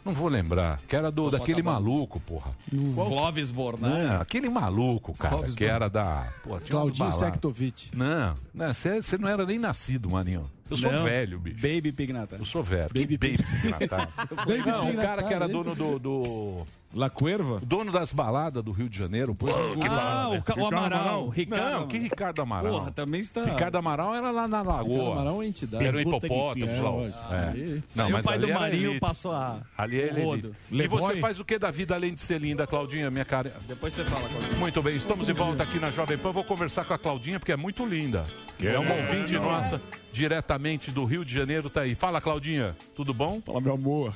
Não vou lembrar. Que era do,
Copacabana.
daquele maluco, porra.
Qual?
Clóvis
Não, aquele maluco, cara,
Clóvis
que
Bornai.
era da. Pô, tinha umas
Claudinho
baladas.
Sektovic.
Não, você não era nem nascido, Marinho. Eu sou
Não.
velho, bicho. Baby Pignata. Eu sou velho. Baby, baby [laughs] Pignata.
Baby
não, o cara
Pignatá,
que era
né?
dono do. do... La Cuerva? Dono das baladas do Rio de Janeiro. Pô, que
Ah,
balada,
o
né?
Ca- o
Ricardo
Amaral.
Ricardo.
Ricardo-
Não, que Ricardo Amaral.
Porra, também está-
Ricardo Amaral era lá na Lagoa.
Ricardo Amaral é uma entidade.
Era um
Puta que
hipopótamo,
pariu.
sei lá.
É, lógico.
É.
Aí-
Não,
Aí o
mas
pai
ali
do
era
Marinho
elite.
passou a-
Ali é
o
elite.
rodo.
E você
Levoy?
faz o que da vida além de ser linda, Claudinha, minha cara?
Depois você fala, Claudinho.
Muito bem, estamos de volta aqui na Jovem Pan. Vou conversar com a Claudinha, porque é muito linda. É uma ouvinte
não.
nossa, diretamente do Rio de Janeiro, tá aí. Fala, Claudinha, tudo bom? Fala, meu amor.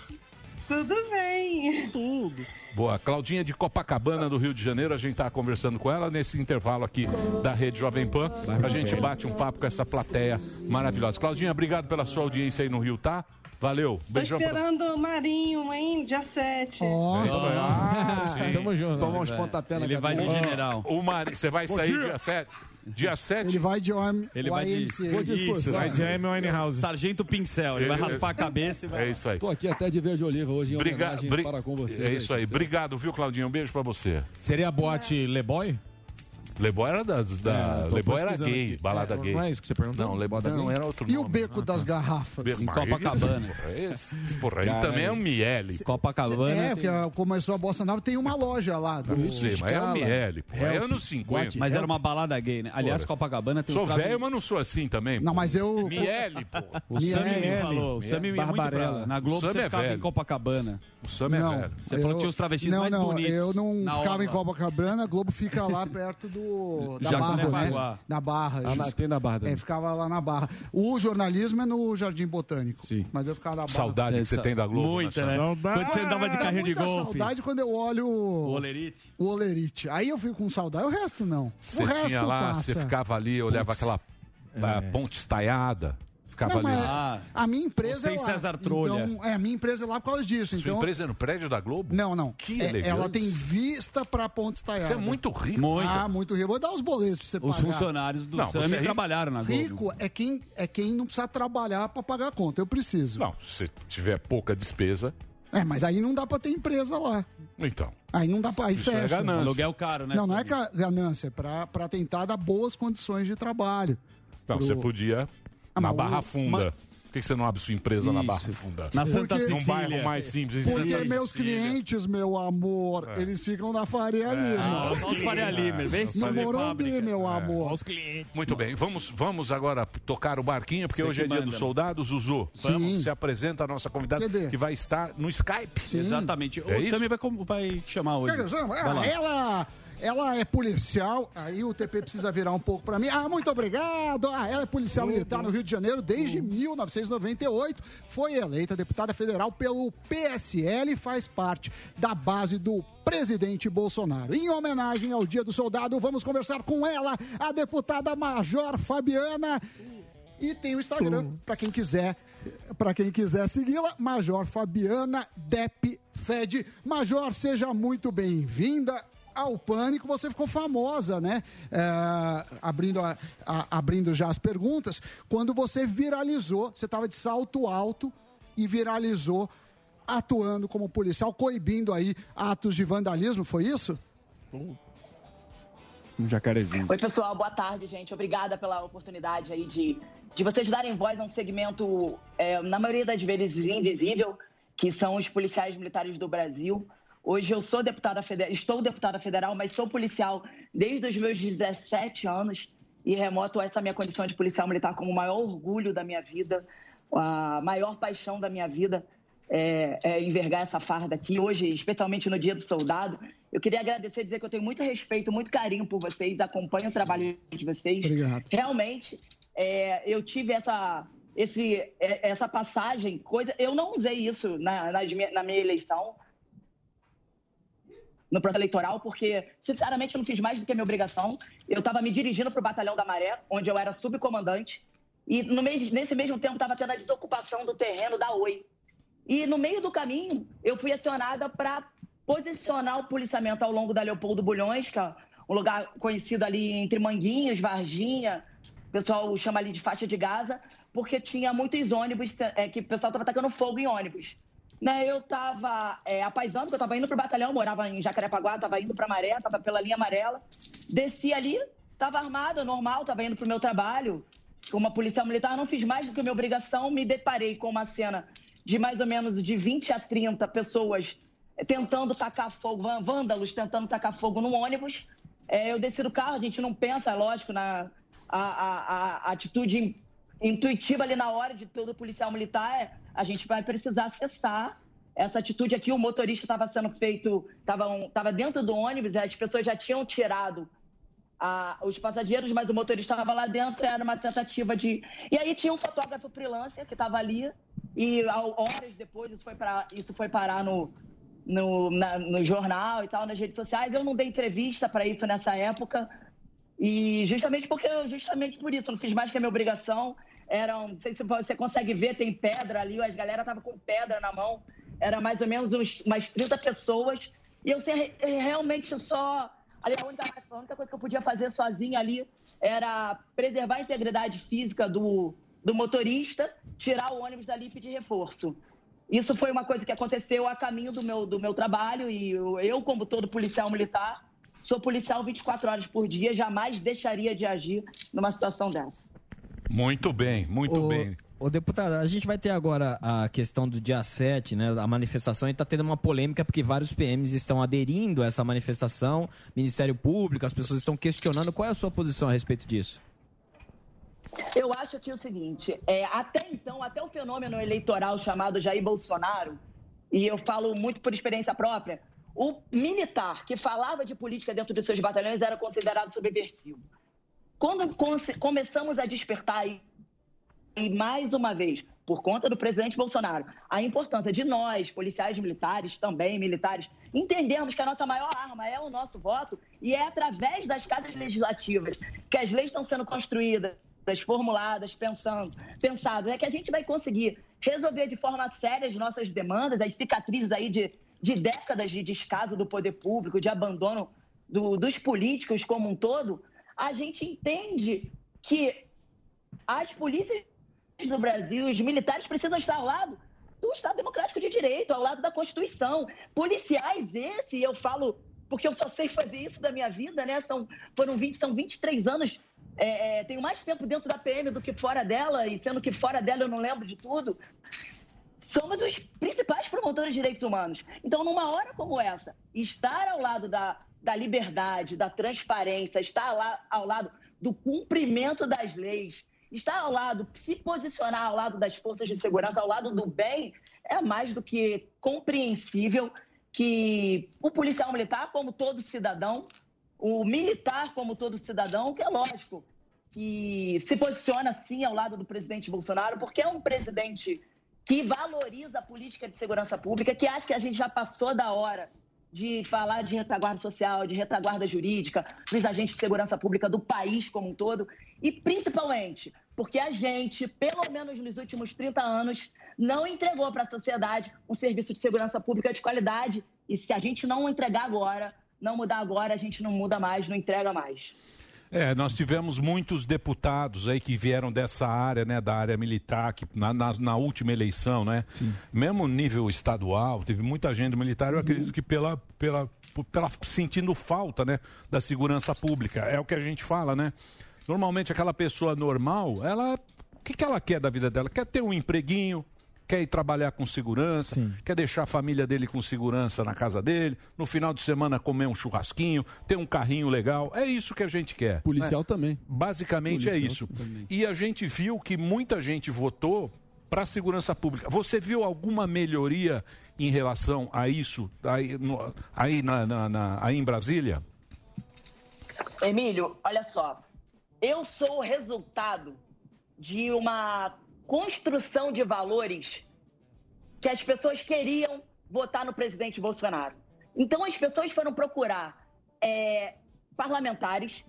Tudo bem. Tudo.
Boa, Claudinha de Copacabana, do Rio de Janeiro, a gente tá conversando com ela nesse intervalo aqui da Rede Jovem Pan. A gente bate um papo com essa plateia maravilhosa. Claudinha, obrigado pela sua audiência aí no Rio, tá? Valeu,
Tô
beijão. pra-
esperando o Marinho, hein? Dia 7.
É isso aí. Ah, sim.
Tamo junto. Tomar uns pontapés na
Ele vai de
cabeça.
general. O Mari, você vai
Bom
sair
dia.
dia 7. Dia 7.
Ele vai de OM,
Ele vai de-
YMCA.
Vou de excursão.
Vai de
Amy Winehouse. Sargento Pincel, ele vai raspar a cabeça e vai.
É isso aí.
Tô aqui até de verde oliva hoje em
Obrigado.
homenagem
bri-
para com você.
É isso aí. Obrigado, viu, Claudinho? Um beijo pra você.
Seria a boate Leboy?
Leboy era da. da
É, tô
Leboy era
pesquisando
gay,
aqui.
balada
É,
gay.
não é isso que você perguntou?
Não, Leboy
é
Balada
não
gay?
era outro
E o
nome.
beco
né?
das garrafas?
Beco- mas esse, [laughs] porra, Esse, porra, ele
Caralho.
também é um miele. Copacabana.
É, porque ah, começou a Bossa Nova, tem uma loja lá. Do...
Não sei, mas é um miele. porra. É
Help.
anos 50.
Mas era uma balada gay, né? Aliás,
Porra.
Copacabana tem
Sou
uns caras-
velho, mas não sou assim também.
Não,
porra.
mas eu.
Miele, pô.
O Sammy me falou. O Sammy me muito pra lá. Na Globo
o Sam
você
é
ficava
velho.
em Copacabana.
O Sam é
Não,
velho.
Você falou que tinha os travestis
não,
mais
não,
bonitos.
Eu não
na
ficava em
orla.
Copacabana, a Globo fica lá perto do, da Barra,
Jacaré
né?
Baguá.
Na Barra.
Ah, lá, tem na Barra também.
É, ficava lá na Barra. O jornalismo é no Jardim Botânico. Sim. Mas eu ficava na Barra.
Saudade que você tem da Globo.
Muita, né?
Nacional.
Quando você andava de
Dá
carrinho de
muita
golfe.
saudade quando eu olho o
Olerite.
O Olerite. Aí eu fico com saudade. O resto não.
Você
o resto
tinha lá,
passa.
você ficava ali, olhava
Putz.
aquela ah,
É.
ponte estaiada. Ficava
Não,
ali.
mas
Ah.
a minha empresa é
Sem
lá.
César Trolha.
Então, é, a minha empresa é lá por causa disso.
Sua
Então,
empresa é no prédio da Globo?
Não, não.
Que
É,
elegante.
ela tem vista pra Ponte Estaiada.
Você é muito rico. Muito.
Ah, muito rico. Vou dar os boletos pra você
Os
pagar.
funcionários do
Não,
Sammy
você é rico.
trabalharam na Globo.
Rico é quem, é quem não precisa trabalhar pra pagar a conta. Eu preciso.
Não, se tiver pouca despesa,
É, mas aí não dá pra ter empresa lá.
então.
Aí não dá pra... Aí
Isso é
fecha.
ganância. Aluguel
caro, né,
Não, não é ca- ganância. É pra, pra tentar dar boas condições de trabalho.
Não,
Pro-
você podia
Ah,
na
mas
Barra
o-
Funda.
mas-
Por que que você não abre sua empresa na
Isso.
Barra Funda?
Na Santa Porque-
assim, Num bairro
Cecília.
mais simples. em
Porque
Santa
meus
Cecília.
clientes, meu amor,
É.
eles ficam na Faria Lima.
Ah, os clientes.
Faria Limer, bem
No
Faria
Morumbi,
Fábrica.
né? meu
É.
amor.
Muito bem, vamos, vamos agora tocar o barquinho, porque
Você
hoje é
que
dia
manda,
dos
né?
soldados, Zuzu.
Sim.
Vamos, se apresenta a nossa convidada
Cadê?
que vai estar no Skype.
Exatamente.
É
o
isso?
Sammy vai, com- vai chamar hoje.
Quer dizer,
Vai
ela-
lá.
ela, ela é policial, aí o TP precisa virar um pouco pra mim. Ah, muito obrigado! Ah, ela é policial militar no Rio de Janeiro desde 1998, foi eleita deputada federal pelo PSL e faz parte da base do presidente Bolsonaro. Em homenagem ao Dia do Soldado, vamos conversar com ela, a deputada Major Fabiana. E tem o Instagram, pra quem quiser, para quem quiser segui-la, Major Fabiana Dep Fed. Major, seja muito bem-vinda ao Pânico. Você ficou famosa, né? É, abrindo, a- a- abrindo já as perguntas, quando você viralizou, você estava de salto alto e viralizou atuando como policial, coibindo aí atos de vandalismo, foi isso?
Um jacarezinho.
Oi, pessoal, boa tarde, gente. Obrigada pela oportunidade aí de, de vocês darem voz a um segmento, é, na maioria das vezes, invisível, que são os policiais militares do Brasil. Hoje eu sou deputada federal, estou deputada federal, mas sou policial desde os meus 17 anos e remoto essa minha condição de policial militar como o maior orgulho da minha vida, a maior paixão da minha vida é, é, envergar essa farda aqui hoje, especialmente no Dia do Soldado. Eu queria agradecer e dizer que eu tenho muito respeito, muito carinho por vocês, acompanho o trabalho de vocês.
Obrigado.
Realmente, é, eu tive essa, esse, é, essa passagem, coisa. Eu não usei isso na, nas minha- na minha eleição no processo eleitoral, porque, sinceramente, eu não fiz mais do que a minha obrigação. Eu estava me dirigindo para o Batalhão da Maré, onde eu era subcomandante, e no mes- nesse mesmo tempo estava tendo a desocupação do terreno da Oi. E no meio do caminho, eu fui acionada para posicionar o policiamento ao longo da Leopoldo Bulhões, que é um lugar conhecido ali entre Manguinhos, Varginha, o pessoal chama ali de faixa de Gaza, porque tinha muitos ônibus é, que o pessoal estava atacando fogo em ônibus. Né, eu estava é, apaisando, porque eu estava indo para o batalhão, morava em Jacarepaguá, estava indo para Maré, estava pela linha amarela. Desci ali, estava armada, normal, estava indo para o meu trabalho, como uma policial militar, não fiz mais do que minha obrigação, me deparei com uma cena de mais ou menos de 20 a 30 pessoas é, tentando tacar fogo, vân- vândalos tentando tacar fogo num ônibus. É, eu desci do carro, a gente não pensa, lógico, na a, a- a- a atitude in- intuitiva ali na hora de todo policial militar, é, a gente vai precisar cessar essa atitude aqui. O motorista estava sendo feito, estava dentro do ônibus, as pessoas já tinham tirado a- os passageiros, mas o motorista estava lá dentro, era uma tentativa de. E aí tinha um fotógrafo freelancer que estava ali, e ao- horas depois isso foi, pra, isso foi parar no, no, na- no jornal e tal, nas redes sociais. Eu não dei entrevista para isso nessa época, e justamente porque justamente por isso, eu não fiz mais que a minha obrigação. Eram, não sei se você consegue ver, tem pedra ali, as galera tava com pedra na mão. Era mais ou menos uns, umas 30 pessoas. E eu sei, re- realmente só. Ali, a, única, a única coisa que eu podia fazer sozinha ali era preservar a integridade física do, do motorista, tirar o ônibus dali e pedir reforço. Isso foi uma coisa que aconteceu a caminho do meu, do meu trabalho e eu, eu, como todo policial militar, sou policial 24 horas por dia, jamais deixaria de agir numa situação dessa.
Muito bem, muito
Ô,
bem.
Ô, deputado, a gente vai ter agora a questão do dia 7, né? A manifestação, e tá tendo uma polêmica porque vários PMs estão aderindo a essa manifestação, Ministério Público, as pessoas estão questionando. Qual é a sua posição a respeito disso?
Eu acho que é o seguinte, é, até então, até o fenômeno eleitoral chamado Jair Bolsonaro, e eu falo muito por experiência própria, o militar que falava de política dentro dos seus batalhões era considerado subversivo. Quando conce- começamos a despertar e e mais uma vez, por conta do presidente Bolsonaro, a importância de nós, policiais militares, também militares, entendermos que a nossa maior arma é o nosso voto e é através das casas legislativas que as leis estão sendo construídas, formuladas, pensando, pensadas, é que a gente vai conseguir resolver de forma séria as nossas demandas, as cicatrizes aí de, de décadas de descaso do poder público, de abandono do- dos políticos como um todo. A gente entende que as polícias do Brasil, os militares precisam estar ao lado do Estado Democrático de Direito, ao lado da Constituição. Policiais, esse, eu falo, porque eu só sei fazer isso da minha vida, né? São, foram 20, são 23 anos. É, é, tenho mais tempo dentro da PM do que fora dela, e sendo que fora dela eu não lembro de tudo somos os principais promotores de direitos humanos. Então, numa hora como essa, estar ao lado da, da liberdade, da transparência, estar lá, ao lado do cumprimento das leis, estar ao lado, se posicionar ao lado das forças de segurança, ao lado do bem, é mais do que compreensível que o policial militar, como todo cidadão, o militar, como todo cidadão, que é lógico, que se posiciona sim ao lado do presidente Bolsonaro, porque é um presidente que valoriza a política de segurança pública, que acha que a gente já passou da hora de falar de retaguarda social, de retaguarda jurídica, dos agentes de segurança pública do país como um todo, e principalmente porque a gente, pelo menos nos últimos 30 anos, não entregou para a sociedade um serviço de segurança pública de qualidade, e se a gente não entregar agora, não mudar agora, a gente não muda mais, não entrega mais.
É, nós tivemos muitos deputados aí que vieram dessa área, né, da área militar, que na, na- na última eleição, né? Mesmo nível estadual, teve muita gente do militar, eu acredito que pela, pela, p- pela sentindo falta, né, da segurança pública. É o que a gente fala, né? Normalmente aquela pessoa normal, ela o que, que ela quer da vida dela? Quer ter um empreguinho, quer ir trabalhar com segurança, quer deixar a família dele com segurança na casa dele, no final de semana comer um churrasquinho, ter um carrinho legal. É isso que a gente quer.
Policial
né?
também.
Basicamente é
Policial
isso.
também.
E a gente viu que muita gente votou para a segurança pública. Você viu alguma melhoria em relação a isso aí, no- aí na- na- na- aí em Brasília?
Emílio, olha só. Eu sou o resultado de uma construção de valores que as pessoas queriam votar no presidente Bolsonaro. Então as pessoas foram procurar é, parlamentares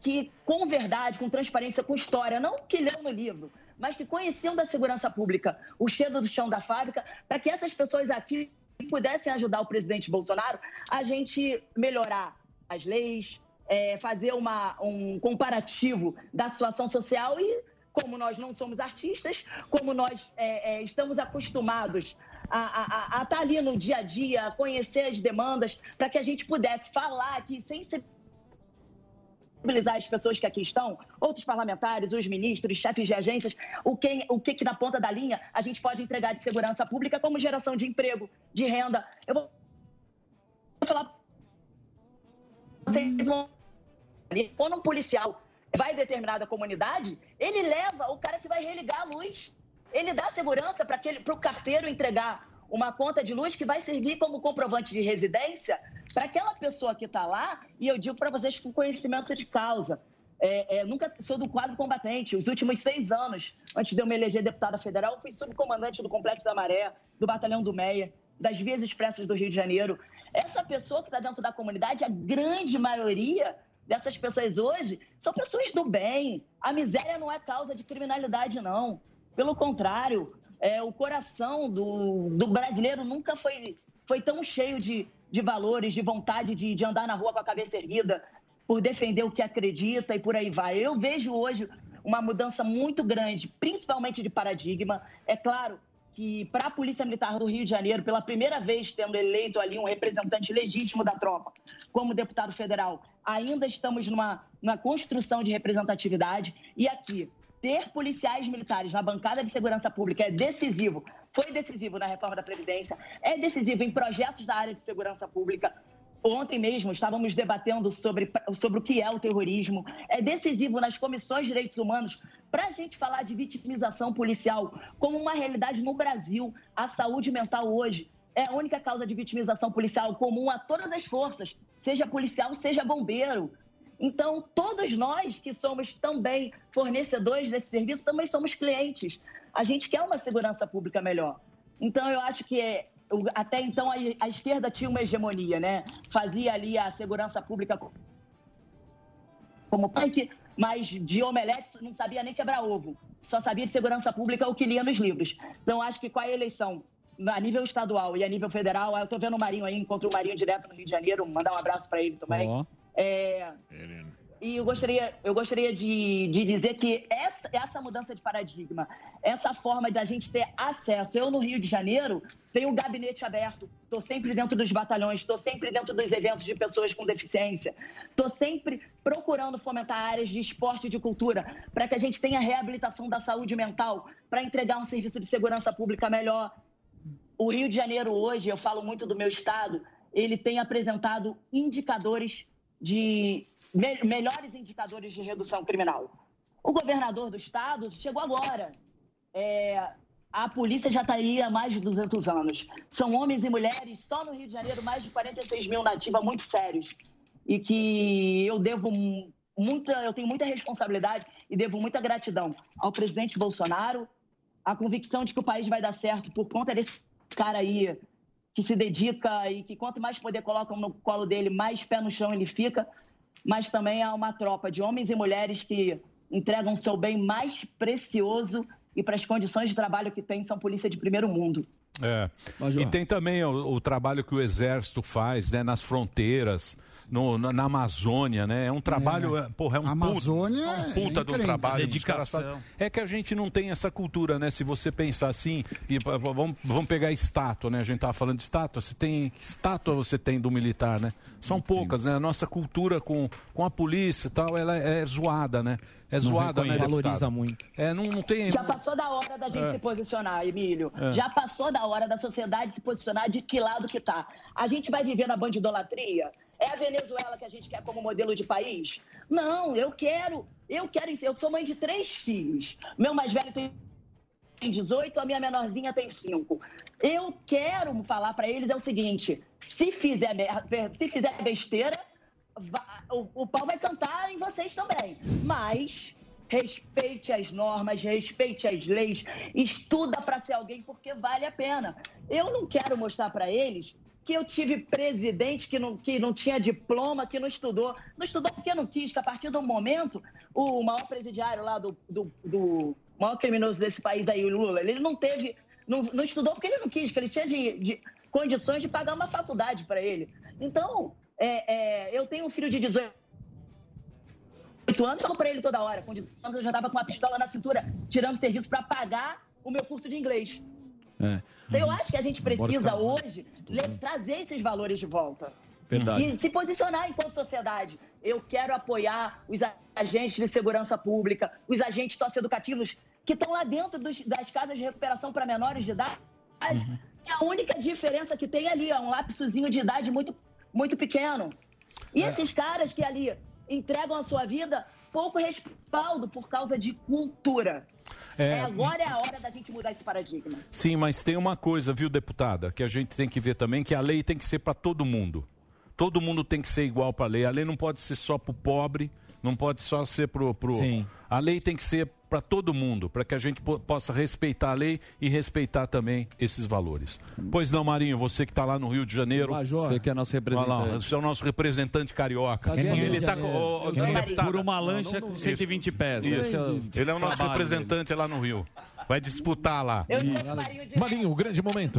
que, com verdade, com transparência, com história, não o que leu no livro, mas que conheciam da segurança pública, o cheiro do chão da fábrica, para que essas pessoas aqui pudessem ajudar o presidente Bolsonaro a gente melhorar as leis, é, fazer uma, um comparativo da situação social e como nós não somos artistas, como nós é, é, estamos acostumados a, a- a- a estar ali no dia a dia, a conhecer as demandas, para que a gente pudesse falar aqui sem ser mobilizar as pessoas que aqui estão, outros parlamentares, os ministros, chefes de agências, o, quem, o que, que na ponta da linha a gente pode entregar de segurança pública como geração de emprego, de renda. Eu vou falar pra vocês uma- quando um policial vai em determinada comunidade, ele leva o cara que vai religar a luz. Ele dá segurança para o carteiro entregar uma conta de luz que vai servir como comprovante de residência para aquela pessoa que está lá. E eu digo para vocês com conhecimento de causa. É, é, nunca sou do quadro combatente. Os últimos seis anos, antes de eu me eleger deputada federal, eu fui subcomandante do Complexo da Maré, do Batalhão do Meia, das Vias Expressas do Rio de Janeiro. Essa pessoa que está dentro da comunidade, a grande maioria dessas pessoas hoje, são pessoas do bem. A miséria não é causa de criminalidade, não. Pelo contrário, é, o coração do, do brasileiro nunca foi, foi tão cheio de, de valores, de vontade de, de andar na rua com a cabeça erguida, por defender o que acredita e por aí vai. Eu vejo hoje uma mudança muito grande, principalmente de paradigma. É claro que para a Polícia Militar do Rio de Janeiro, pela primeira vez tendo eleito ali um representante legítimo da tropa como deputado federal, ainda estamos numa, numa construção de representatividade. E aqui, ter policiais militares na bancada de segurança pública é decisivo. Foi decisivo na reforma da Previdência, é decisivo em projetos da área de segurança pública. Ontem mesmo estávamos debatendo sobre, sobre o que é o terrorismo. É decisivo nas comissões de direitos humanos para a gente falar de vitimização policial como uma realidade no Brasil. A saúde mental hoje é a única causa de vitimização policial comum a todas as forças, seja policial, seja bombeiro. Então, todos nós que somos também fornecedores desse serviço, também somos clientes. A gente quer uma segurança pública melhor. Então, eu acho que é, o- até então a, a esquerda tinha uma hegemonia, né? Fazia ali a segurança pública co- como punk, mas de omelete não sabia nem quebrar ovo. Só sabia de segurança pública o que lia nos livros. Então, acho que com a eleição a nível estadual e a nível federal, eu tô vendo o Marinho aí, encontro o Marinho direto no Rio de Janeiro, mandar um abraço para ele também.
Ó.
É, e eu gostaria, eu gostaria de, de dizer que essa, essa mudança de paradigma, essa forma da gente ter acesso. Eu, no Rio de Janeiro, tenho um gabinete aberto, estou sempre dentro dos batalhões, estou sempre dentro dos eventos de pessoas com deficiência, estou sempre procurando fomentar áreas de esporte e de cultura, para que a gente tenha reabilitação da saúde mental, para entregar um serviço de segurança pública melhor, o Rio de Janeiro hoje, eu falo muito do meu estado, ele tem apresentado indicadores de me- melhores indicadores de redução criminal. O governador do estado chegou agora. É, a polícia já está aí há mais de 200 anos. São homens e mulheres, só no Rio de Janeiro, mais de 46 mil nativas muito sérios. E que eu devo mu- muita, eu tenho muita responsabilidade e devo muita gratidão ao presidente Bolsonaro, a convicção de que o país vai dar certo por conta desse cara aí que se dedica e que quanto mais poder colocam no colo dele, mais pé no chão ele fica, mas também há uma tropa de homens e mulheres que entregam seu bem mais precioso e para as condições de trabalho que tem são polícia de primeiro mundo.
É. E tem também o, o trabalho que o Exército faz né, nas fronteiras, no- na, na Amazônia, né? É um trabalho, é, porra, é um
Amazônia
puta, é um
é
puta do
incrível.
trabalho. dos
Dedicação.
caras fazem. É que a gente não tem essa cultura, né? Se você pensar assim, e, pá, vá, vamos, vamos pegar estátua, né? A gente tava falando de estátua. Você tem, que estátua você tem do militar, né? São poucas, né? A nossa cultura com, com a polícia e tal, ela é zoada, né? É
Não
zoada, né?
reconhece.
deputado?
Valoriza muito.
É, não, não tem...
Já passou da hora da gente
É.
se posicionar, Emílio.
É.
Já passou da hora da sociedade se posicionar de que lado que tá. A gente vai viver na bandidolatria? É a Venezuela que a gente quer como modelo de país? Não, eu quero, eu quero, eu sou mãe de três filhos. Meu mais velho tem tem 18, a minha menorzinha tem 5. Eu quero falar para eles é o seguinte: se fizer, mer- se fizer besteira, va- o, o pau vai cantar em vocês também. Mas respeite as normas, respeite as leis, estuda para ser alguém porque vale a pena. Eu não quero mostrar para eles que eu tive presidente que não, que não tinha diploma, que não estudou. Não estudou porque não quis, que a partir do momento o maior presidiário lá do- do- do o maior criminoso desse país aí, o Lula, ele não teve, não, não estudou porque ele não quis, porque ele tinha de, de condições de pagar uma faculdade para ele. Então, é, é, eu tenho um filho de 18 18 anos, falo pra ele toda hora. Com 18 anos eu já tava com uma pistola na cintura, tirando serviço para pagar o meu curso de inglês.
É.
Então eu acho que a gente
Bora
precisa
ficar, né?
hoje le- trazer esses valores de volta.
Verdade.
E se posicionar enquanto sociedade. Eu quero apoiar os a- agentes de segurança pública, os agentes socioeducativos que estão lá dentro dos- das casas de recuperação para menores de idade. que A única diferença que tem ali é um lapsozinho de idade muito, muito pequeno. E esses caras que ali entregam a sua vida, pouco respaldo por causa de cultura.
É.
É, agora é a hora da gente mudar esse paradigma.
Sim, mas tem uma coisa, viu, deputada, que a gente tem que ver também, que a lei tem que ser para todo mundo. Todo mundo tem que ser igual para a lei. A lei não pode ser só para o pobre, não pode só ser para o... Pro...
Sim.
A lei tem que ser para todo mundo, para que a gente po- possa respeitar a lei e respeitar também esses valores. Pois não, Marinho, você que está lá no Rio de Janeiro...
Major. Você que é nosso representante.
Olha lá, você é o nosso representante carioca.
Satisfação.
Tá Ele
tá
tá está com... ô, ô, deputada.
é Por um uma lancha com 120 pés. né? Esse
Isso. Ele é o nosso
trabalho dele.
representante lá no Rio. Vai disputar lá.
Eu trouxe
Marinho,
Marinho, grande momento.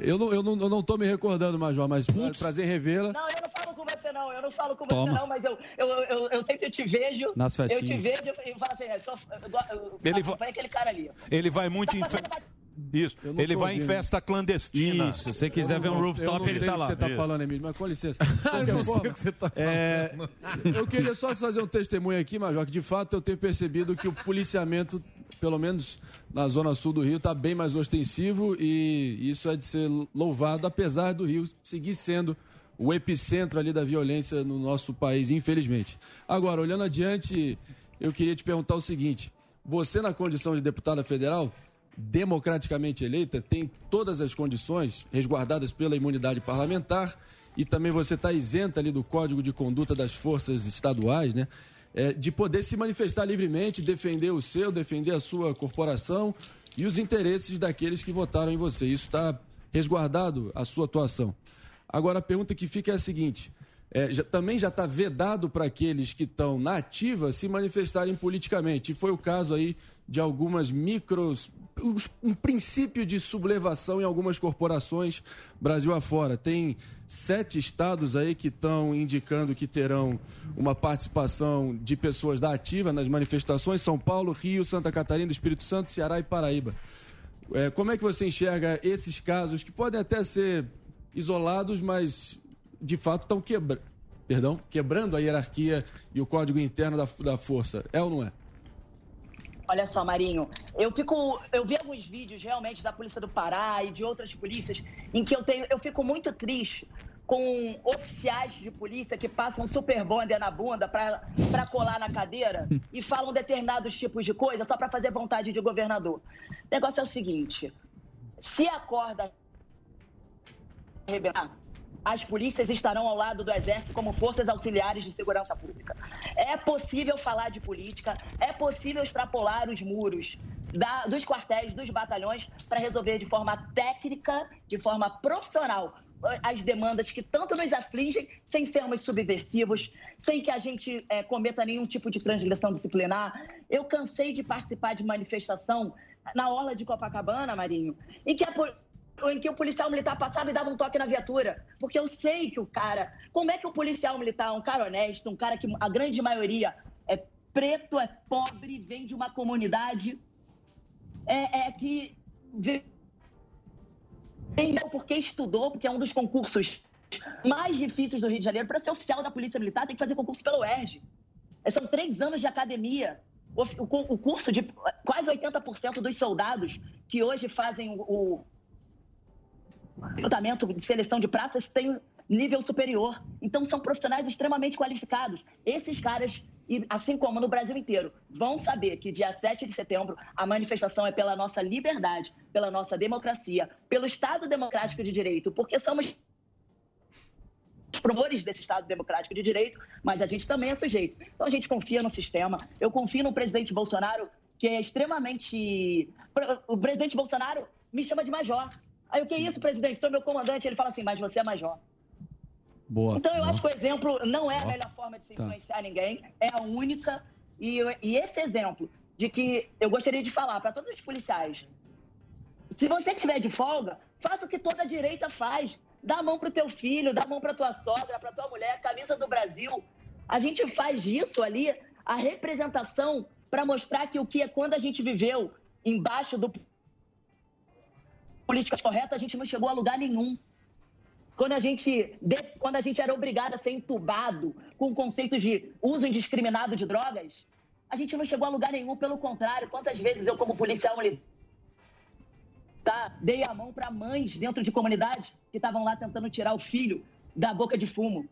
Eu não, eu, não, eu não tô me recordando, Major, mas prazer revê-la.
Não, eu não falo com você, não. Eu não falo com
Toma.
você, não, mas eu, eu, eu, eu sempre te vejo.
Nas
eu
festinhas.
te vejo e falo assim, eu, sou, eu, go- eu
Ele
acompanho aquele cara ali.
Ele vai muito em fe- Isso.
não
Ele
tô
vai em
ouvindo.
festa clandestina.
Isso, se quiser ver um rooftop, ele tá lá. Isso. Emílio, mas com [laughs] licença. eu não sei o que você tá falando. eu queria só fazer um testemunho aqui, Major, que de fato eu tenho percebido que o policiamento, pelo menos na zona sul do Rio, está bem mais ostensivo e isso é de ser louvado, apesar do Rio seguir sendo o epicentro ali da violência no nosso país, infelizmente. Agora, olhando adiante, eu queria te perguntar o seguinte: você, na condição de deputada federal, democraticamente eleita, tem todas as condições resguardadas pela imunidade parlamentar e também você está isenta ali do Código de Conduta das Forças Estaduais, né? É, de poder se manifestar livremente, defender o seu, defender a sua corporação e os interesses daqueles que votaram em você. Isso está resguardado a sua atuação. Agora, a pergunta que fica é a seguinte: é, já- também já está vedado para aqueles que estão na ativa se manifestarem politicamente. E foi o caso aí de algumas micros. uns- Um princípio de sublevação em algumas corporações Brasil afora. Tem sete estados aí que estão indicando que terão uma participação de pessoas da ativa nas manifestações: São Paulo, Rio, Santa Catarina, Espírito Santo, Ceará e Paraíba. É, como é que você enxerga esses casos que podem até ser isolados, mas de fato estão quebra... Perdão, quebrando a hierarquia e o código interno da, da força? É ou não é?
Olha só, Marinho, eu fico, eu vi alguns vídeos realmente da polícia do Pará e de outras polícias em que eu tenho, eu fico muito triste com oficiais de polícia que passam super bonder na bunda para colar
[laughs]
na cadeira e falam determinados tipos de coisa só para fazer vontade de governador. O negócio é o seguinte: se a corda arrebentar, as polícias estarão ao lado do Exército como forças auxiliares de segurança pública. É possível falar de política, é possível extrapolar os muros da- dos quartéis, dos batalhões, para resolver de forma técnica, de forma profissional, eh, as demandas que tanto nos afligem, sem sermos subversivos, sem que a gente eh, cometa nenhum tipo de transgressão disciplinar. Eu cansei de participar de manifestação na Orla de Copacabana, Marinho, em que a po- em que o policial militar passava e dava um toque na viatura. Porque eu sei que o cara. Como é que o policial militar, um cara honesto, um cara que a grande maioria é preto, é pobre, vem de uma comunidade é, é que vem entendeu porque estudou, porque é um dos concursos mais difíceis do Rio de Janeiro. Para ser oficial da Polícia Militar, tem que fazer concurso pelo ERJ. É, São três anos de academia. O ofi- O cu- o curso de quase 80% dos soldados que hoje fazem o- o, recrutamento de seleção de praças tem um nível superior. Então, são profissionais extremamente qualificados. Esses caras, e assim como no Brasil inteiro, vão saber que dia 7 de setembro a manifestação é pela nossa liberdade, pela nossa democracia, pelo Estado Democrático de Direito, porque somos os promotores desse Estado democrático de direito, mas a gente também é sujeito. Então a gente confia no sistema. Eu confio no presidente Bolsonaro, que é extremamente. O presidente Bolsonaro me chama de major. Aí o que é isso, presidente? Sou meu comandante. Ele fala assim, mas você é major.
Boa.
Então eu acho que o exemplo não é a
Ó.
melhor forma de se
Tá.
influenciar ninguém, é a única. E, e esse exemplo de que eu gostaria de falar para todos os policiais: se você tiver de folga, faça o que toda a direita faz. Dá a mão pro teu filho, dá a mão pra tua sogra, pra tua mulher, camisa do Brasil. A gente faz isso ali, a representação para mostrar que o que é quando a gente viveu embaixo do políticas corretas, a gente não chegou a lugar nenhum. Quando a gente, de- quando a gente era obrigado a ser entubado com conceitos de uso indiscriminado de drogas, a gente não chegou a lugar nenhum, pelo contrário, quantas vezes eu, como policial militar, dei a mão para mães dentro de comunidades que estavam lá tentando tirar o filho da boca de fumo.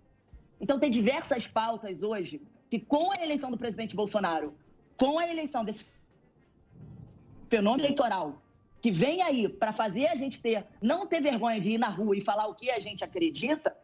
Então, tem diversas pautas hoje que, com a eleição do presidente Bolsonaro, com a eleição desse fenômeno eleitoral que vem aí para fazer a gente ter, não ter vergonha de ir na rua e falar o que a gente acredita,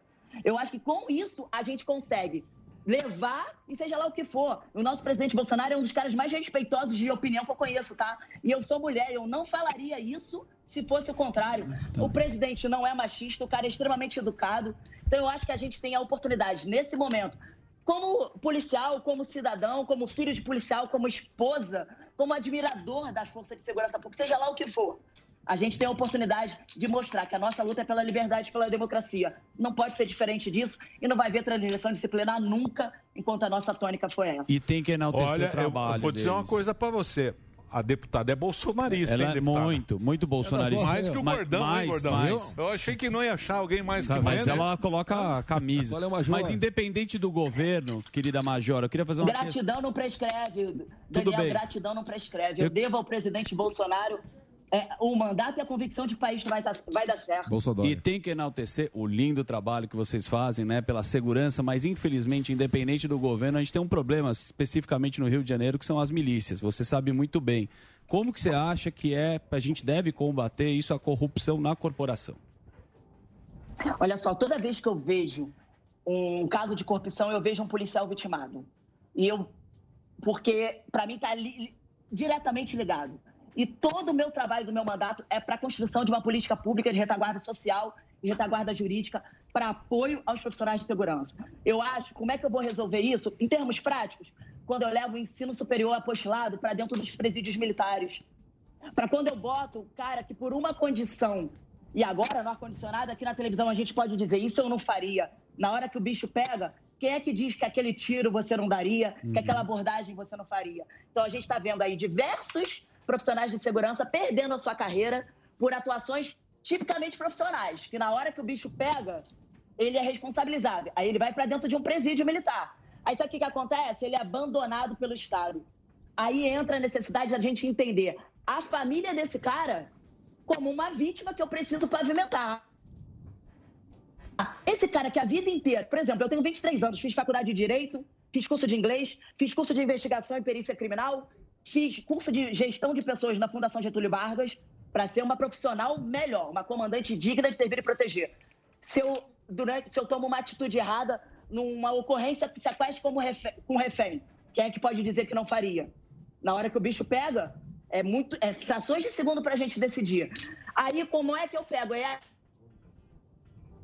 eu acho que com isso a gente consegue levar e seja lá o que for. O nosso presidente Bolsonaro é um dos caras mais respeitosos de opinião que eu conheço, tá? E eu sou mulher, eu não falaria isso se fosse o contrário. O presidente não é machista, o cara é extremamente educado. Então eu acho que a gente tem a oportunidade nesse momento como policial, como cidadão, como filho de policial, como esposa, como admirador das forças de segurança pública, seja lá o que for, a gente tem a oportunidade de mostrar que a nossa luta é pela liberdade, pela democracia. Não pode ser diferente disso e não vai haver transgressão disciplinar nunca enquanto a nossa tônica for essa.
E tem que enaltecer
Olha,
o
eu-
trabalho.
eu vou dizer uma
deles.
coisa pra você. A deputada é bolsonarista,
Ela
hein,
é
deputada?
muito, muito bolsonarista.
Mais que o
Ma-
Gordão, hein,
mais,
Gordão?
mais.
Eu, eu achei que não ia achar alguém mais
Tá,
que
mas
Brenner.
ela coloca a camisa.
Olha, Major.
Mas independente do governo, querida Major, eu queria fazer uma questão.
Gratidão não prescreve, Daniel,
bem.
gratidão não prescreve. Eu,
Eu-
devo ao presidente Bolsonaro é, o mandato e a convicção de que o país vai, tá- vai dar certo.
E tem que enaltecer o lindo trabalho que vocês fazem, né, pela segurança, mas infelizmente, independente do governo, a gente tem um problema especificamente no Rio de Janeiro, que são as milícias. Você sabe muito bem. Como que você acha que é, a gente deve combater isso, a corrupção na corporação?
Olha só, toda vez que eu vejo um caso de corrupção, eu vejo um policial vitimado. E eu. Porque, para mim, está diretamente ligado. E todo o meu trabalho do meu mandato é para a construção de uma política pública de retaguarda social e retaguarda jurídica para apoio aos profissionais de segurança. Eu acho, como é que eu vou resolver isso? Em termos práticos, quando eu levo o ensino superior apostilado para dentro dos presídios militares, para quando eu boto o cara que por uma condição, e agora no ar-condicionado, aqui na televisão a gente pode dizer, isso eu não faria. Na hora que o bicho pega, quem é que diz que aquele tiro você não daria,
Uhum.
que aquela abordagem você não faria? Então a gente está vendo aí diversos profissionais de segurança perdendo a sua carreira por atuações tipicamente profissionais, que na hora que o bicho pega, ele é responsabilizado. Aí ele vai para dentro de um presídio militar. Aí sabe o que, que acontece? Ele é abandonado pelo Estado. Aí entra a necessidade da gente entender a família desse cara como uma vítima que eu preciso pavimentar. Esse cara que a vida inteira, por exemplo, eu tenho 23 anos, fiz faculdade de direito, fiz curso de inglês, fiz curso de investigação e perícia criminal, fiz curso de gestão de pessoas na Fundação Getúlio Vargas para ser uma profissional melhor, uma comandante digna de servir e proteger. Se eu, durante, se eu tomo uma atitude errada numa ocorrência que se faz como refém, com refém, quem é que pode dizer que não faria? Na hora que o bicho pega, é muito. É frações de segundo pra gente decidir. Aí, como é que eu pego? É.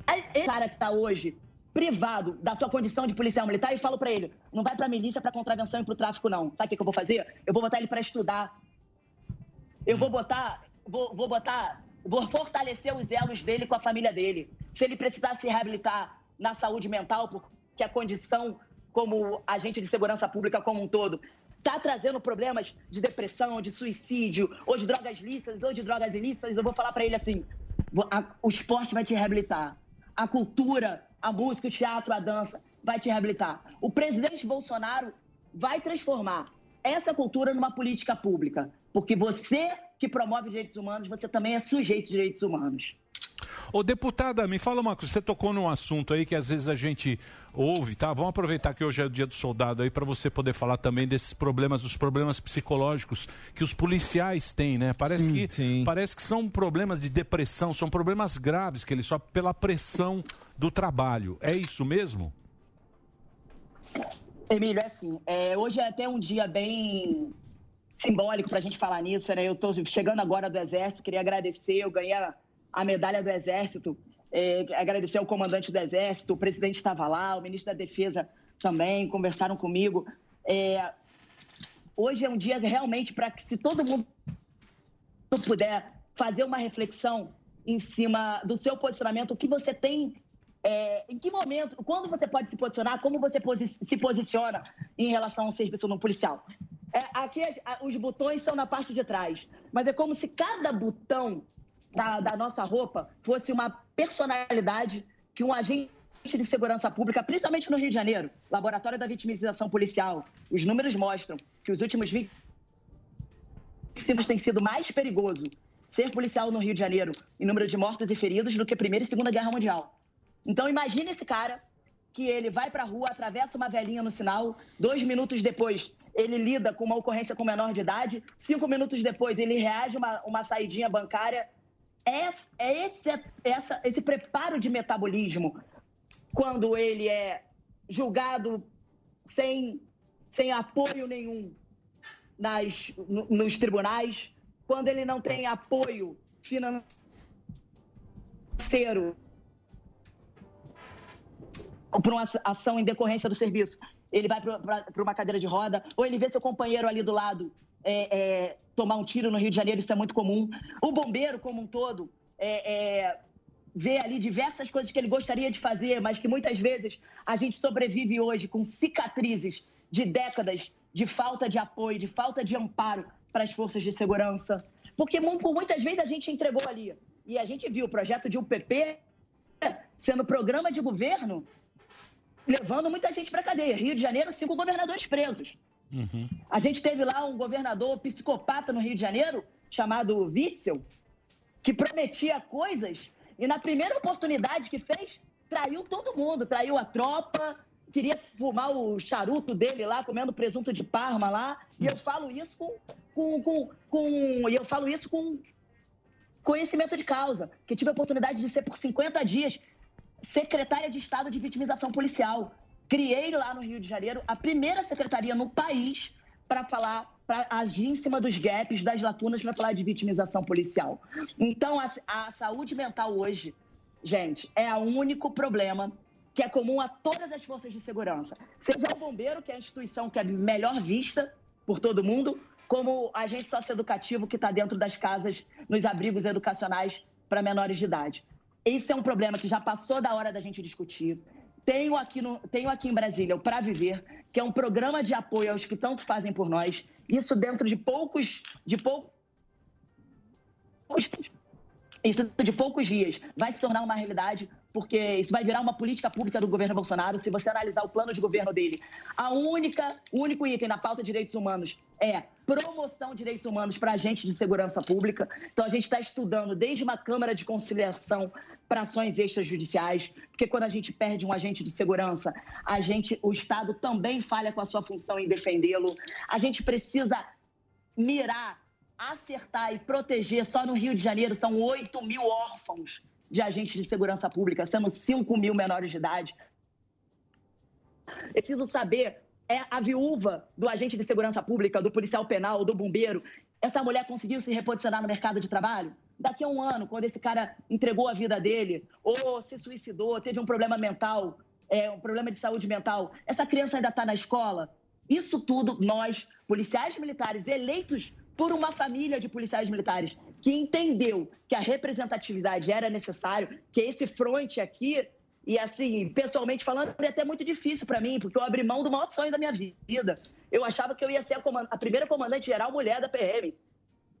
é- é o cara que tá hoje privado da sua condição de policial militar e falo pra ele: não vai pra milícia, pra contravenção e pro tráfico, não. Sabe o que, que eu vou fazer? Eu vou botar ele pra estudar. Eu vou botar. Vou, vou botar. Vou fortalecer os elos dele com a família dele. Se ele precisar se reabilitar na saúde mental, porque a condição como agente de segurança pública como um todo está trazendo problemas de depressão, de suicídio, ou de drogas lícitas, ou de drogas ilícitas, eu vou falar para ele assim: vo- a- o esporte vai te reabilitar. A cultura, a música, o teatro, a dança vai te reabilitar. O presidente Bolsonaro vai transformar essa cultura numa política pública. Porque você que promove os direitos humanos, você também é sujeito de direitos humanos.
Ô, deputada, me fala uma coisa. Você tocou num assunto aí que às vezes a gente ouve, tá? Vamos aproveitar que hoje é o dia do soldado aí para você poder falar também desses problemas, os problemas psicológicos que os policiais têm, né? Parece,
Sim,
que, parece que são problemas de depressão, são problemas graves que eles sofrem pela pressão do trabalho. É isso mesmo?
Emílio, é assim, é, hoje é até um dia bem simbólico para a gente falar nisso, né? Eu estou chegando agora do Exército, queria agradecer, eu ganhei a, a medalha do Exército, é, agradecer ao comandante do Exército, o presidente estava lá, o ministro da Defesa também, conversaram comigo. É, hoje é um dia realmente para que, se todo mundo puder fazer uma reflexão em cima do seu posicionamento, o que você tem, é, em que momento, quando você pode se posicionar, como você posi- se posiciona em relação ao serviço no policial. É, aqui as- a- os botões são na parte de trás, mas é como se cada botão da, da nossa roupa fosse uma personalidade que um agente de segurança pública, principalmente no Rio de Janeiro, Laboratório da Vitimização Policial, os números mostram que os últimos 20 municípios tem sido mais perigoso ser policial no Rio de Janeiro em número de mortos e feridos do que a Primeira e Segunda Guerra Mundial. Então imagine esse cara que ele vai para a rua, atravessa uma velhinha no sinal, dois minutos depois ele lida com uma ocorrência com menor de idade, cinco minutos depois ele reage a uma, uma saidinha bancária. Essa- é Esse, essa- esse preparo de metabolismo, quando ele é julgado sem, sem apoio nenhum, nas- no- nos tribunais, quando ele não tem apoio financeiro para uma aça- ação em decorrência do serviço, ele vai para uma cadeira de roda, ou ele vê seu companheiro ali do lado é, é, tomar um tiro no Rio de Janeiro, isso é muito comum. O bombeiro, como um todo, é, é, vê ali diversas coisas que ele gostaria de fazer, mas que muitas vezes a gente sobrevive hoje com cicatrizes de décadas de falta de apoio, de falta de amparo para as forças de segurança. Porque mu- por muitas vezes a gente entregou ali. E a gente viu o projeto de UPP sendo programa de governo, levando muita gente para cadeia. Rio de Janeiro, cinco governadores presos. A gente teve lá um governador psicopata no Rio de Janeiro, chamado Witzel, que prometia coisas e na primeira oportunidade que fez, traiu todo mundo, traiu a tropa, queria fumar o charuto dele lá, comendo presunto de parma lá. E eu falo isso com. com, com, com e eu falo isso com conhecimento de causa, que tive a oportunidade de ser por 50 dias secretária de Estado de Vitimização Policial. Criei lá no Rio de Janeiro a primeira secretaria no país para falar, para agir em cima dos gaps, das lacunas, para falar de vitimização policial. Então, a, a saúde mental hoje, gente, é o único problema que é comum a todas as forças de segurança. Seja o bombeiro, que é a instituição que é melhor vista por todo mundo, como o agente socioeducativo que está dentro das casas, nos abrigos educacionais para menores de idade. Esse é um problema que já passou da hora da gente discutir. Tenho aqui, no, tenho aqui em Brasília o Pra Viver, que é um programa de apoio aos que tanto fazem por nós. Isso dentro de poucos, de poucos isso de poucos dias vai se tornar uma realidade, porque isso vai virar uma política pública do governo Bolsonaro. Se você analisar o plano de governo dele, a única, o único item na pauta de direitos humanos é promoção de direitos humanos para agentes de segurança pública. Então a gente está estudando desde uma câmara de conciliação para ações extrajudiciais, porque quando a gente perde um agente de segurança, a gente, o Estado também falha com a sua função em defendê-lo. A gente precisa mirar, acertar e proteger. Só no Rio de Janeiro são 8 mil órfãos de agentes de segurança pública, sendo 5 mil menores de idade. Preciso saber, é a viúva do agente de segurança pública, do policial penal, do bombeiro, essa mulher conseguiu se reposicionar no mercado de trabalho? Daqui a um ano, quando esse cara entregou a vida dele, ou se suicidou, teve um problema mental, é, um problema de saúde mental, essa criança ainda está na escola? Isso tudo nós, policiais militares eleitos por uma família de policiais militares que entendeu que a representatividade era necessário, que esse fronte aqui e assim, pessoalmente falando, é até muito difícil para mim, porque eu abri mão do maior sonho da minha vida. Eu achava que eu ia ser a, coman- a primeira comandante geral mulher da PM.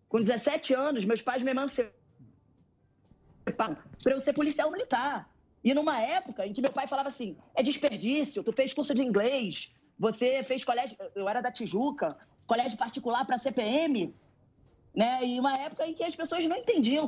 Com 17 anos, meus pais me emanciparam para eu ser policial militar. E numa época em que meu pai falava assim: é desperdício, tu fez curso de inglês, você fez colégio. Eu era da Tijuca, colégio particular para CPM. Né? E uma época em que as pessoas não entendiam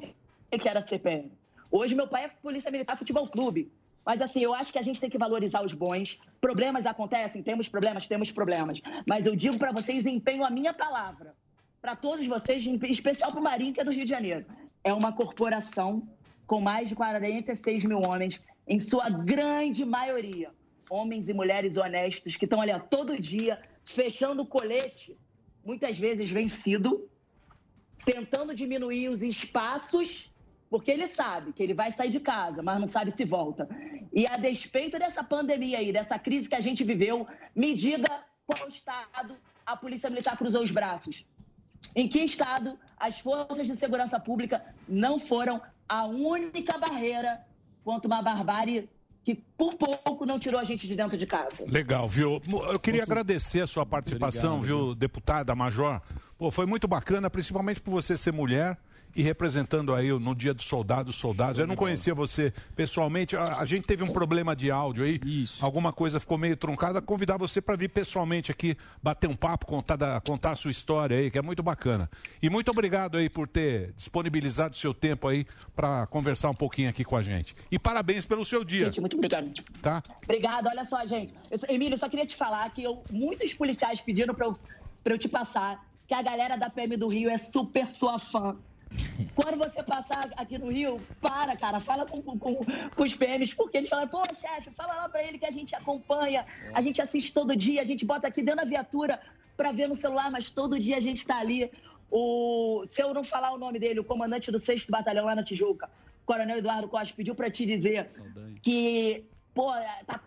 o que era CPM. Hoje, meu pai é Polícia Militar Futebol Clube. Mas, assim, eu acho que a gente tem que valorizar os bons. Problemas acontecem, temos problemas, temos problemas. Mas eu digo para vocês, empenho a minha palavra. Para todos vocês, em especial para o Marinho, que é do Rio de Janeiro. É uma corporação com mais de 46 mil homens, em sua grande maioria. Homens e mulheres honestos que estão ali ó, todo dia, fechando o colete, muitas vezes vencido, tentando diminuir os espaços, porque ele sabe que ele vai sair de casa, mas não sabe se volta. E a despeito dessa pandemia aí, dessa crise que a gente viveu, me diga qual estado a Polícia Militar cruzou os braços? Em que estado as forças de segurança pública não foram a única barreira contra uma barbárie que por pouco não tirou a gente de dentro de casa?
Legal, viu? Mo- Eu queria agradecer a sua participação,
Obrigado,
viu, deputada Major? Pô, foi muito bacana, principalmente por você ser mulher e representando aí o- no Dia do Soldado, os soldados. Eu não conhecia você pessoalmente. A, a gente teve um problema de áudio aí. Alguma coisa ficou meio truncada. Convidar você para vir pessoalmente aqui bater um papo, contar, da- contar a sua história aí, que é muito bacana. E muito obrigado aí por ter disponibilizado o seu tempo aí para conversar um pouquinho aqui com a gente. E parabéns pelo seu dia.
Gente, muito obrigado.
Tá?
Obrigada, olha só, gente. Eu, só- Emílio, eu só queria te falar que eu- muitos policiais pediram pra eu, pra eu te passar que a galera da PM do Rio é super sua fã. Quando você passar aqui no Rio, para, cara, fala com, com- com- com os PMs, porque eles falaram, pô, chefe, fala lá pra ele que a gente acompanha, a gente assiste todo dia, a gente bota aqui dentro da viatura pra ver no celular, mas todo dia a gente tá ali. O, se eu não falar o nome dele, o comandante do 6 Batalhão lá na Tijuca, Coronel Eduardo Costa, pediu pra te dizer que, pô, tá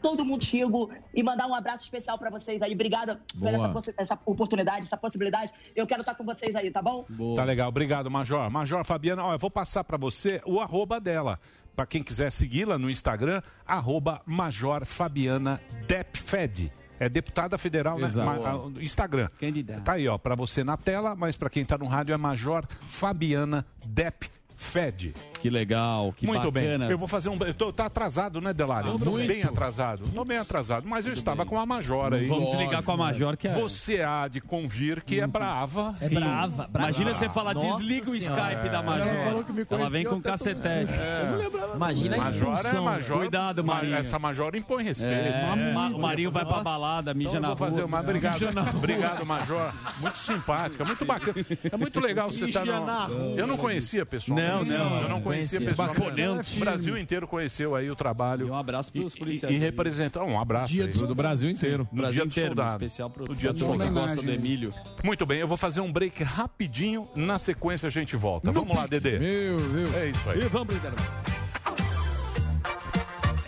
todo mundo contigo e mandar um abraço especial pra vocês aí. Obrigada por
Boa.
essa, possi- essa oportunidade, essa possibilidade. Eu quero estar com vocês aí, tá bom?
Tá legal, obrigado, Major. Major Fabiana, ó, eu vou passar pra você o arroba dela. Pra quem quiser segui-la no Instagram, arroba Major Fabiana Depfed. É deputada federal, né?
Exato.
Ma- a-
ah,
no Instagram. Candidata. Tá aí, ó, pra você na tela, mas pra quem tá no rádio é Major Fabiana Depfed.
Que legal, que
Muito
bacana.
bem. Eu vou fazer um. Eu tô, tá atrasado, né, Delário?
Ah,
Tô
muito.
bem atrasado. Tô bem atrasado, mas eu estava com a Major aí.
Vamos se ligar com a Major, que é-
Você há de convir que é brava.
É brava, brava. Ah, Imagina você falar, desliga o Skype da Major. Ela falou que me conheceu,
Ela vem com
tá tudo
cacetete.
certo. É. Eu não lembrava. Imagina a
Major é
expulsão.
major.
Cuidado,
Ma-
Marinho.
Essa major impõe respeito.
É. Ma- o Marinho vai pra Nossa. balada, mija
então eu
na
vou fazer
rua.
uma. Obrigado.
Mija na rua.
Obrigado, major. Muito simpática, muito bacana. É muito legal você estar
Mija na
tá no...
rua.
Eu não conhecia pessoalmente.
Não, não.
Eu não conhecia
Conhecia.
pessoalmente.
Baconente.
O Brasil inteiro conheceu aí o trabalho. E um abraço
pros policiais
E,
aí.
representar um abraço.
Dia
aí.
do soldado. Do Brasil inteiro. né?
No
Brasil
dia do
inteiro, mas
soldado.
especial pro-
No dia do
pra
soldado.
quem gosta do Emílio.
Muito bem, eu vou fazer um break rapidinho. Na sequência a gente volta. Vamos lá, Dedê. Meu Deus. É isso aí.
E vamos pro intervalo.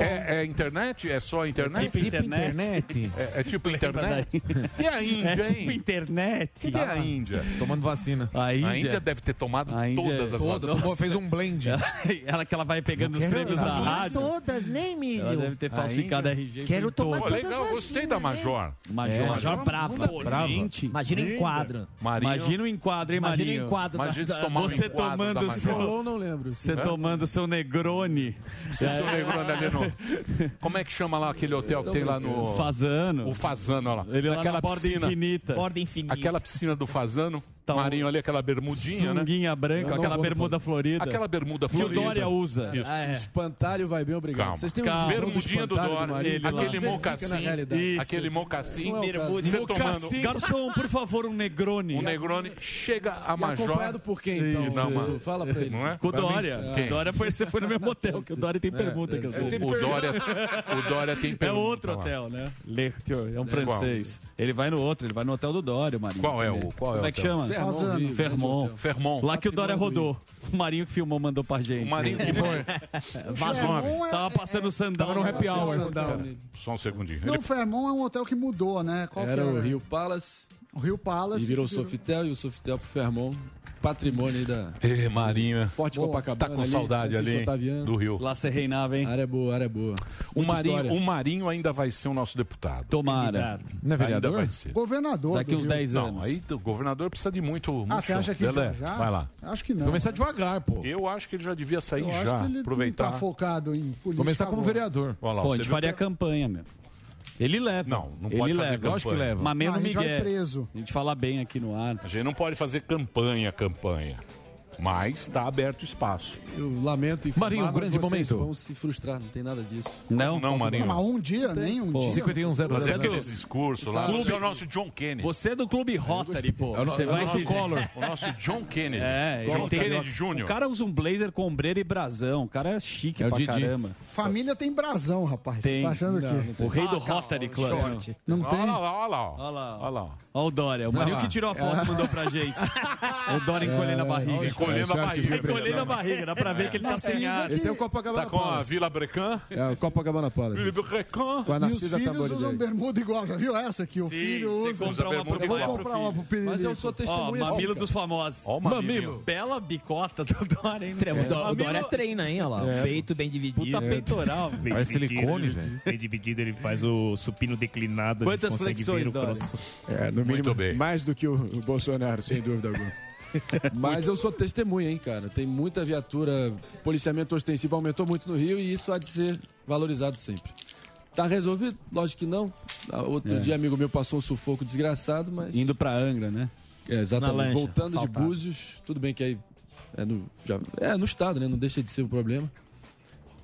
É, é internet? É só internet?
É tipo internet.
É,
[laughs]
é tipo
Lembra
internet? E a Índia,
É tipo
hein?
internet.
E a Índia?
Tomando vacina. A Índia,
A Índia deve ter tomado
A Índia- é
todas as
Todas.
vacinas.
Pô, fez um
blend.
[laughs] Ela que ela vai pegando os prêmios da rádio.
Todas, né, Emílio?
Ela deve ter falsificado a RG.
Quero tomar
Pô,
todas
legal,
as
Gostei da Major.
Major, Major brava. Imagina
Imagina
em quadro. Imagina o enquadro, hein, Marinho?
Imagina o enquadro da- Imagina se da- tomar um
Você
enquadro da
tomando o
Major.
seu...
Eu não lembro.
Você
Hã?
tomando o seu Negroni.
Se
É.
o seu Negroni ali no- Como é que chama lá aquele hotel que tem lá no.
Fazano.
O Fazano, olha lá.
Ele lá na
Aquela
borda
piscina.
infinita. Borda
infinita.
Aquela piscina do Fazano. Marinho ali, aquela bermudinha, né?
Sunguinha branca, aquela bermuda florida.
Aquela bermuda
Que o
florida.
Dória usa.
Ah,
Ah, é.
é.
Isso.
Espantalho vai bem, obrigado.
Calma.
Vocês têm
Calma.
um visão do
Bermudinha do
espantalho
Dória.
Marinho?
Ele
Mas
aquele
verifica
mocassim.
na realidade.
Isso. Aquele mocassim.
Não é o caso.
Você tomando-
Garçom, por favor, um Negroni.
Um Negroni chega a
E
Major.
acompanhado por quem, então?
Isso.
Não, mano. Fala pra eles.
Não é?
Com o Dória.
Quem?
Dória foi, você foi no mesmo hotel, que o Dória tem permuta. que eu sei.
O, o Dória, o Dória tem
É
pergunta
outro
lá.
hotel, né? Lecture, é um
Qual?
francês. Ele vai no outro, ele vai no hotel do Dória, o Marinho.
Qual é
também.
o- qual é o
Como é que
hotel?
chama? Fermon.
Fazano.
Fermon.
Fermon.
Lá que o Dória rodou. O Marinho que filmou mandou pra gente. O
Marinho que foi.
[laughs] Vazou.
Fermon é-
Tava passando né? sandal.
Tava no happy hour.
Só um segundinho.
Não, o Fermon é um hotel que mudou, né? Qual que
Era o Rio Palace.
O Rio Palace.
E virou Sofitel e o Sofitel pro Fermon. Patrimônio aí da.
Ê, Marinho.
Forte
Boa.
Copacabana.
Tá com saudade
Francisco
ali, hein?
Otaviano.
Do Rio.
Lá você reinava, hein?
Área boa, área boa.
O
Muita
Marinho,
história.
o Marinho ainda vai ser o nosso deputado.
Tomara.
Não é vereador? Ainda vai ser.
Governador. do Rio.
Não, aí o governador precisa de muito. muito
Ah, você acha
chão.
que
Lelé,
já?
Vai lá.
Acho que não.
devagar, pô. Eu acho que ele já devia sair
Eu acho
já.
que ele não
aproveitar.
tá focado em política. agora.
Olha lá,
Pô, a
você
gente
viu
faria
que-
campanha, meu. Ele leva.
Não, não
ele
pode
leva.
fazer
Lógico que
campanha.
leva. Ah, Mas mesmo
Não, a gente vai
Miguel.
preso.
A gente fala bem aqui no ar.
A gente não pode fazer campanha, campanha. Mas está aberto espaço.
Eu lamento informar,
Marinho, um
mas
grande
vocês
momento.
vão se frustrar, não tem nada disso.
Não, não, Marinho.
Mas um dia, nem um dia.
Fazer aqueles discursos lá.
é Clube-
Você é o nosso John Kennedy.
Você é do Clube Rotary, pô.
É o no-
Você
é o
vai
nosso
se-
Collor. O nosso John Kennedy.
É,
John
ele tem-
Kennedy Jr.
O cara usa um blazer com ombreira e brasão. O cara é chique
É o
pra
Didi.
caramba.
Família tem brasão, rapaz. Você
Tem.
tá achando
Não,
Ah,
que...
um
não tem. O rei do Rotary Club.
Não tem?
Olha lá, olha lá. Olha lá. Olha lá.
Olha o Dória. O Marinho
lá.
que tirou a foto
É.
Ah.
e mandou pra gente. O Dória encolhendo a
É,
barriga.
Encolhendo a barriga.
Encolhendo a barriga. Dá pra ver que ele tá sem ar.
Esse é o Copacabana Tá com a Vila Brecan.
É, o Copacabana Palace. Com a
E os
Narcisa
filhos
Tamborelli.
usam bermuda igual, já viu essa aqui? O filho
você
usa.
comprar uma pro
eu vou
pai, pro
comprar uma pro
filho.
piririco.
Mas eu sou testemunha. assim, Ó, mamilo dos famosos. Ó,
o mamilo. Mamilo.
Bela bicota do Dória, hein?
Tre- o Dó- o Dória treina, hein? Olha lá.
É.
Peito bem dividido.
Puta peitoral.
Bem Parece
dividido,
silicone,
ele-
velho.
Bem dividido, ele faz o supino declinado. a gente
Quantas
consegue
flexões,
ver o
Dória?
troço.
É, no mínimo,
Muito bem.
mais do que o [laughs] o Bolsonaro, sem
[laughs]
dúvida alguma. Mas eu sou testemunha, hein, cara. Tem muita viatura, policiamento ostensivo aumentou muito no Rio e isso há de ser valorizado sempre. Tá resolvido? Lógico que não. Ah, Outro
É.
dia, amigo meu passou um sufoco desgraçado, mas.
Indo pra Angra, né?
É,
Na
exatamente.
lancha,
Voltando
assaltado.
de Búzios, tudo bem que aí é no, já- é no estado, né? Não deixa de ser um problema.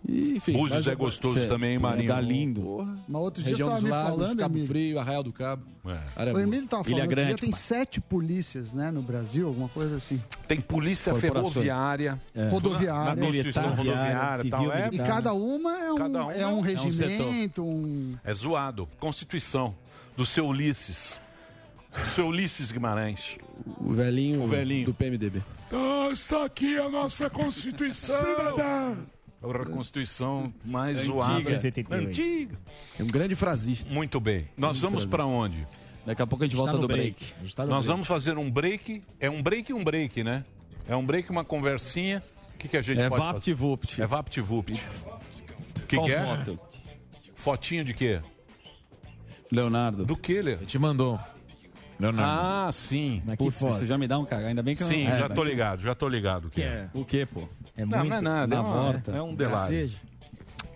E, enfim,
Búzios
mas-
é gostoso
Cê-
também, hein, Marinho?
Dá lindo.
Porra.
Mas outro dia
Região
você
dos
tava me
Lagos,
falando,
Cabo
Emílio.
Frio, Arraial do Cabo.
É.
O Emílio tava falando
Ilha
que já
Grande.
tem sete polícias, né, no Brasil, alguma coisa assim.
Tem polícia
Corporações.
ferroviária.
É. Rodoviária.
Na Constituição
Militar,
rodoviária e tal. É,
E
né?
cada uma é um, é um
um
regimento, um...
é zoado. Constituição do seu Ulisses. Do seu Ulisses Guimarães.
O velhinho,
O velhinho.
do PMDB.
Ah, está aqui a nossa Constituição. A É Constituição mais
Antiga.
zoada.
78.
Antiga.
É um grande frasista.
Muito bem. Nós vamos para onde?
Daqui a pouco a gente volta do break.
Nós vamos fazer um break. É um break e um break, né? É um break, uma conversinha. O que, que a gente
É
pode
VaptVupt.
fazer? É VaptVupt. O que,
Qual
que é?
foto?
Fotinho de quê?
Leonardo.
Do que, Leonardo?
Te mandou.
Leonardo. Ah, sim.
Mas
Putz,
Putz, isso já me dá um cagão. Ainda bem que eu
Sim,
não...
já tô ligado, já tô ligado. o Que
É. O que, pô? É
Não, não é nada, é
Na
uma-
volta.
é um delay.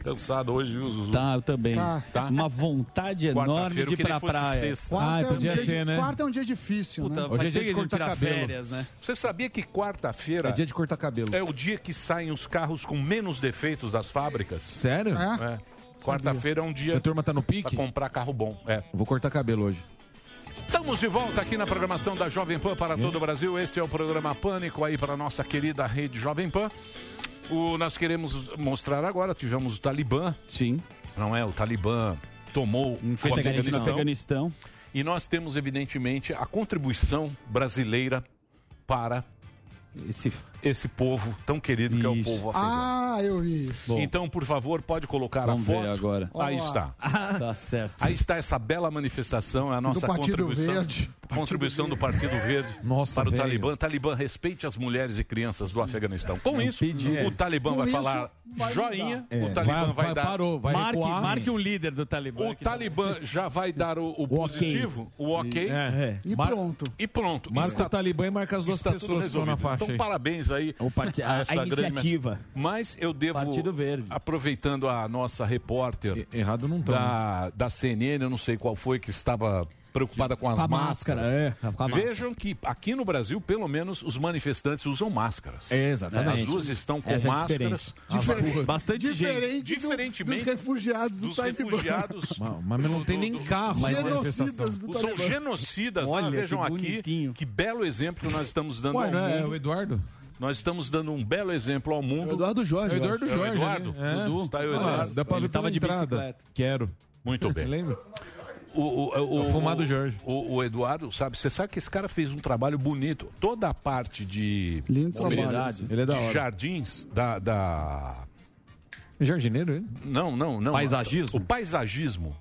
Cansado hoje, viu, Zuzu?
Tá, eu também.
Tá.
Uma vontade enorme
Quarta-feira,
de
eu
ir
queria
pra
que fosse
praia.
sexta.
Quarta, é um dia de-
né?
quarta é um dia difícil, né?
faz
é
tempo que a gente não tira férias, né?
Você sabia que quarta-feira
É dia
de cortar cabelo.
É o dia que saem os carros com menos defeitos das fábricas.
Sério?
É. Quarta-feira é um dia.
A turma tá no pique?
Pra comprar carro bom. É.
Vou cortar cabelo hoje.
Estamos de volta aqui na programação da Jovem Pan para todo o Brasil. Esse é o programa Pânico aí para nossa querida rede Jovem Pan. O, nós queremos mostrar agora, tivemos o Talibã.
Sim.
Não é? O Talibã tomou o
Afeganistão. Afeganistão.
E nós temos, evidentemente, a contribuição brasileira para
esse,
povo tão querido que é o povo afegão.
Ah, eu vi isso.
Então, por favor, pode colocar
Vamos
a
ver
foto.
agora.
Aí
Vamos
está.
lá. Tá certo.
Aí está essa bela manifestação, é a nossa
Do Partido
contribuição,
Verde.
contribuição do Partido
[laughs]
Verde
Nossa,
para o
velho.
Talibã. Talibã respeite as mulheres e crianças do Afeganistão. Com
Não
isso,
pedi.
é.
o Talibã
Com
vai
isso,
falar
vai
joinha,
mudar.
o
É.
Talibã vai,
Vai- vai-
dar...
parou, vai Marque- recuar. marque o líder do Talibã. né?
O Talibã já vai dar o, o
O ok.
positivo, o ok.
É, é. E Mar- pronto.
E pronto.
Marca
Está
o Talibã e marca as duas
Está tudo
pessoas que estão na
resolvido.
faixa
Então,
aí.
parabéns aí
parti- a- a
grande
iniciativa.
mensagem. Mas eu devo, aproveitando a nossa repórter
errado não tô,
da, da CNN, eu não sei qual foi, que estava preocupada com as
Com a
máscaras.
máscara, é, com a máscara.
Vejam que aqui no Brasil, pelo menos, os manifestantes usam máscaras.
É, exatamente.
As duas estão com
Essa é a
máscaras.
diferença. Diferente-
As-
bastante gente.
Diferente
do-
Diferentemente
dos refugiados do
dos
tá
Talibã.
refugiados
Mas, mas não tem nem carro. na manifestação.
São genocidas. né?
Olha,
Vejam
que
aqui que belo exemplo que nós estamos dando
Ué,
ao
não é, é
mundo.
o Eduardo?
Nós estamos dando um belo exemplo ao mundo.
É o Eduardo Jorge,
É o Eduardo
eu acho.
Jorge.
É o
Eduardo.
Eduardo, né?
Dudu, Está aí o
Ah,
Eduardo.
dá pra ver Ele tava pela de entrada. bicicleta. Quero. [laughs]
Muito bem.
Lembra?
O, o, o,
É o fumado Jorge.
O, o Eduardo, sabe? Você sabe que esse cara fez um trabalho bonito. Toda a parte de
trabalho.
mobilidade,
Ele é da
de
hora.
jardins da- da
Jardineiro, hein?
Não, não, não.
Paisagismo?
O paisagismo,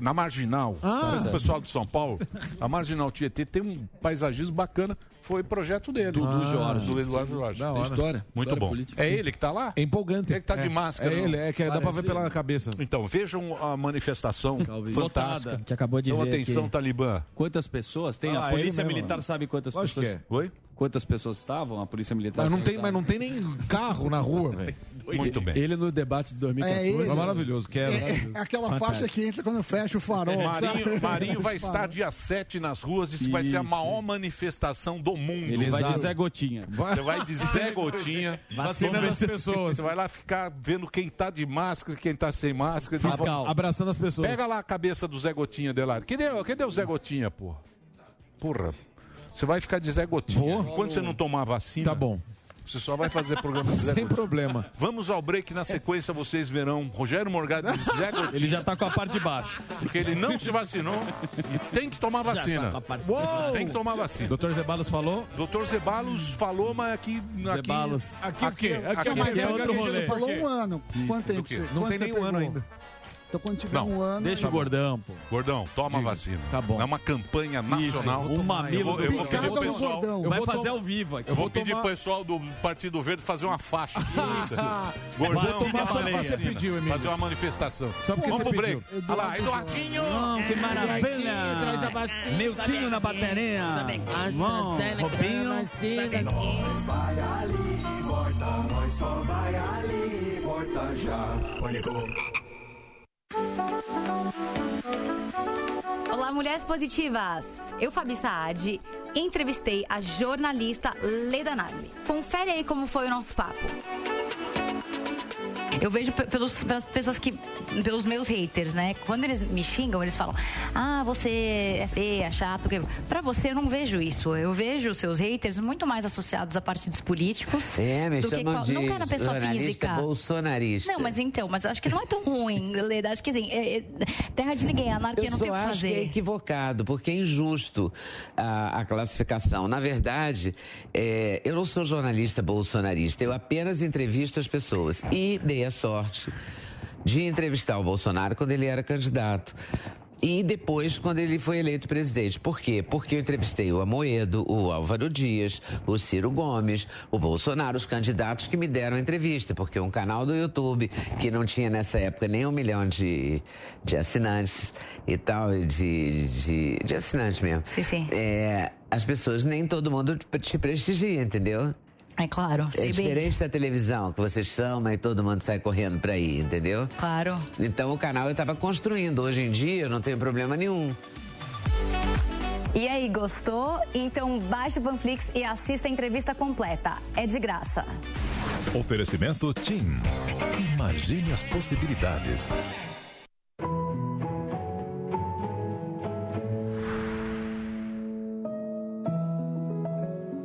na Marginal, tá
Ah.
o pessoal de São Paulo, a Marginal Tietê tem um paisagismo bacana, foi projeto dele.
Dudu
do
Jorge.
Do Eduardo Jorge.
Ah, Da hora. Tem história,
Muito
história
bom.
política.
É ele que tá lá?
É empolgante.
Ele que tá de
É.
máscara.
É
não?
ele, é que dá pra ver pela cabeça.
Então, vejam a manifestação fantástica.
Que acabou de
então,
ver
atenção,
aqui.
Talibã.
Quantas pessoas tem?
Ah,
a
ele
polícia
mesmo.
militar sabe quantas
Lógico
pessoas?
que é. Oi?
Quantas pessoas estavam? A polícia militar.
Mas não tem, mas não tem nem carro na
[laughs]
rua, velho.
Muito bem.
Ele no debate de 2014.
É, ele-
maravilhoso, que é,
É, é aquela faixa que entra quando fecha o farol.
É, Marinho,
sabe?
Marinho vai estar dia 7 nas ruas, isso vai ser a
Isso.
maior manifestação do mundo.
Ele vai
Exato.
de Zé Gotinha.
Você vai de Zé Gotinha.
Vacinando
Vamos ver
as
se-
pessoas.
Você vai lá ficar vendo quem tá de máscara, quem tá sem máscara.
Fiscal. Abraçando as pessoas.
Pega lá a cabeça do Zé Gotinha, Delário. Cadê, cadê o Zé Gotinha, porra? Porra. Você vai ficar de Zé Gotinha. Enquanto você não tomar a vacina. Tá
bom.
Você só vai fazer
[laughs]
programa de Zé
Sem
Gotinha.
problema.
Vamos ao break. Na sequência, vocês verão Rogério Morgado e
[laughs]
Zé Gotinha. Ele já tá com a parte de baixo. Porque ele não se vacinou e tem que
Já
tomar
tá
vacina.
com a parte de baixo.
Uou! Tem que tomar vacina.
Doutor Zebalos falou?
Doutor Zebalos falou, mas aqui... aqui
Zeballos.
Aqui, aqui, aqui,
é mais
é
velho
outro
que a gente
rolê.
falou um ano.
Isso.
Quanto
Do
tempo
quê?
você
Não
quanto
tem
você
nem um ano
pegou?
ainda.
Então quando tiver um ano...
Tá bom. Gordão, toma a vacina. Tá bom. Um É uma campanha nacional.
Isso, o mamilo
Eu vou- eu
do Gordão.
vou pedir pro
Picada do
pessoal.
Gordão.
eu
Vai
vou
fazer
tomar-
ao vivo aqui.
Eu vou
Vou
pedir pro
tomar-
pessoal do Partido Verde fazer uma faixa.
Isso.
Ah, Gordão,
Vacina
toma a
só porque
vacina.
você pediu, Emílio.
Fazer uma manifestação.
Só porque
Vamos
você
pro
pediu.
break. Olha lá, Eduardinho.
Não, que maravilha.
traz a
vacina.
Miltinho na bateria. João, Robinho.
Nós vai ali e volta, nós só vai ali e volta já. Pânico.
Olá, mulheres positivas! Eu, Fabi Saad, entrevistei a jornalista Leda Nagli. Confere aí como foi o nosso papo. Eu vejo pe- pelos, pelas pessoas que. pelos meus haters, né? Quando eles me xingam, eles falam: Ah, você é feia, chato. Que... Pra você, eu não vejo isso. Eu vejo os seus haters muito mais associados a partidos políticos.
É, me
do que
chamam
qual-
de
Não quero a pessoa
jornalista
física.
bolsonarista.
Não, mas então, mas acho que não é tão ruim, [laughs] Leda. Acho que assim, é- é- terra de ninguém, anarquia
eu
não
só
tem o que
acho que é
fazer.
equivocado, porque é injusto a, a classificação. Na verdade, é, eu não sou jornalista bolsonarista, eu apenas entrevisto as pessoas. E dei a sorte de entrevistar o Bolsonaro quando ele era candidato. E depois, quando ele foi eleito presidente. Por quê? Porque eu entrevistei o Amoedo, o Álvaro Dias, o Ciro Gomes, o Bolsonaro, os candidatos que me deram entrevista. Porque um canal do YouTube, que não tinha nessa época nem um milhão de, de assinantes e tal, e de, de, de assinantes mesmo. Sim, sim. as pessoas, nem todo mundo te prestigia, entendeu?
É claro,
É
sei bem.
diferente da televisão, que você chama e todo mundo sai correndo pra ir, entendeu?
Claro.
Então o canal eu tava construindo. Hoje em dia eu não tenho problema nenhum.
E aí, gostou? Então baixe o Panflix e assista a entrevista completa. É de graça.
Oferecimento TIM. Imagine as possibilidades.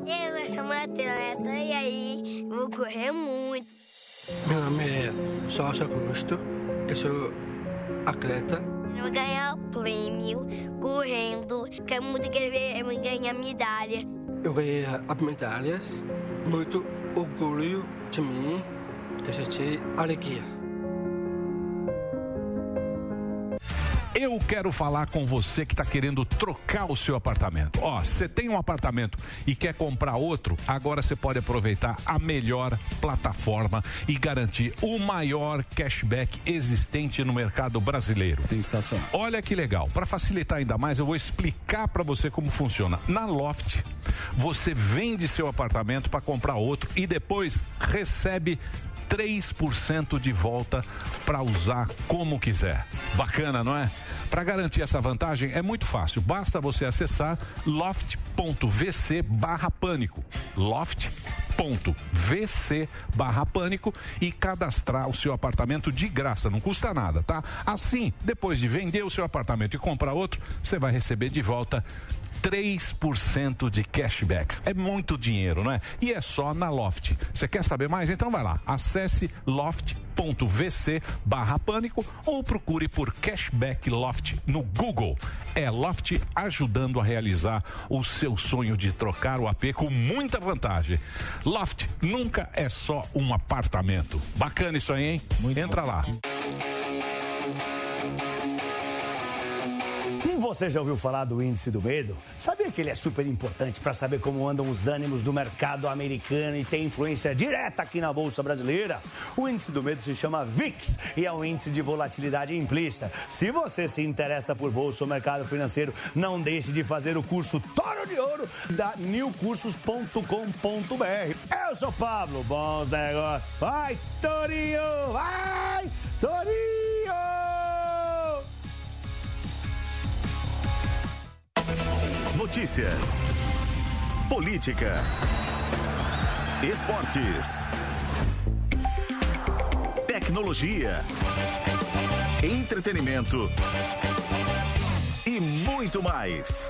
É, Eu sou uma atleta e aí vou correr muito.
Meu nome é Jorge Augusto, eu sou atleta.
Eu vou ganhar prêmio correndo. Quero muito querer ver eu ganhar medalha.
Eu ganhei as medalhas, muito orgulho de mim, eu senti alegria.
Eu quero falar com você que está querendo trocar o seu apartamento. Ó, você tem um apartamento e quer comprar outro, agora você pode aproveitar a melhor plataforma e garantir o maior cashback existente no mercado brasileiro.
Sensacional.
Olha que legal. Para facilitar ainda mais, eu vou explicar para você como funciona. Na Loft, você vende seu apartamento para comprar outro e depois recebe 3% de volta para usar como quiser. Bacana, não é? Para garantir essa vantagem é muito fácil. Basta você acessar loft.vc barra pânico. loft.vc barra pânico e cadastrar o seu apartamento de graça, não custa nada, tá? Assim, depois de vender o seu apartamento e comprar outro, você vai receber de volta 3% de cashbacks. É muito dinheiro, não é? E é só na Loft. Você quer saber mais? Então vai lá, acesse loft.vc barra pânico ou procure por Cashback Loft no Google. É Loft ajudando a realizar o seu sonho de trocar o AP com muita vantagem. Loft nunca é só um apartamento. Bacana isso aí, hein? Entra lá.
Hum, Você já ouviu falar do índice do medo? Sabia que ele é super importante para saber como andam os ânimos do mercado americano e tem influência direta aqui na Bolsa Brasileira? O índice do medo se chama VIX e é um índice de volatilidade implícita. Se você se interessa por bolsa ou mercado financeiro, não deixe de fazer o curso Toro de Ouro da newcursos.com.br. Eu sou Pablo, bons negócios. Vai, Torinho! Vai, Torinho!
Notícias. Política. Esportes. Tecnologia. Entretenimento. E muito mais.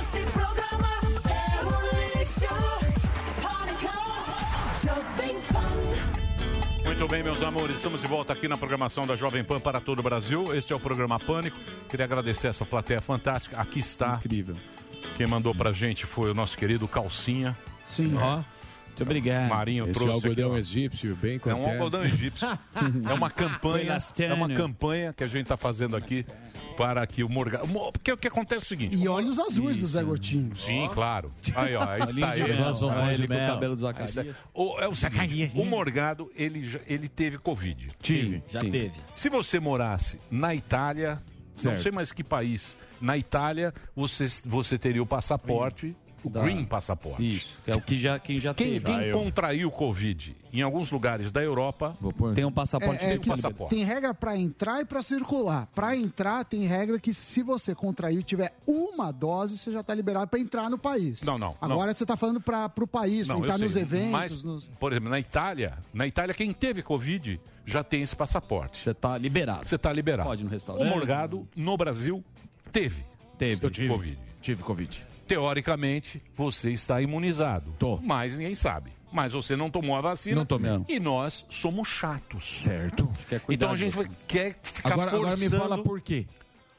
Esse programa é um lixo. Pânico, Jovem Pan.
Muito bem, meus amores, estamos de volta aqui na programação da Jovem Pan para todo o Brasil. Este é o programa Pânico. Queria agradecer essa plateia fantástica. Aqui está. Incrível. Quem mandou pra gente foi o nosso querido Calcinha.
Sim.
Muito obrigado. Marinho
Esse
trouxe.
algodão
aqui, ó.
egípcio, bem
É
contente.
um algodão
[laughs]
egípcio. É [laughs] uma
Foi
campanha.
elastano.
É uma campanha que a gente está fazendo aqui para que o Morgan. Mo- Porque o que acontece é o seguinte.
E olhos azuis do Zé Gotinho.
Sim, claro. Aí,
[laughs]
ó, aí
Lindo
está ele.
de Johnson,
Aí
Rose
ele com
Mel.
o cabelo do Zacarias. Aí está- O, é o seguinte, o Morgado, ele, já- ele teve Covid.
Tive, Sim, já sim. teve.
Se você morasse na Itália,
Certo.
não sei mais que país, na Itália, você, você teria o passaporte, o
Da-
green passaporte.
Isso, que é o que já, quem já
Quem,
teve.
quem
Ah, eu-
contraiu Covid em alguns lugares da Europa
Tem um passaporte.
tem um
É, que
passaporte.
Tem regra pra entrar e pra circular. Pra entrar, tem regra que se você contrair e tiver uma dose, você já tá liberado pra entrar no país.
Não, não,
Agora
não.
você tá falando pra, pro país, pra
Não, eu
entrar
sei,
nos eventos.
mas,
nos-
Por exemplo, na Itália, na Itália, quem teve Covid já tem esse passaporte. Você
está liberado.
Você está liberado.
Pode ir no
O
restaurante.
Morgado, no Brasil, teve.
Teve.
Eu tive Covid.
Tive Covid.
Teoricamente, você está imunizado. Tô. Mas ninguém sabe. Mas você não tomou a vacina.
Não tomei. Não.
E nós somos chatos.
Certo.
Então a gente
mesmo.
quer ficar
Agora- agora me
forçando-
fala por quê.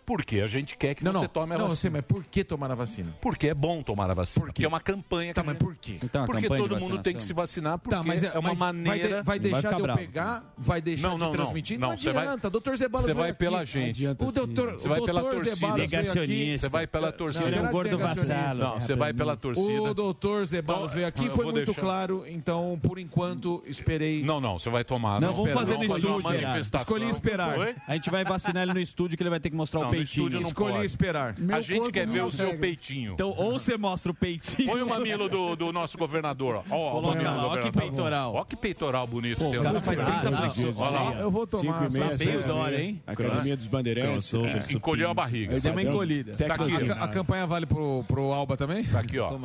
Porque a gente quer que
não,
você
não.
tome a
não, eu sei,
vacina.
mas por que tomar a vacina?
Porque é bom tomar a vacina. Porque é uma campanha. Tá, mas por
quê?
Então,
a
porque
campanha de
todo mundo tem
vacinação.
que se vacinar, porque
Tá, mas
é uma
mas vai de-
maneira...
Vai, deixar de eu pegar? Vai deixar
Não, não,
de
não.
transmitir? Não,
Não, você vai-
adianta. Doutor Zebalas
Você vai
aqui.
pela gente.
O doutor,
Você vai
o
pela
doutor
torcida.
Zebalas veio aqui.
Você vai pela torcida.
Não, não é negacionista.
Não, você vai pela torcida.
O doutor Zebalas veio aqui,
Então, eu
foi
vou
muito
deixar.
claro. Então, por enquanto, esperei.
Não, não, você vai tomar.
Não, vamos fazer no
uma
estúdio, cara.
manifestação.
Escolhi esperar.
Oi?
A gente vai vacinar ele no estúdio que ele vai ter que mostrar
Não,
o
no
peitinho.
estúdio não
Escolhi
pode.
esperar.
A gente quer ver o seu peitinho.
Então, ou você mostra o [laughs] peitinho.
Põe o mamilo do, do nosso governador. ó. Ó, o
Coloca
mamilo
lá,
do
ó que
governador. tá
peitoral.
Ó que peitoral bonito. tem
o cara
lá.
faz 30
Ah,
flexões.
ó lá.
Eu vou tomar,
Cinco e meia,
só meio
seis
dólar,
e meia.
hein?
Academia dos Bandeirantes.
É, encolheu a barriga.
Eu dei uma encolhida.
Tá aqui.
A, ca- a campanha vale pro, pro Alba também? Tá
aqui, ó. o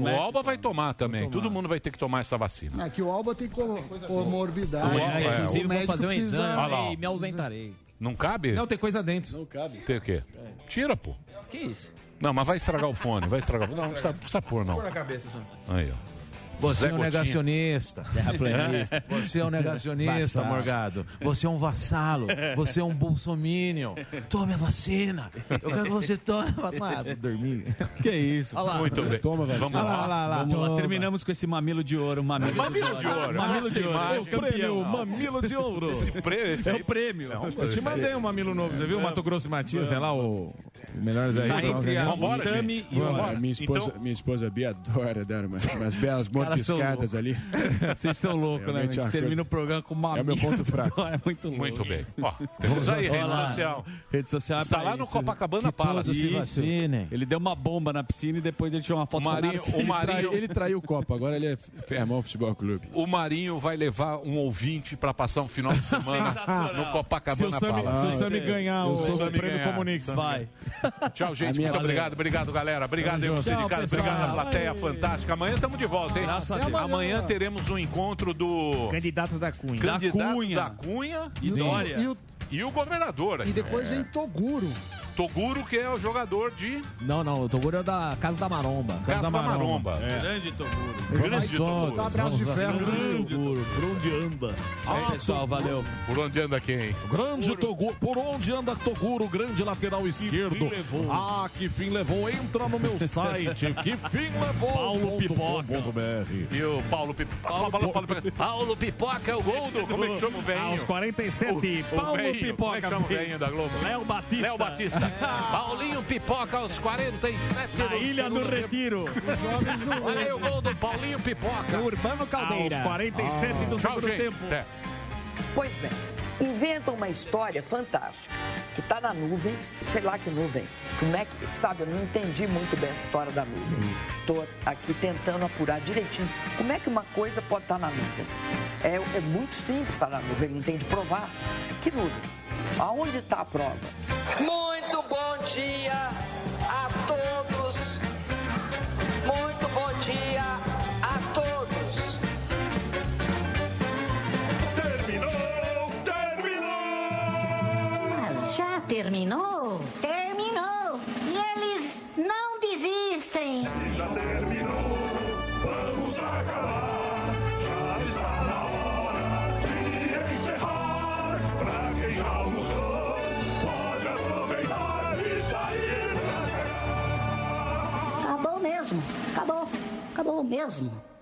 mexe,
Alba vai tomar também. Todo mundo vai ter que tomar essa vacina.
É que o Alba tem co- comorbidade.
O Alba, é,
O
inclusive, vou
médico
fazer um
precisa-
exame Olha lá, ó. e me
ausentarei.
Não cabe?
Não, tem coisa dentro. Não cabe.
Tem o quê? Tira, pô.
Que isso?
Não, mas vai estragar o fone. Vai estragar o fone. Não, não precisa, não precisa pôr, não.
Pôr na cabeça, senhor.
Aí, ó.
Você
Zé
é um
Gotinha.
negacionista.
[laughs] É.
Terraplanista.
Você é um negacionista,
Vassalo.
Morgado. Você é um vassalo. Você é um bolsominion. Tome a vacina. Eu quero que você tome. Ah, vou dormir.
Que isso?
Olha lá.
Muito bem.
Toma,
vacina.
Olha lá, olha lá.
Vamos lá,
Toma.
Terminamos com esse mamilo de ouro. Mamilo,
Mamilo de ouro.
Mamilo
Essa
de ouro.
imagem.
É o
Prêmio
campeão.
Mamilo de ouro.
Esse prêmio, esse
É
aí-
o prêmio.
Não,
Eu te mandei um mamilo novo, você viu? Mato Grosso e Matias, sei lá, o o melhor Zé.
Tá
então,
Ricardo.
entre a
Vambora,
Tami
gente.
e o
Vambora.
Amaro. minha esposa, minha esposa Bia adora dar umas, [laughs] umas belas
caras são
mordiscadas ali.
[laughs] Vocês são loucos, né? A
Realmente é
gente
uma
termina
coisa-
o programa com uma
É o meu
[laughs]
ponto fraco.
É muito louco.
Muito bem.
[laughs]
Ó, temos aí, rede
Olá.
social.
Rede social é
Está
pra
lá no
isso.
Copacabana
Que todos
Palace.
se
Isso.
vacinem. Ele deu uma bomba na piscina e depois ele tirou uma foto
O Marinho-
com
o Marinho-
Ele traiu o copo, agora ele é Fermão Futebol Clube.
O Marinho vai levar um ouvinte para passar um final de
[laughs]
semana no
Se o
Copacabana
Sami-
Palace.
se o Sami ganhar o- o prêmio Comunix.
Vai. Tchau,
A
gente.
minha
Muito
valeu.
obrigado. Obrigado, galera. Obrigado aí,
Tamo
você
junto.
de casa.
Tchau,
Obrigado à
pessoal.
plateia fantástica. Amanhã estamos de volta, hein?
Graças a Deus.
Amanhã Amanhã teremos um encontro do...
Candidato da Cunha.
Candidato da Cunha,
E o- e o-
E o governador.
E depois vem Toguro.
Toguro, que é o jogador de
Não, não, o Toguro é da Casa da Maromba.
Casa da Maromba.
Grande Toguro.
Grande Toguro.
Grande Toguro. Por onde anda?
Ah,
É pessoal, valeu.
Por onde anda quem?
Grande Toguro. Por onde anda Toguro, grande lateral esquerdo. Ah, que fim levou. Entra no meu site. que fim levou.
Paulo Pipoca. E o Paulo Pipoca. Paulo, Paulo, Paulo, Pipoca. Paulo Pipoca é o gol do. Como é que chama o velho?
Aos 47,
O- o
Paulo
velhinho.
Pipoca.
Como é que chama o velhinho da Globo?
Léo Batista.
Léo Batista. Paulinho Pipoca aos 47
Na Ilha do Retiro.
Olha aí o gol do Paulinho Pipoca.
Urbano Caldeira. Aos 47 do
Tchau,
segundo
gente.
tempo.
Até.
Pois bem, inventam uma história fantástica. que está na nuvem, sei lá que nuvem. Como é que, sabe, eu não entendi muito bem essa história da nuvem. Estou aqui tentando apurar direitinho. Como é que uma coisa pode estar na nuvem? É, é muito simples estar na nuvem, não tem de provar. Que nuvem? Aonde está a prova?
Muito bom dia a todos. Muito bom dia a todos.
Terminou, terminou!
Mas já terminou? Terminou! E eles não desistem!
Já terminou, vamos acabar. Já está na hora de encerrar. Pra quem já almoçou, pode aproveitar e sair pra cá.
Acabou mesmo! Acabou! Acabou mesmo!